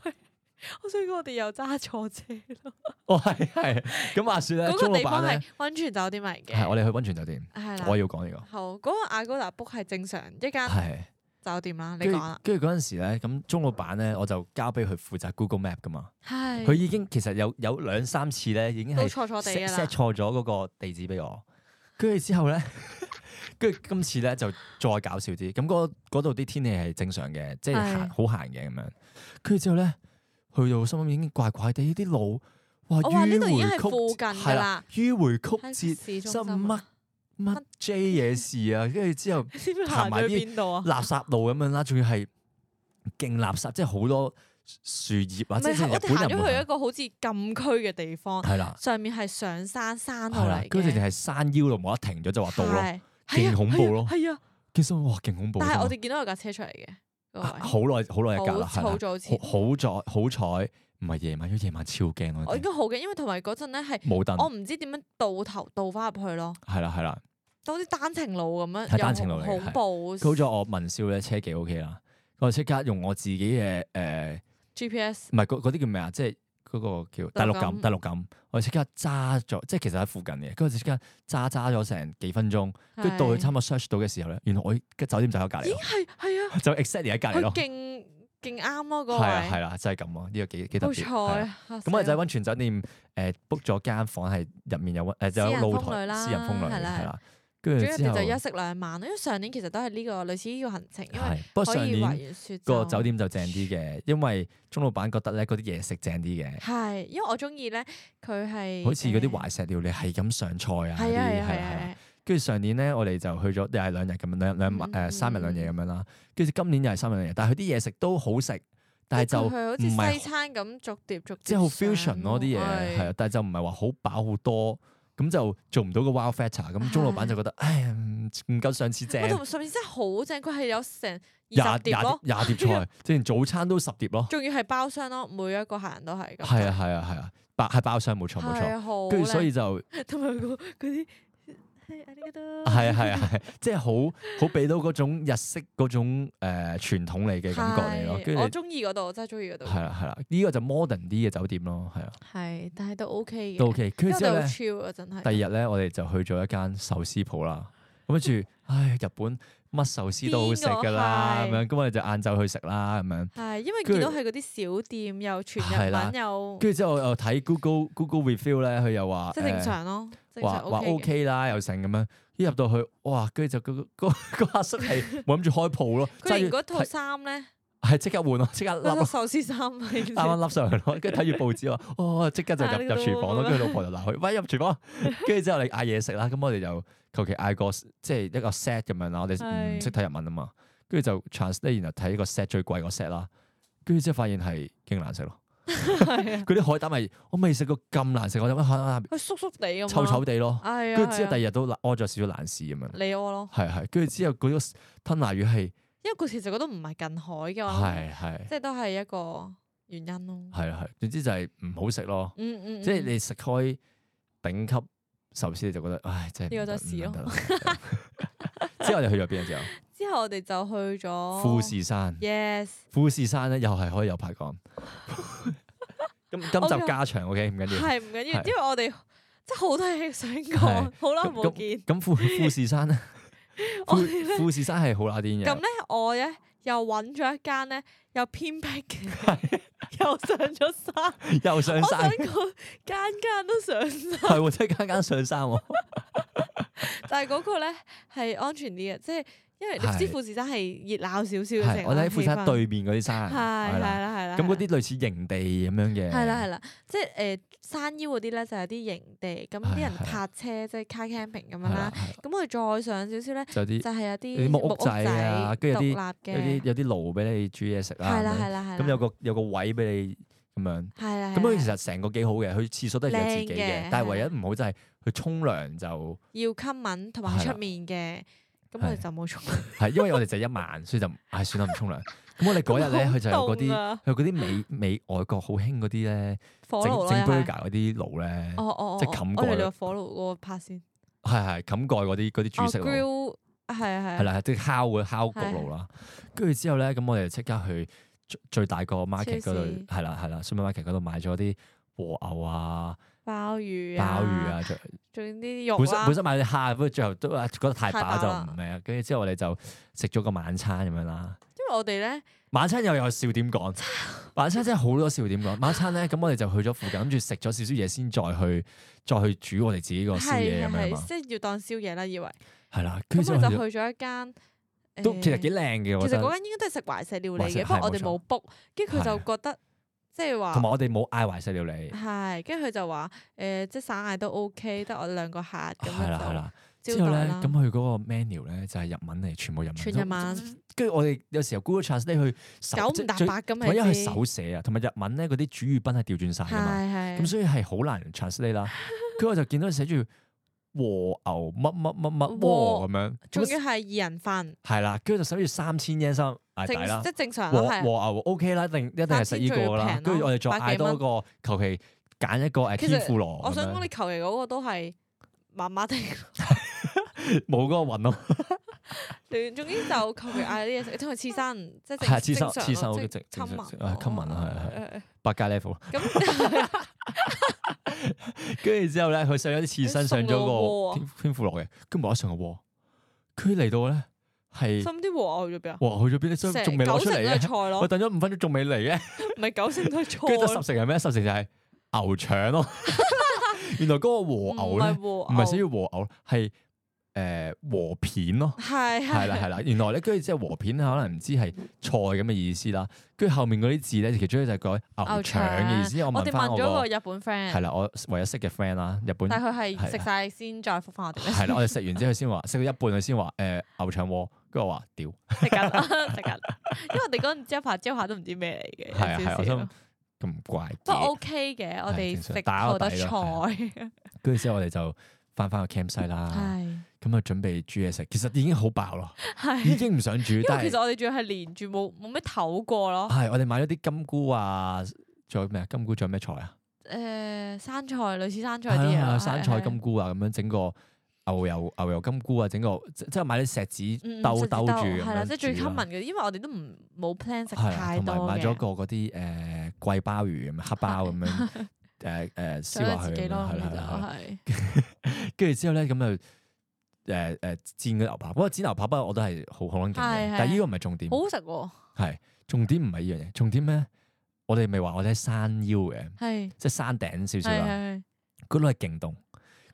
Speaker 2: 我想講我哋又揸錯車咯。
Speaker 1: 哦係係。啊咁話説咧，
Speaker 2: 嗰
Speaker 1: 中
Speaker 2: 個
Speaker 1: 老
Speaker 2: 地方
Speaker 1: 闆
Speaker 2: 係
Speaker 1: 咧
Speaker 2: 温泉酒店嚟嘅，
Speaker 1: 係我哋去温泉酒店，
Speaker 2: 係
Speaker 1: 我
Speaker 2: 啦。啊
Speaker 1: 要講呢個
Speaker 2: 好，嗰、個雅高達 book 係正常一間
Speaker 1: 係。
Speaker 2: 酒店啦，你
Speaker 1: 跟住
Speaker 2: 講啦，
Speaker 1: 跟住嗰陣時咧，咁鐘老闆咧，我就交俾佢負責 Google Map 噶嘛。
Speaker 2: 係
Speaker 1: 佢已經其實有有兩三次咧，已經
Speaker 2: 都
Speaker 1: 係
Speaker 2: 錯錯地
Speaker 1: set
Speaker 2: 㗎
Speaker 1: set
Speaker 2: 啦，
Speaker 1: 錯咗嗰個地址俾我。跟住之後咧， 跟住今次咧就再搞笑啲。咁嗰嗰度啲天氣係正常嘅，即係
Speaker 2: 係
Speaker 1: 行好行嘅咁樣。跟住之後咧，去到心諗已經怪怪地啲路，哇！
Speaker 2: 我哦話呢
Speaker 1: 迂
Speaker 2: 度已經
Speaker 1: 迴
Speaker 2: 係
Speaker 1: 曲
Speaker 2: 附
Speaker 1: 折
Speaker 2: 近㗎
Speaker 1: 係
Speaker 2: 啦，
Speaker 1: 迂迴
Speaker 2: 喺
Speaker 1: 曲折，心
Speaker 2: 市中心
Speaker 1: 乜
Speaker 2: 啊。
Speaker 1: 乜 J 嘢事啊！跟住之後。
Speaker 2: 你知唔知
Speaker 1: 行
Speaker 2: 行
Speaker 1: 埋
Speaker 2: 去
Speaker 1: 啲
Speaker 2: 邊度啊？
Speaker 1: 垃圾路咁樣啦，仲要係勁垃圾，即係好多樹葉
Speaker 2: 唔
Speaker 1: 啊，即
Speaker 2: 係，
Speaker 1: 係
Speaker 2: 我
Speaker 1: 日
Speaker 2: 哋
Speaker 1: 本
Speaker 2: 行
Speaker 1: 人
Speaker 2: 咗
Speaker 1: 會
Speaker 2: 去一
Speaker 1: 行
Speaker 2: 個好似禁區嘅地方，
Speaker 1: 係啦，
Speaker 2: 上面係上山山路
Speaker 1: 係啦
Speaker 2: 嚟，
Speaker 1: 跟住淨
Speaker 2: 嘅，
Speaker 1: 係山腰度冇得停咗就話到咯，
Speaker 2: 係啊
Speaker 1: 勁恐怖咯
Speaker 2: 係啊，係啊
Speaker 1: 其實哇勁恐怖，
Speaker 2: 但係我
Speaker 1: 真係
Speaker 2: 哋見到有架車出嚟嘅嗰
Speaker 1: 啊
Speaker 2: 位，
Speaker 1: 好耐好耐一格啦，係
Speaker 2: 好好
Speaker 1: 啦，
Speaker 2: 早前，
Speaker 1: 好好在好彩唔係夜晚，因為夜晚超驚
Speaker 2: 我
Speaker 1: 咯
Speaker 2: 應，該好嘅，因為同埋嗰陣咧係
Speaker 1: 冇燈
Speaker 2: 我唔知點樣倒頭倒翻入去咯，
Speaker 1: 係啦係啦，
Speaker 2: 好似單程路咁樣，
Speaker 1: 係
Speaker 2: 又
Speaker 1: 單程路嚟嘅
Speaker 2: 恐
Speaker 1: 係
Speaker 2: 怖。
Speaker 1: 好在我文少咧車技 OK 啦，我即刻用我自己嘅誒
Speaker 2: GPS
Speaker 1: 唔係嗰嗰啲叫咩啊，即係。嗰個叫第六
Speaker 2: 第六
Speaker 1: 感，
Speaker 2: 感
Speaker 1: 第六感，我即刻揸咗，即係其實喺附近嘅，跟住即刻揸揸咗成幾分鐘，跟住到佢差唔多 search 到嘅時候咧，原來我嘅酒店就喺隔
Speaker 2: 係
Speaker 1: 離
Speaker 2: 咦
Speaker 1: 咯，
Speaker 2: 係係啊，
Speaker 1: 就 exactly 喺隔離
Speaker 2: 佢
Speaker 1: 咯，
Speaker 2: 勁勁啱咯嗰
Speaker 1: 係啊係
Speaker 2: 位，
Speaker 1: 啦，就係咁咯，呢個幾幾特
Speaker 2: 冇
Speaker 1: 別。
Speaker 2: 錯
Speaker 1: 係啊
Speaker 2: 啊。嚇
Speaker 1: 咁我哋
Speaker 2: 死
Speaker 1: 就喺
Speaker 2: 我
Speaker 1: 温泉酒店誒 book 咗間房，係入面有温誒就有露
Speaker 2: 私人
Speaker 1: 台
Speaker 2: 風呂啦
Speaker 1: 私人風呂嘅
Speaker 2: 係啦
Speaker 1: 係啦，跟
Speaker 2: 主
Speaker 1: 住
Speaker 2: 要
Speaker 1: 之
Speaker 2: 我
Speaker 1: 後
Speaker 2: 哋就休息兩晚咯，因為上年其實都係呢個類似呢個行程，因為
Speaker 1: 係不過
Speaker 2: 可
Speaker 1: 上
Speaker 2: 以滑
Speaker 1: 年
Speaker 2: 完雪
Speaker 1: 個
Speaker 2: 就
Speaker 1: 酒店就正啲嘅，因為鐘老闆覺得咧嗰啲嘢食正啲嘅，
Speaker 2: 係，因為我中意咧佢係
Speaker 1: 好似嗰啲
Speaker 2: 誒
Speaker 1: 懷石料理係咁上菜啊嗰
Speaker 2: 係
Speaker 1: 啲
Speaker 2: 啊係啊
Speaker 1: 係
Speaker 2: 係
Speaker 1: 啦係啦。
Speaker 2: 啊
Speaker 1: 跟住上年咧，我哋就去咗又係兩日咁樣，兩兩晚
Speaker 2: 嗯
Speaker 1: 誒
Speaker 2: 嗯
Speaker 1: 三日兩夜
Speaker 2: 嗯
Speaker 1: 咁樣啦。跟住今年又係三日兩夜，但係佢啲嘢食都好食，但係
Speaker 2: 即係
Speaker 1: 就
Speaker 2: 佢好
Speaker 1: 唔係
Speaker 2: 似西餐咁逐碟逐碟
Speaker 1: 即係好 fusion 咯啲嘢
Speaker 2: 上喎
Speaker 1: 係啊，但係就唔係話好飽好多，咁就做唔到個 wow factor。咁鐘老闆就覺得，唉，唔唔夠上次正
Speaker 2: 我，同上面真係好正，佢係有成
Speaker 1: 廿
Speaker 2: 二十碟
Speaker 1: 廿
Speaker 2: 咯，
Speaker 1: 廿碟
Speaker 2: 係
Speaker 1: 菜，即係早餐都十碟咯。
Speaker 2: 仲要係包廂咯，每一個客人都係咁。
Speaker 1: 係啊，係啊係啊，包係包廂冇錯冇錯。
Speaker 2: 係啊好靚。
Speaker 1: 跟住所以就
Speaker 2: 同埋個嗰啲係啊呢個都
Speaker 1: 係啊係啊係啊，即係好好俾到嗰種日式嗰種誒傳統嚟嘅感覺嚟咯。
Speaker 2: 係
Speaker 1: 跟住
Speaker 2: 我
Speaker 1: 你
Speaker 2: 中意嗰度，我真係中意嗰度。
Speaker 1: 係啦係啦，呢個就 modern 啲嘅酒店咯，係啊
Speaker 2: 係，但係都 OK 嘅。
Speaker 1: 都 OK。跟
Speaker 2: 因為
Speaker 1: 住之
Speaker 2: 我
Speaker 1: 後
Speaker 2: 哋
Speaker 1: 咧
Speaker 2: 好。超啊，真係。
Speaker 1: 第二日咧，我哋就去咗一間壽司鋪啦。咁跟住，唉，日本乜壽司都好食噶啦，咁
Speaker 2: 嗯邊個
Speaker 1: 樣。
Speaker 2: 係
Speaker 1: 咁我哋就晏晝去食啦，咁樣。
Speaker 2: 係因為
Speaker 1: 跟
Speaker 2: 見
Speaker 1: 住
Speaker 2: 到係嗰啲小店，又全
Speaker 1: 係
Speaker 2: 日
Speaker 1: 啦
Speaker 2: 文，又
Speaker 1: 跟住之後我又睇 Google Google review 咧，佢又話
Speaker 2: 即係正
Speaker 1: 誒
Speaker 2: 常咯，正
Speaker 1: 話
Speaker 2: 常
Speaker 1: 話
Speaker 2: OK 嘅。
Speaker 1: OK 啦，又成咁樣。一入到去，哇！跟住就嗰個嗰個阿叔係冇諗住開鋪咯，
Speaker 2: 佢
Speaker 1: 揸
Speaker 2: 連
Speaker 1: 住
Speaker 2: 嗰套
Speaker 1: 係
Speaker 2: 衫咧，
Speaker 1: 係即刻換咯，即刻笠
Speaker 2: 嗰套
Speaker 1: 咯，
Speaker 2: 壽司衫啊係
Speaker 1: 啱啊啱笠上去 咯。跟住睇住報紙話，哦，即刻就入
Speaker 2: 啊呢
Speaker 1: 入
Speaker 2: 個
Speaker 1: 廚房咯。跟住老婆就鬧佢，喂入廚 房。跟住之後你嗌嘢食啦，咁我哋就求其嗌個即係一個 set 咁樣啦。我哋唔
Speaker 2: 係
Speaker 1: 識睇日文啊嘛，跟住就 translate，然後睇個 set 最貴個 set 啦。跟住之後發現係勁難食咯，
Speaker 2: 係啊，
Speaker 1: 嗰啲海膽係我未食過咁難食，我啊諗海膽
Speaker 2: 佢縮縮地咁。
Speaker 1: 臭臭。地咯。
Speaker 2: 係啊。
Speaker 1: 跟住之後
Speaker 2: 係啊嗯
Speaker 1: 第二日都屙咗少少爛屎咁樣，
Speaker 2: 你我咯，
Speaker 1: 係係。跟住之後嗰個吞拿魚係
Speaker 2: 因為佢其實嗰度唔係近海嘅，我諗
Speaker 1: 係係
Speaker 2: 即係都係一個原因咯。
Speaker 1: 係係，總之就係唔好食咯。
Speaker 2: 嗯嗯，
Speaker 1: 即係
Speaker 2: 嗯
Speaker 1: 你食開頂級壽司，你就覺得唉，真係
Speaker 2: 呢個
Speaker 1: 唔得
Speaker 2: 就係
Speaker 1: 唔得唔得 之後你去咗邊啊？之後？
Speaker 2: 之後我哋就去咗
Speaker 1: 富士山，
Speaker 2: ，yes，
Speaker 1: 富士山咧又係可以有排講。 咁今集
Speaker 2: OK
Speaker 1: 加長，OK 唔緊要。
Speaker 2: 係唔緊要，
Speaker 1: 係
Speaker 2: 因為我哋真係好多嘢想
Speaker 1: 係
Speaker 2: 講，好耐冇見。
Speaker 1: 咁富富士山咧，
Speaker 2: 我
Speaker 1: 富
Speaker 2: 哋咧
Speaker 1: 富士山係好乸癲
Speaker 2: 咁
Speaker 1: 嘅，
Speaker 2: 咧，我咧又揾咗一間咧又偏僻嘅， 又上咗山。
Speaker 1: 又上
Speaker 2: 我想
Speaker 1: 山，
Speaker 2: 講間間都上 山，
Speaker 1: 係喎，即係間間上山喎。
Speaker 2: 但係嗰個咧係安全啲嘅，即係因為你知
Speaker 1: 係
Speaker 2: 富士山係熱鬧少少嘅成
Speaker 1: 係
Speaker 2: 個
Speaker 1: 我哋喺富士
Speaker 2: 氣
Speaker 1: 山
Speaker 2: 氛
Speaker 1: 對面嗰啲
Speaker 2: 啊係
Speaker 1: 山，
Speaker 2: 係
Speaker 1: 係啦。
Speaker 2: 啦係啦，
Speaker 1: 咁嗰
Speaker 2: 係
Speaker 1: 啲類似營地咁樣嘅，
Speaker 2: 啦係啦係啦，即係誒山腰嗰啲咧就有啲營地，咁
Speaker 1: 係
Speaker 2: 啲人
Speaker 1: 係
Speaker 2: 泊車即係 car camping 咁樣
Speaker 1: 係
Speaker 2: 啦
Speaker 1: 啦，。係啦
Speaker 2: 咁我哋再上少少咧
Speaker 1: 就有啲
Speaker 2: 就係有
Speaker 1: 有啲
Speaker 2: 啲
Speaker 1: 木屋仔啊跟住有
Speaker 2: 獨立
Speaker 1: 有啲
Speaker 2: 嘅，
Speaker 1: 有啲爐俾你煮嘢食啦，
Speaker 2: 係啦
Speaker 1: 咁樣
Speaker 2: 係啦係啦，
Speaker 1: 咁有個有個位俾你咁樣。
Speaker 2: 係啦，
Speaker 1: 咁
Speaker 2: 係
Speaker 1: 佢
Speaker 2: 啦
Speaker 1: 其實成個幾好嘅，佢廁所都係有自己
Speaker 2: 靚嘅
Speaker 1: 嘅，但係
Speaker 2: 係
Speaker 1: 唯一
Speaker 2: 啊
Speaker 1: 唔好就係佢沖涼就
Speaker 2: 要襟吻同埋
Speaker 1: 係啦
Speaker 2: 出面嘅，咁我哋
Speaker 1: 係
Speaker 2: 就冇沖。
Speaker 1: 係因為我哋就一晚，所以就唉算啦唔沖 涼。咁我哋嗰日咧，
Speaker 2: 啊
Speaker 1: 佢就有嗰啲
Speaker 2: 啲
Speaker 1: 佢嗰啲美美外國好興嗰啲咧，
Speaker 2: 火
Speaker 1: 整
Speaker 2: 爐
Speaker 1: 整
Speaker 2: 啦，又係
Speaker 1: burger 嗰啲爐咧，
Speaker 2: 哦哦，
Speaker 1: 即係
Speaker 2: 係
Speaker 1: 冚
Speaker 2: 我
Speaker 1: 蓋咯
Speaker 2: 哋個火爐嗰個拍先，
Speaker 1: 係係冚蓋嗰啲嗰啲
Speaker 2: 哦
Speaker 1: 煮食爐，
Speaker 2: grill 係
Speaker 1: 係
Speaker 2: 啊係啊，
Speaker 1: 啦，即係烤嘅烤焗
Speaker 2: 係
Speaker 1: 爐啦。跟住之後咧，咁我哋就即刻去最最大個 market 嗰
Speaker 2: 超市
Speaker 1: 度，係啦係啦，supermarket 嗰度買咗啲和牛啊、
Speaker 2: 鮑魚啊，
Speaker 1: 鮑魚，啊，就
Speaker 2: 仲有啲肉
Speaker 1: 本身
Speaker 2: 啦
Speaker 1: 本，身買啲蝦，不過最後都啊覺得太
Speaker 2: 太
Speaker 1: 飽
Speaker 2: 飽
Speaker 1: 就
Speaker 2: 啦
Speaker 1: 唔咩啊。跟住之後我哋就食咗個晚餐咁樣啦。
Speaker 2: 因為我哋咧
Speaker 1: 晚餐又有笑點 講，晚餐真係好多笑點講。晚餐咧，咁我哋就去咗附近，諗住食咗少少嘢先，再去再去煮我哋自己個宵
Speaker 2: 係
Speaker 1: 夜咁樣啊
Speaker 2: 係
Speaker 1: 嘛
Speaker 2: 係，。即係要當宵夜啦，以為
Speaker 1: 係啦，
Speaker 2: 咁
Speaker 1: 跟住
Speaker 2: 我
Speaker 1: 之
Speaker 2: 哋
Speaker 1: 後去咗
Speaker 2: 就去咗一間
Speaker 1: 都
Speaker 2: 誒
Speaker 1: 其實幾靚嘅，我
Speaker 2: 其
Speaker 1: 覺
Speaker 2: 實嗰
Speaker 1: 得。
Speaker 2: 間應該都係食懷石料理
Speaker 1: 懷石
Speaker 2: 嘅，不過
Speaker 1: 係
Speaker 2: 我哋
Speaker 1: 冇
Speaker 2: 冇 book，跟住佢就
Speaker 1: 係
Speaker 2: 覺得即係
Speaker 1: 同
Speaker 2: 話
Speaker 1: 埋我哋冇嗌懷石料理，
Speaker 2: 係，跟住佢就話誒即係散嗌都 OK，得我哋兩個客咁
Speaker 1: 啊係啦係
Speaker 2: 樣
Speaker 1: 啦。
Speaker 2: 就
Speaker 1: 之後
Speaker 2: 招
Speaker 1: 咧
Speaker 2: 待，啦
Speaker 1: 咁，佢嗰個 menu 咧就係日文嚟，全部日文。
Speaker 2: 全日文
Speaker 1: 跟住我哋有時候 Google Translate 去手
Speaker 2: 九
Speaker 1: 即
Speaker 2: 唔
Speaker 1: 係
Speaker 2: 搭
Speaker 1: 最
Speaker 2: 八咁
Speaker 1: 同埋因為佢
Speaker 2: 知
Speaker 1: 手寫啊，同埋日文咧嗰啲主語賓係調轉晒
Speaker 2: 係
Speaker 1: 噶啊嘛。
Speaker 2: 係
Speaker 1: 咁所以係好難 translate 啦。佢我就見到佢寫住和牛乜乜乜乜
Speaker 2: 和
Speaker 1: 鍋咁樣，
Speaker 2: 仲
Speaker 1: 咁
Speaker 2: 要係二人份，
Speaker 1: 係啦，跟住就寫住三千 yen 三嗌抵啦
Speaker 2: 正即。係正常
Speaker 1: 和
Speaker 2: 啦，係啊
Speaker 1: 和。牛 OK 啦，一定一定係食呢個
Speaker 2: 三千最平
Speaker 1: 啦
Speaker 2: 咯。
Speaker 1: 跟住我哋再
Speaker 2: 百
Speaker 1: 嗌
Speaker 2: 幾
Speaker 1: 多個，求其揀一個誒
Speaker 2: 其
Speaker 1: 天
Speaker 2: 實
Speaker 1: 婦羅
Speaker 2: 我
Speaker 1: 哦咁
Speaker 2: 想
Speaker 1: 樣
Speaker 2: 講你求其嗰個都係麻麻地，
Speaker 1: 冇嗰個雲咯，
Speaker 2: 你總之就求其嗌啲嘢食，同埋刺 身，即係
Speaker 1: 係
Speaker 2: 正
Speaker 1: 刺身
Speaker 2: 正常
Speaker 1: 刺身
Speaker 2: 咯
Speaker 1: OK，
Speaker 2: 即
Speaker 1: 正
Speaker 2: 係
Speaker 1: 正
Speaker 2: 親
Speaker 1: 常啊
Speaker 2: 民，
Speaker 1: 親民啊係
Speaker 2: 係
Speaker 1: 百佳 level。
Speaker 2: 呃 咁
Speaker 1: 跟住之後咧，佢上咗啲刺身，上咗
Speaker 2: 送我
Speaker 1: 個
Speaker 2: 鍋
Speaker 1: 天天婦羅嘅，跟住冇得上個鍋。佢嚟到咧係
Speaker 2: 咁啲和牛咗邊啊？
Speaker 1: 哇去咗邊啲
Speaker 2: 成
Speaker 1: 仲未攞
Speaker 2: 九
Speaker 1: 出
Speaker 2: 成
Speaker 1: 嚟
Speaker 2: 都係
Speaker 1: 咧
Speaker 2: 菜，咯
Speaker 1: 我，等咗五分鐘仲未嚟 咧。
Speaker 2: 唔係九成都係菜
Speaker 1: 跟住得
Speaker 2: 咯
Speaker 1: 十，成係咩？十成就係牛腸 咯。原來嗰個
Speaker 2: 唔
Speaker 1: 和牛咧
Speaker 2: 係，和
Speaker 1: 唔係寫
Speaker 2: 牛，。
Speaker 1: 住和牛，係誒和片咯
Speaker 2: 係
Speaker 1: 係啦係啦，原來咧，跟住之後和片可能唔知係菜咁嘅意思啦。跟住後面嗰啲字咧，其中一個就係改牛腸嘅意思。我
Speaker 2: 啊我哋
Speaker 1: 問翻
Speaker 2: 哦問
Speaker 1: 我
Speaker 2: 咗個
Speaker 1: 個
Speaker 2: 日本
Speaker 1: 係
Speaker 2: friend，
Speaker 1: 啦，我唯一識嘅 friend 啦，日本
Speaker 2: 但係佢
Speaker 1: 係
Speaker 2: 係食晒先再覆返 我哋咩，
Speaker 1: 係啦，我哋食完之後先話食到一半佢先話誒牛腸鍋，跟住我話屌
Speaker 2: 食緊 食緊，因為我哋嗰陣招牌招牌都唔知咩嚟嘅，
Speaker 1: 係啊
Speaker 2: 有
Speaker 1: 係啊
Speaker 2: 少
Speaker 1: 我
Speaker 2: 少
Speaker 1: 想咁怪
Speaker 2: 不過
Speaker 1: 嘅。
Speaker 2: OK 嘅，我哋
Speaker 1: 正常
Speaker 2: 食
Speaker 1: 打個
Speaker 2: 好多
Speaker 1: 底咯啊
Speaker 2: 菜。
Speaker 1: 跟住之後我哋就翻翻個 camp 西啦，
Speaker 2: 係
Speaker 1: 咁啊準備煮嘢食，其實已經好飽 咯。已
Speaker 2: 係，
Speaker 1: 經唔想煮，
Speaker 2: 因
Speaker 1: 但
Speaker 2: 為
Speaker 1: 係啊
Speaker 2: 其實我哋仲要係連住冇冇咩唞過咯。
Speaker 1: 係我哋買咗啲金菇啊，仲有咩啊？金菇仲有咩菜啊？
Speaker 2: 誒，生菜類似生菜啲
Speaker 1: 係
Speaker 2: 嘢
Speaker 1: 啊，
Speaker 2: 啦，
Speaker 1: 生菜
Speaker 2: 係
Speaker 1: 金，菇啊，咁樣整個牛油牛油金菇啊，整個即即係買啲石
Speaker 2: 嗯
Speaker 1: 子兜兜住咁
Speaker 2: 係啦，
Speaker 1: 樣
Speaker 2: 即係最
Speaker 1: 煮啊啦
Speaker 2: common 嘅，因為我哋都唔冇 plan 食
Speaker 1: 係啊
Speaker 2: 太
Speaker 1: 同
Speaker 2: 多
Speaker 1: 埋買咗
Speaker 2: 嘅，
Speaker 1: 個嗰啲誒貴鮑魚咁樣黑鮑咁 樣誒誒燒
Speaker 2: 所以
Speaker 1: 下
Speaker 2: 自
Speaker 1: 佢
Speaker 2: 己
Speaker 1: 咁樣，
Speaker 2: 咯，
Speaker 1: 係啦係
Speaker 2: 就啊
Speaker 1: 啦係啦，
Speaker 2: 係
Speaker 1: 跟住之後咧咁就。誒誒煎嗰啲牛扒，不過煎牛扒不過我都係好好撚勁嘅
Speaker 2: 係係，
Speaker 1: 但係呢個唔係重點
Speaker 2: 好，好食喎，
Speaker 1: 係重點唔係呢樣嘢，重點咧我哋咪話我哋喺山腰嘅，
Speaker 2: 係
Speaker 1: 即係山頂少少啊
Speaker 2: 係
Speaker 1: 啦。
Speaker 2: 係
Speaker 1: 嗰度係勁凍，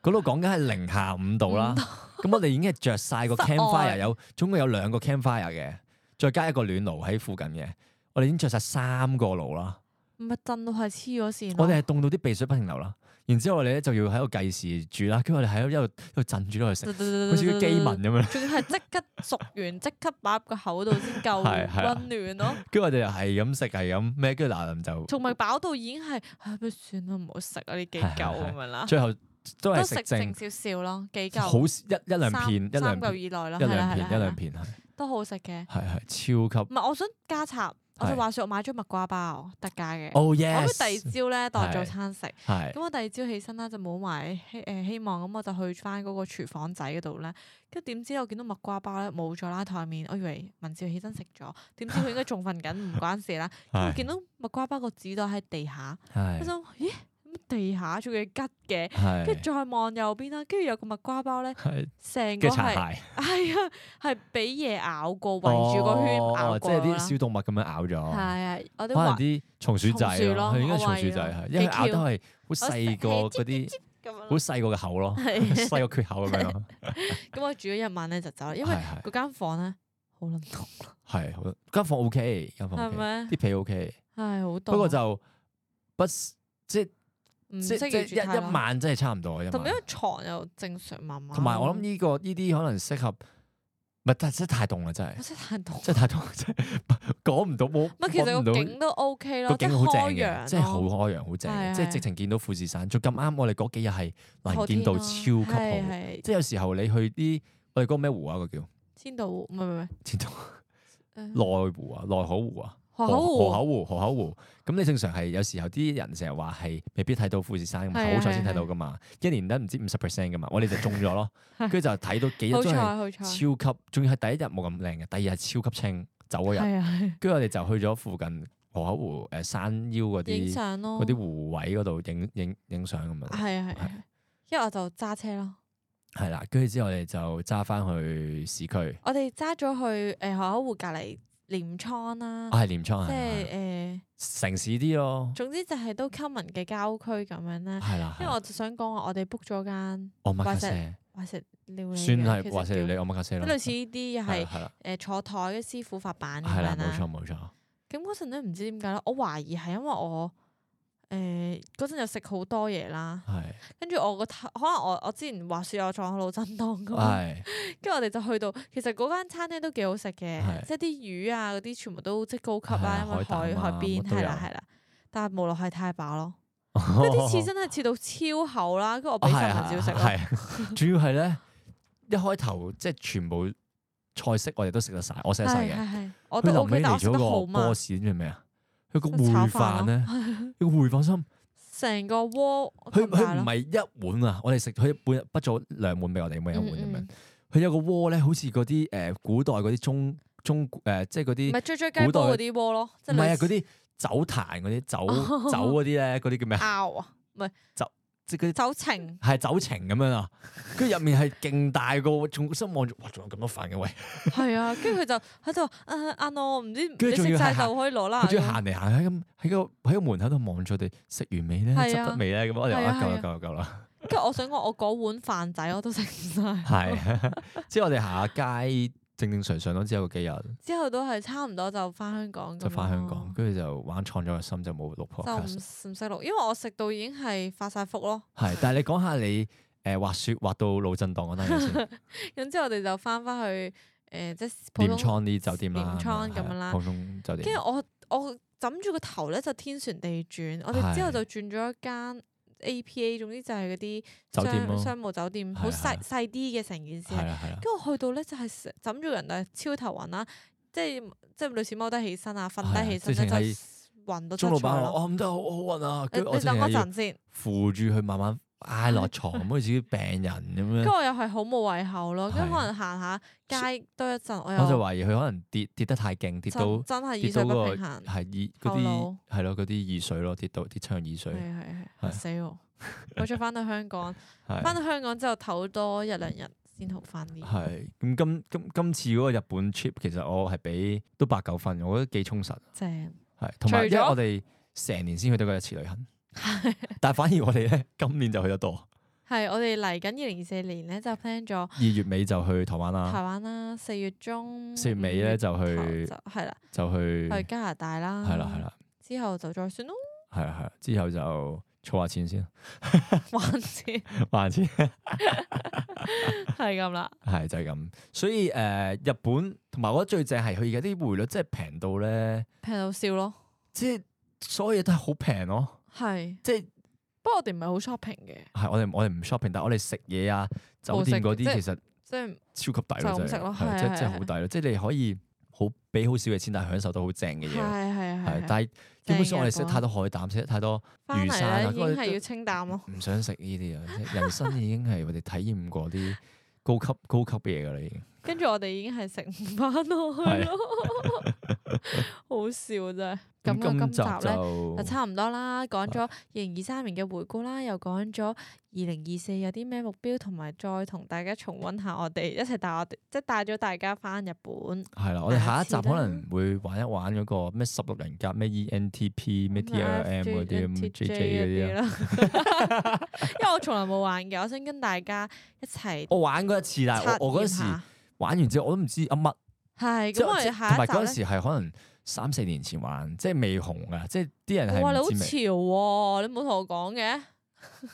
Speaker 1: 嗰度講緊係零下五度啦。咁我哋已經係着晒個
Speaker 2: 室外
Speaker 1: campfire，有總共有兩個 campfire 嘅，再加一個暖爐喺附近嘅。我哋已經着晒三個爐啦，
Speaker 2: 唔係震到係黐咗線咯，
Speaker 1: 我哋係凍到啲鼻水不停流啦。然之後我哋咧就要喺度計時煮啦，跟住我哋喺度一路一路震住喺度食，
Speaker 2: 好
Speaker 1: 好似啲基民咁樣。
Speaker 2: 仲要係即刻熟完，即刻擺入個口度先 夠
Speaker 1: 係係啊
Speaker 2: 温暖咯。
Speaker 1: 跟住我哋又係咁食，係咁咩？跟住嗱臨就
Speaker 2: 仲未飽到已經係，唉，不如算啦，唔好食啊呢幾
Speaker 1: 係係
Speaker 2: 嚿
Speaker 1: 係
Speaker 2: 咁樣啦，
Speaker 1: 最後都
Speaker 2: 都
Speaker 1: 係
Speaker 2: 食
Speaker 1: 食
Speaker 2: 剩
Speaker 1: 剩，
Speaker 2: 少少咯，幾嚿
Speaker 1: 好一一兩
Speaker 2: 三
Speaker 1: 片，一兩
Speaker 2: 三嚿
Speaker 1: 片，
Speaker 2: 以內啦，
Speaker 1: 一
Speaker 2: 係啦
Speaker 1: 兩
Speaker 2: 係
Speaker 1: 片，一
Speaker 2: 啦係啊
Speaker 1: 兩
Speaker 2: 啦，
Speaker 1: 片，係
Speaker 2: 都好食嘅。
Speaker 1: 係係超級
Speaker 2: 唔係，我想加插，我就
Speaker 1: 係
Speaker 2: 話說我買咗蜜瓜包特價嘅，
Speaker 1: ，Oh
Speaker 2: 嗯我會第二
Speaker 1: yes，
Speaker 2: 朝咧當
Speaker 1: 係
Speaker 2: 早餐食。
Speaker 1: 係
Speaker 2: 咁我第二朝起身啦，就冇埋希誒希望，咁我就去翻嗰個廚房仔嗰度咧。跟住點知我見到蜜瓜包咧冇咗啦，台面，我以為文少起身食咗，點知佢應該仲瞓緊，唔關事啦。我
Speaker 1: 係
Speaker 2: 見到蜜瓜包個紙袋喺地下，我
Speaker 1: 係
Speaker 2: 想咦咁地下仲要吉嘅，
Speaker 1: 係
Speaker 2: 跟住再望右邊啦，跟住有個蜜瓜包咧，
Speaker 1: 係
Speaker 2: 成個
Speaker 1: 跟住擦
Speaker 2: 係
Speaker 1: 鞋，
Speaker 2: 係啊，係俾嘢咬過，圍住個圈咬
Speaker 1: 哦即
Speaker 2: 過
Speaker 1: 係
Speaker 2: 啦。
Speaker 1: 啲小動物咁樣咬
Speaker 2: 係
Speaker 1: 咗，
Speaker 2: 啊，我
Speaker 1: 可
Speaker 2: 啲
Speaker 1: 能
Speaker 2: 話
Speaker 1: 啲松鼠仔
Speaker 2: 松
Speaker 1: 咯，
Speaker 2: 鼠咯
Speaker 1: 佢應該係松
Speaker 2: 我懷
Speaker 1: 鼠
Speaker 2: 疑
Speaker 1: 仔
Speaker 2: 咯
Speaker 1: 係，因為
Speaker 2: 幾
Speaker 1: 咬得係好細個
Speaker 2: 我
Speaker 1: 嗰啲，
Speaker 2: 咁樣
Speaker 1: 好
Speaker 2: 咯。
Speaker 1: 細個嘅口咯，
Speaker 2: 嗯係
Speaker 1: 細個缺口咁樣咯，
Speaker 2: 咁我住咗一晚咧就 走啦，因為
Speaker 1: 係係
Speaker 2: 嗰間房咧好撚凍，
Speaker 1: 係好間房 O K，間房
Speaker 2: 係
Speaker 1: OK，
Speaker 2: 咪？
Speaker 1: 啲被 O K，
Speaker 2: 係好凍。
Speaker 1: 不過就不 s- 即
Speaker 2: 唔
Speaker 1: 即
Speaker 2: 適
Speaker 1: 即
Speaker 2: 宜
Speaker 1: 一
Speaker 2: 住太
Speaker 1: 一
Speaker 2: 耐，
Speaker 1: 晚真係差唔多一
Speaker 2: 同埋因
Speaker 1: 晚
Speaker 2: 為，床又正常慢慢。
Speaker 1: 同埋我諗呢個呢啲可能適合，唔係但係真係太凍啦，真
Speaker 2: 我
Speaker 1: 係
Speaker 2: 真係太凍。
Speaker 1: 真係太凍，真係 講唔到冇
Speaker 2: 唔係，其
Speaker 1: 講
Speaker 2: 實
Speaker 1: 唔到
Speaker 2: 個景都 OK 咯，
Speaker 1: 個
Speaker 2: 即
Speaker 1: 景
Speaker 2: 係
Speaker 1: 好正
Speaker 2: 開
Speaker 1: 嘅，
Speaker 2: 揚
Speaker 1: 即係好
Speaker 2: 咯
Speaker 1: 開揚，好正嘅，
Speaker 2: 係
Speaker 1: 即係直
Speaker 2: 係
Speaker 1: 情見到富士山。仲咁啱，我哋嗰幾日係能
Speaker 2: 好
Speaker 1: 見
Speaker 2: 天
Speaker 1: 到
Speaker 2: 咯
Speaker 1: 超級
Speaker 2: 係
Speaker 1: 好。
Speaker 2: 係
Speaker 1: 即係有時候你去啲我哋嗰個咩湖啊，個叫
Speaker 2: 千島湖唔係唔係
Speaker 1: 前度
Speaker 2: 誒
Speaker 1: 內湖啊，內河湖啊，
Speaker 2: 哦河口
Speaker 1: 河口湖，
Speaker 2: 湖
Speaker 1: 河口湖。咁你正常係有時候啲人成日話係未必睇到富士山咁，
Speaker 2: 係啊
Speaker 1: 好彩先睇到
Speaker 2: 係啊
Speaker 1: 噶嘛，一年得唔知五十 percent 噶嘛，我哋就中咗咯，跟
Speaker 2: 係
Speaker 1: 住就睇到幾日
Speaker 2: 好
Speaker 1: 真
Speaker 2: 彩
Speaker 1: 係
Speaker 2: 好彩，
Speaker 1: 超級，仲要係第一日冇咁靚嘅，第二日超級清，走嗰日，
Speaker 2: 係啊係啊
Speaker 1: 跟住我哋就去咗附近河口湖誒山腰嗰
Speaker 2: 影
Speaker 1: 啲。
Speaker 2: 相咯，
Speaker 1: 嗰啲湖位嗰度影影影相咁樣，
Speaker 2: 係啊係啊係啊，因為我就揸車咯，
Speaker 1: 係啦，跟住之後我哋就揸翻去市區，
Speaker 2: 我哋揸咗去呃誒河口湖隔離廉倉啦，
Speaker 1: 啊係廉
Speaker 2: 即
Speaker 1: 倉係
Speaker 2: 係
Speaker 1: 係
Speaker 2: 誒
Speaker 1: 城市啲咯，
Speaker 2: 總之就係都 common 嘅郊區咁樣啦。
Speaker 1: 係啦，
Speaker 2: 啊因為我就想講話我哋 book 咗間
Speaker 1: 我馬卡
Speaker 2: 或
Speaker 1: 西
Speaker 2: 者懷石料理嘅，
Speaker 1: 算係
Speaker 2: 話
Speaker 1: 話事你我馬卡西咯，
Speaker 2: 類似呢啲
Speaker 1: 係
Speaker 2: 係
Speaker 1: 啦係啦，
Speaker 2: 誒坐台嘅師傅發版咁
Speaker 1: 係啦
Speaker 2: 樣
Speaker 1: 冇
Speaker 2: 啦。
Speaker 1: 錯冇錯，
Speaker 2: 咁嗰陣咧唔知點解咧，我懷疑係因為我誒嗰陣又食好多嘢啦，
Speaker 1: 係
Speaker 2: 跟住我個頭可能我我之前滑雪有撞到腦震盪噶嘛，
Speaker 1: 係
Speaker 2: 跟住我哋就去到，其實嗰間餐廳都幾好食嘅，
Speaker 1: 係
Speaker 2: 即係啲魚啊嗰啲全部都即係高級
Speaker 1: 係
Speaker 2: 啦，
Speaker 1: 啊
Speaker 2: 因
Speaker 1: 海
Speaker 2: 為海
Speaker 1: 膽啊
Speaker 2: 海邊
Speaker 1: 乜都有哦
Speaker 2: 係啦係啦，但係無奈係太飽咯，即係啲刺真係刺到超厚啦，跟住我俾十文照食
Speaker 1: 啊
Speaker 2: 咯，
Speaker 1: 係，主要係咧一開頭即係全部菜式我哋都食得晒，我食得晒
Speaker 2: 係係
Speaker 1: 嘅，
Speaker 2: 係，我
Speaker 1: 佢
Speaker 2: 都
Speaker 1: 臨
Speaker 2: OK，
Speaker 1: 尾
Speaker 2: 但
Speaker 1: 嚟
Speaker 2: 我食
Speaker 1: 咗
Speaker 2: 得好
Speaker 1: 個
Speaker 2: 慢
Speaker 1: boss 知咩啊？佢個
Speaker 2: 炒
Speaker 1: 燴
Speaker 2: 飯
Speaker 1: 飯
Speaker 2: 咯
Speaker 1: 咧，佢個燴飯心。
Speaker 2: 成個鍋
Speaker 1: 佢
Speaker 2: 咁大
Speaker 1: 佢唔
Speaker 2: 咯，
Speaker 1: 係一碗啊！我哋食佢半不咗兩碗俾我哋，每人一碗咁
Speaker 2: 嗯
Speaker 1: 樣
Speaker 2: 嗯。
Speaker 1: 佢有個鍋咧，好似嗰啲誒古代嗰啲中中誒、呃即係嗰
Speaker 2: 唔
Speaker 1: 啲
Speaker 2: 係追追
Speaker 1: 古
Speaker 2: 雞煲
Speaker 1: 代
Speaker 2: 嗰啲鍋咯，即
Speaker 1: 唔
Speaker 2: 係
Speaker 1: 係啊
Speaker 2: 類
Speaker 1: 嗰
Speaker 2: 似哦
Speaker 1: 啲酒壇嗰啲酒酒嗰啲咧，嗰啲叫咩啊？
Speaker 2: 拗啊，
Speaker 1: 即係嗰啲
Speaker 2: 走情。
Speaker 1: 係酒情咁樣啊！跟住入面係勁大個，仲心望住哇，仲有咁多飯嘅喂！
Speaker 2: 係啊，跟住佢就喺度誒啊我唔知
Speaker 1: 跟住
Speaker 2: 你
Speaker 1: 仲
Speaker 2: 食
Speaker 1: 要
Speaker 2: 晒
Speaker 1: 係行
Speaker 2: 就可以攞啦。
Speaker 1: 佢仲要行嚟行去咁喺個喺個門口度望住我哋食完未咧，
Speaker 2: 係
Speaker 1: 執
Speaker 2: 啊
Speaker 1: 得未咧咁，我哋
Speaker 2: 係
Speaker 1: 話
Speaker 2: 啊
Speaker 1: 啊夠啦
Speaker 2: 係啊
Speaker 1: 夠啦夠啦，
Speaker 2: 跟住我想講，我嗰碗飯仔我都食唔晒，
Speaker 1: 係 即係我哋行下街正正常常咯，之後嗰幾日。
Speaker 2: 之後都係差唔多就翻香港咁
Speaker 1: 就
Speaker 2: 咯。
Speaker 1: 翻香港，跟住就玩創咗個心，就冇錄
Speaker 2: 哦就唔
Speaker 1: podcast。
Speaker 2: 唔使錄，因為我食到已經係發晒福 咯。
Speaker 1: 係，但係你講下你誒滑雪滑到腦震盪嗰單嘢先，
Speaker 2: 咁之後我哋就翻翻去誒即係 普
Speaker 1: 廉
Speaker 2: 通，
Speaker 1: 倉啲酒店啦，
Speaker 2: 廉倉
Speaker 1: 係啊
Speaker 2: 咁樣啦
Speaker 1: 普通酒
Speaker 2: 跟
Speaker 1: 店
Speaker 2: 住我我枕住個頭咧就天旋地轉。我哋之後就轉咗一間 APA，總之就係嗰啲
Speaker 1: 酒店咯
Speaker 2: 商，商務酒店，
Speaker 1: 係
Speaker 2: 好
Speaker 1: 係
Speaker 2: 細細啲嘅成件事係
Speaker 1: 係啦係啦
Speaker 2: 跟，住我去到咧就係成枕住個人啊，超頭暈啦，即係即係類似踎低起身啊，瞓低起身
Speaker 1: 係啊
Speaker 2: 咧
Speaker 1: 直
Speaker 2: 就暈到出
Speaker 1: 鐘老闆
Speaker 2: 彩
Speaker 1: 話：
Speaker 2: 咯。
Speaker 1: 我唔得，好好運啊！
Speaker 2: 你
Speaker 1: 跟住我
Speaker 2: 你
Speaker 1: 淨
Speaker 2: 等我
Speaker 1: 係要
Speaker 2: 陣先，
Speaker 1: 扶住佢慢慢挨 落床，好似啲病人咁
Speaker 2: 跟住
Speaker 1: 樣。
Speaker 2: 我又係好冇胃口咯，跟
Speaker 1: 係啊
Speaker 2: 住可能行下街多一陣，我又
Speaker 1: 我就懷疑佢可能跌跌得太勁，跌到
Speaker 2: 真真係
Speaker 1: 跌到
Speaker 2: 耳水
Speaker 1: 個
Speaker 2: 不
Speaker 1: 係
Speaker 2: 平衡，係
Speaker 1: 耳嗰啲
Speaker 2: 後
Speaker 1: 係咯嗰啲耳水咯，跌到跌親耳水。
Speaker 2: 係
Speaker 1: 係
Speaker 2: 係死我！我再翻到香港，翻
Speaker 1: 係
Speaker 2: 到香港之後唞多一兩日先好翻啲。
Speaker 1: 係咁今今今次嗰個日本 trip 其實我係俾都八九分，我覺得幾充實。
Speaker 2: 正
Speaker 1: 係，同埋因
Speaker 2: 除
Speaker 1: 為
Speaker 2: 咗
Speaker 1: 我哋成年先去到嗰一次旅 行，但係反而我哋咧今年就去得多，
Speaker 2: 係我哋嚟緊二零二四年咧就 plan 咗
Speaker 1: 二月尾就去台灣
Speaker 2: 台
Speaker 1: 啦，
Speaker 2: 灣啦，四月中
Speaker 1: 四月尾咧就
Speaker 2: 五
Speaker 1: 去
Speaker 2: 月頭就係啦，
Speaker 1: 就去
Speaker 2: 去
Speaker 1: 係
Speaker 2: 加拿大啦，
Speaker 1: 啦係啦
Speaker 2: 之後就再算咯，
Speaker 1: 係啦係啦，之後就儲下錢先，
Speaker 2: 還錢
Speaker 1: 還錢
Speaker 2: 係 咁啦。
Speaker 1: 係就係咁，所以誒日本同埋我覺得最正係佢而家啲匯率真係平到咧，
Speaker 2: 平到笑咯，
Speaker 1: 即係所有嘢都係好平咯，
Speaker 2: 係。
Speaker 1: 即係
Speaker 2: 不過我哋唔係好 shopping 嘅，
Speaker 1: 係我哋我哋唔 shopping，但係我哋食嘢啊酒
Speaker 2: 冇食
Speaker 1: 店嗰
Speaker 2: 即
Speaker 1: 啲
Speaker 2: 係
Speaker 1: 其實。
Speaker 2: 即係
Speaker 1: 超級抵
Speaker 2: 就
Speaker 1: 咯，
Speaker 2: 咁
Speaker 1: 真
Speaker 2: 食咯
Speaker 1: 係係
Speaker 2: 係
Speaker 1: 真真係
Speaker 2: 啊係
Speaker 1: 好
Speaker 2: 啊
Speaker 1: 抵咯，即係你可以好俾好少嘅錢，但係享受到好正嘅
Speaker 2: 係
Speaker 1: 嘢咯。
Speaker 2: 係
Speaker 1: 係，
Speaker 2: 係。
Speaker 1: 但係基本上我哋食
Speaker 2: 正嘅
Speaker 1: 太多海膽，食得太多
Speaker 2: 翻
Speaker 1: 魚生啊
Speaker 2: 嚟
Speaker 1: 嗰
Speaker 2: 咧已
Speaker 1: 啲
Speaker 2: 經
Speaker 1: 都
Speaker 2: 係要清淡 咯，
Speaker 1: 唔想食呢啲啊！即係人生已經係我哋體驗過啲高級高級嘅嘢㗎啦，已經
Speaker 2: 跟住我哋已經係食唔翻落去
Speaker 1: 係
Speaker 2: 咯，好笑真係。
Speaker 1: 咁
Speaker 2: 咁啊，今集咧
Speaker 1: 就
Speaker 2: 就差唔多啦，講咗二零二三年嘅回顧啦，又講咗二零二四有啲咩目標，同埋再同大家重温下我哋一齊帶我哋，即係帶咗大家翻日本。
Speaker 1: 係啦，我哋下一集
Speaker 2: 下次
Speaker 1: 可
Speaker 2: 啦
Speaker 1: 能會玩一玩嗰個咩十六人格、咩 E ENTP、咩
Speaker 2: 啊
Speaker 1: TLM 嗰啲咁 JJ 嗰啲啊啦。
Speaker 2: 啦， 因為我從來冇玩嘅，我想跟大家一齊
Speaker 1: 我玩過一次，但係我我嗰陣時
Speaker 2: 測驗下
Speaker 1: 玩完之後，我都唔知噏乜。
Speaker 2: 係
Speaker 1: 即
Speaker 2: 咁，
Speaker 1: 係
Speaker 2: 我
Speaker 1: 即
Speaker 2: 哋
Speaker 1: 係同
Speaker 2: 下
Speaker 1: 埋
Speaker 2: 一集
Speaker 1: 嗰陣
Speaker 2: 咧。
Speaker 1: 時係可能三四年前玩，即係未紅噶，即係啲人
Speaker 2: 哇！你
Speaker 1: 係
Speaker 2: 好
Speaker 1: 唔
Speaker 2: 潮
Speaker 1: 知未，
Speaker 2: 喎、你冇同我講 嘅，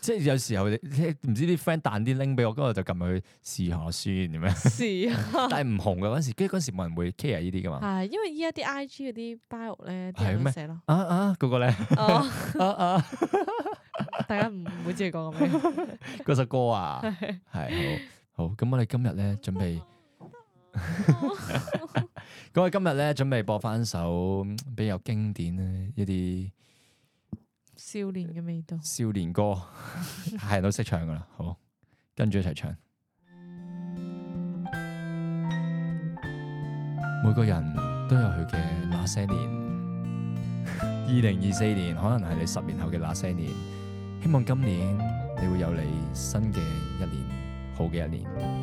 Speaker 1: 即係有時候你你唔知啲 friend 彈啲 link 俾我，跟住我就撳入去試下先咁 樣。
Speaker 2: 是啊，
Speaker 1: 但係唔紅嘅嗰陣時，跟住嗰陣時冇人會 care 呢啲噶 嘛。
Speaker 2: 係啊因為依家啲 I G 嗰啲 bio 咧，啲
Speaker 1: 係
Speaker 2: 人都
Speaker 1: 咩
Speaker 2: 寫咯，
Speaker 1: 啊啊，嗰個咧，
Speaker 2: 哦，
Speaker 1: 啊啊，
Speaker 2: 大家唔會知你講 咁樣，
Speaker 1: 嗰首歌啊，係好好。咁我哋今日咧準備。
Speaker 2: 哦
Speaker 1: 咁我哋今日咧準備播翻首嗯比較經典咧一啲
Speaker 2: 少年嘅味道。
Speaker 1: 少年歌， 係人都識唱噶啦，好，跟住一齊唱。每個人都有佢嘅那些年， 二零二四年可能係你十年後嘅那些年，希望今年你會有你新嘅一年，好嘅一年。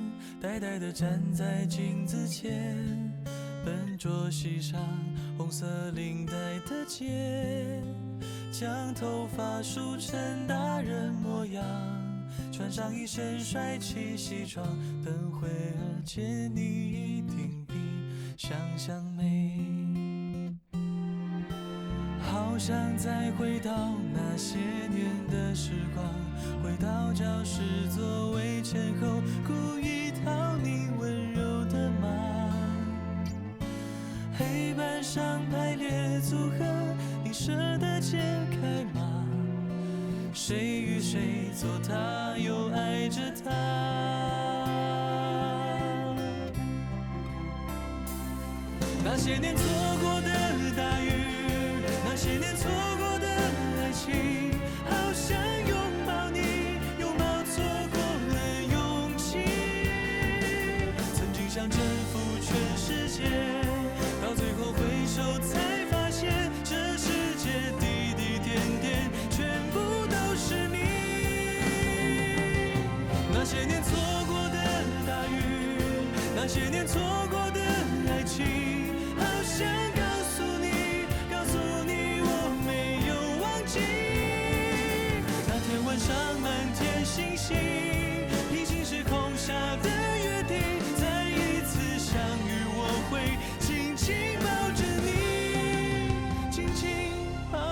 Speaker 3: 呆呆地站在镜子前，笨拙系上红色领带的结，将头发梳成大人模样，穿上一身帅气西装，等会儿见你一定比想象美。好想再回到那些年的时光，回到教室座位前后，故意讨你温柔的骂。黑板上排列组合，你舍得解开吗？谁与谁做他，又爱着他。那些年错过的大雨，那些年错过的爱情，好想拥抱你，拥抱错过了勇气。曾经想征服全世界，到最后回首才发现，这世界滴滴点点全部都是你。那些年错过的大雨，那些年错过的爱情，好想告诉你，告诉你我没有忘记。那天晚上满天星星，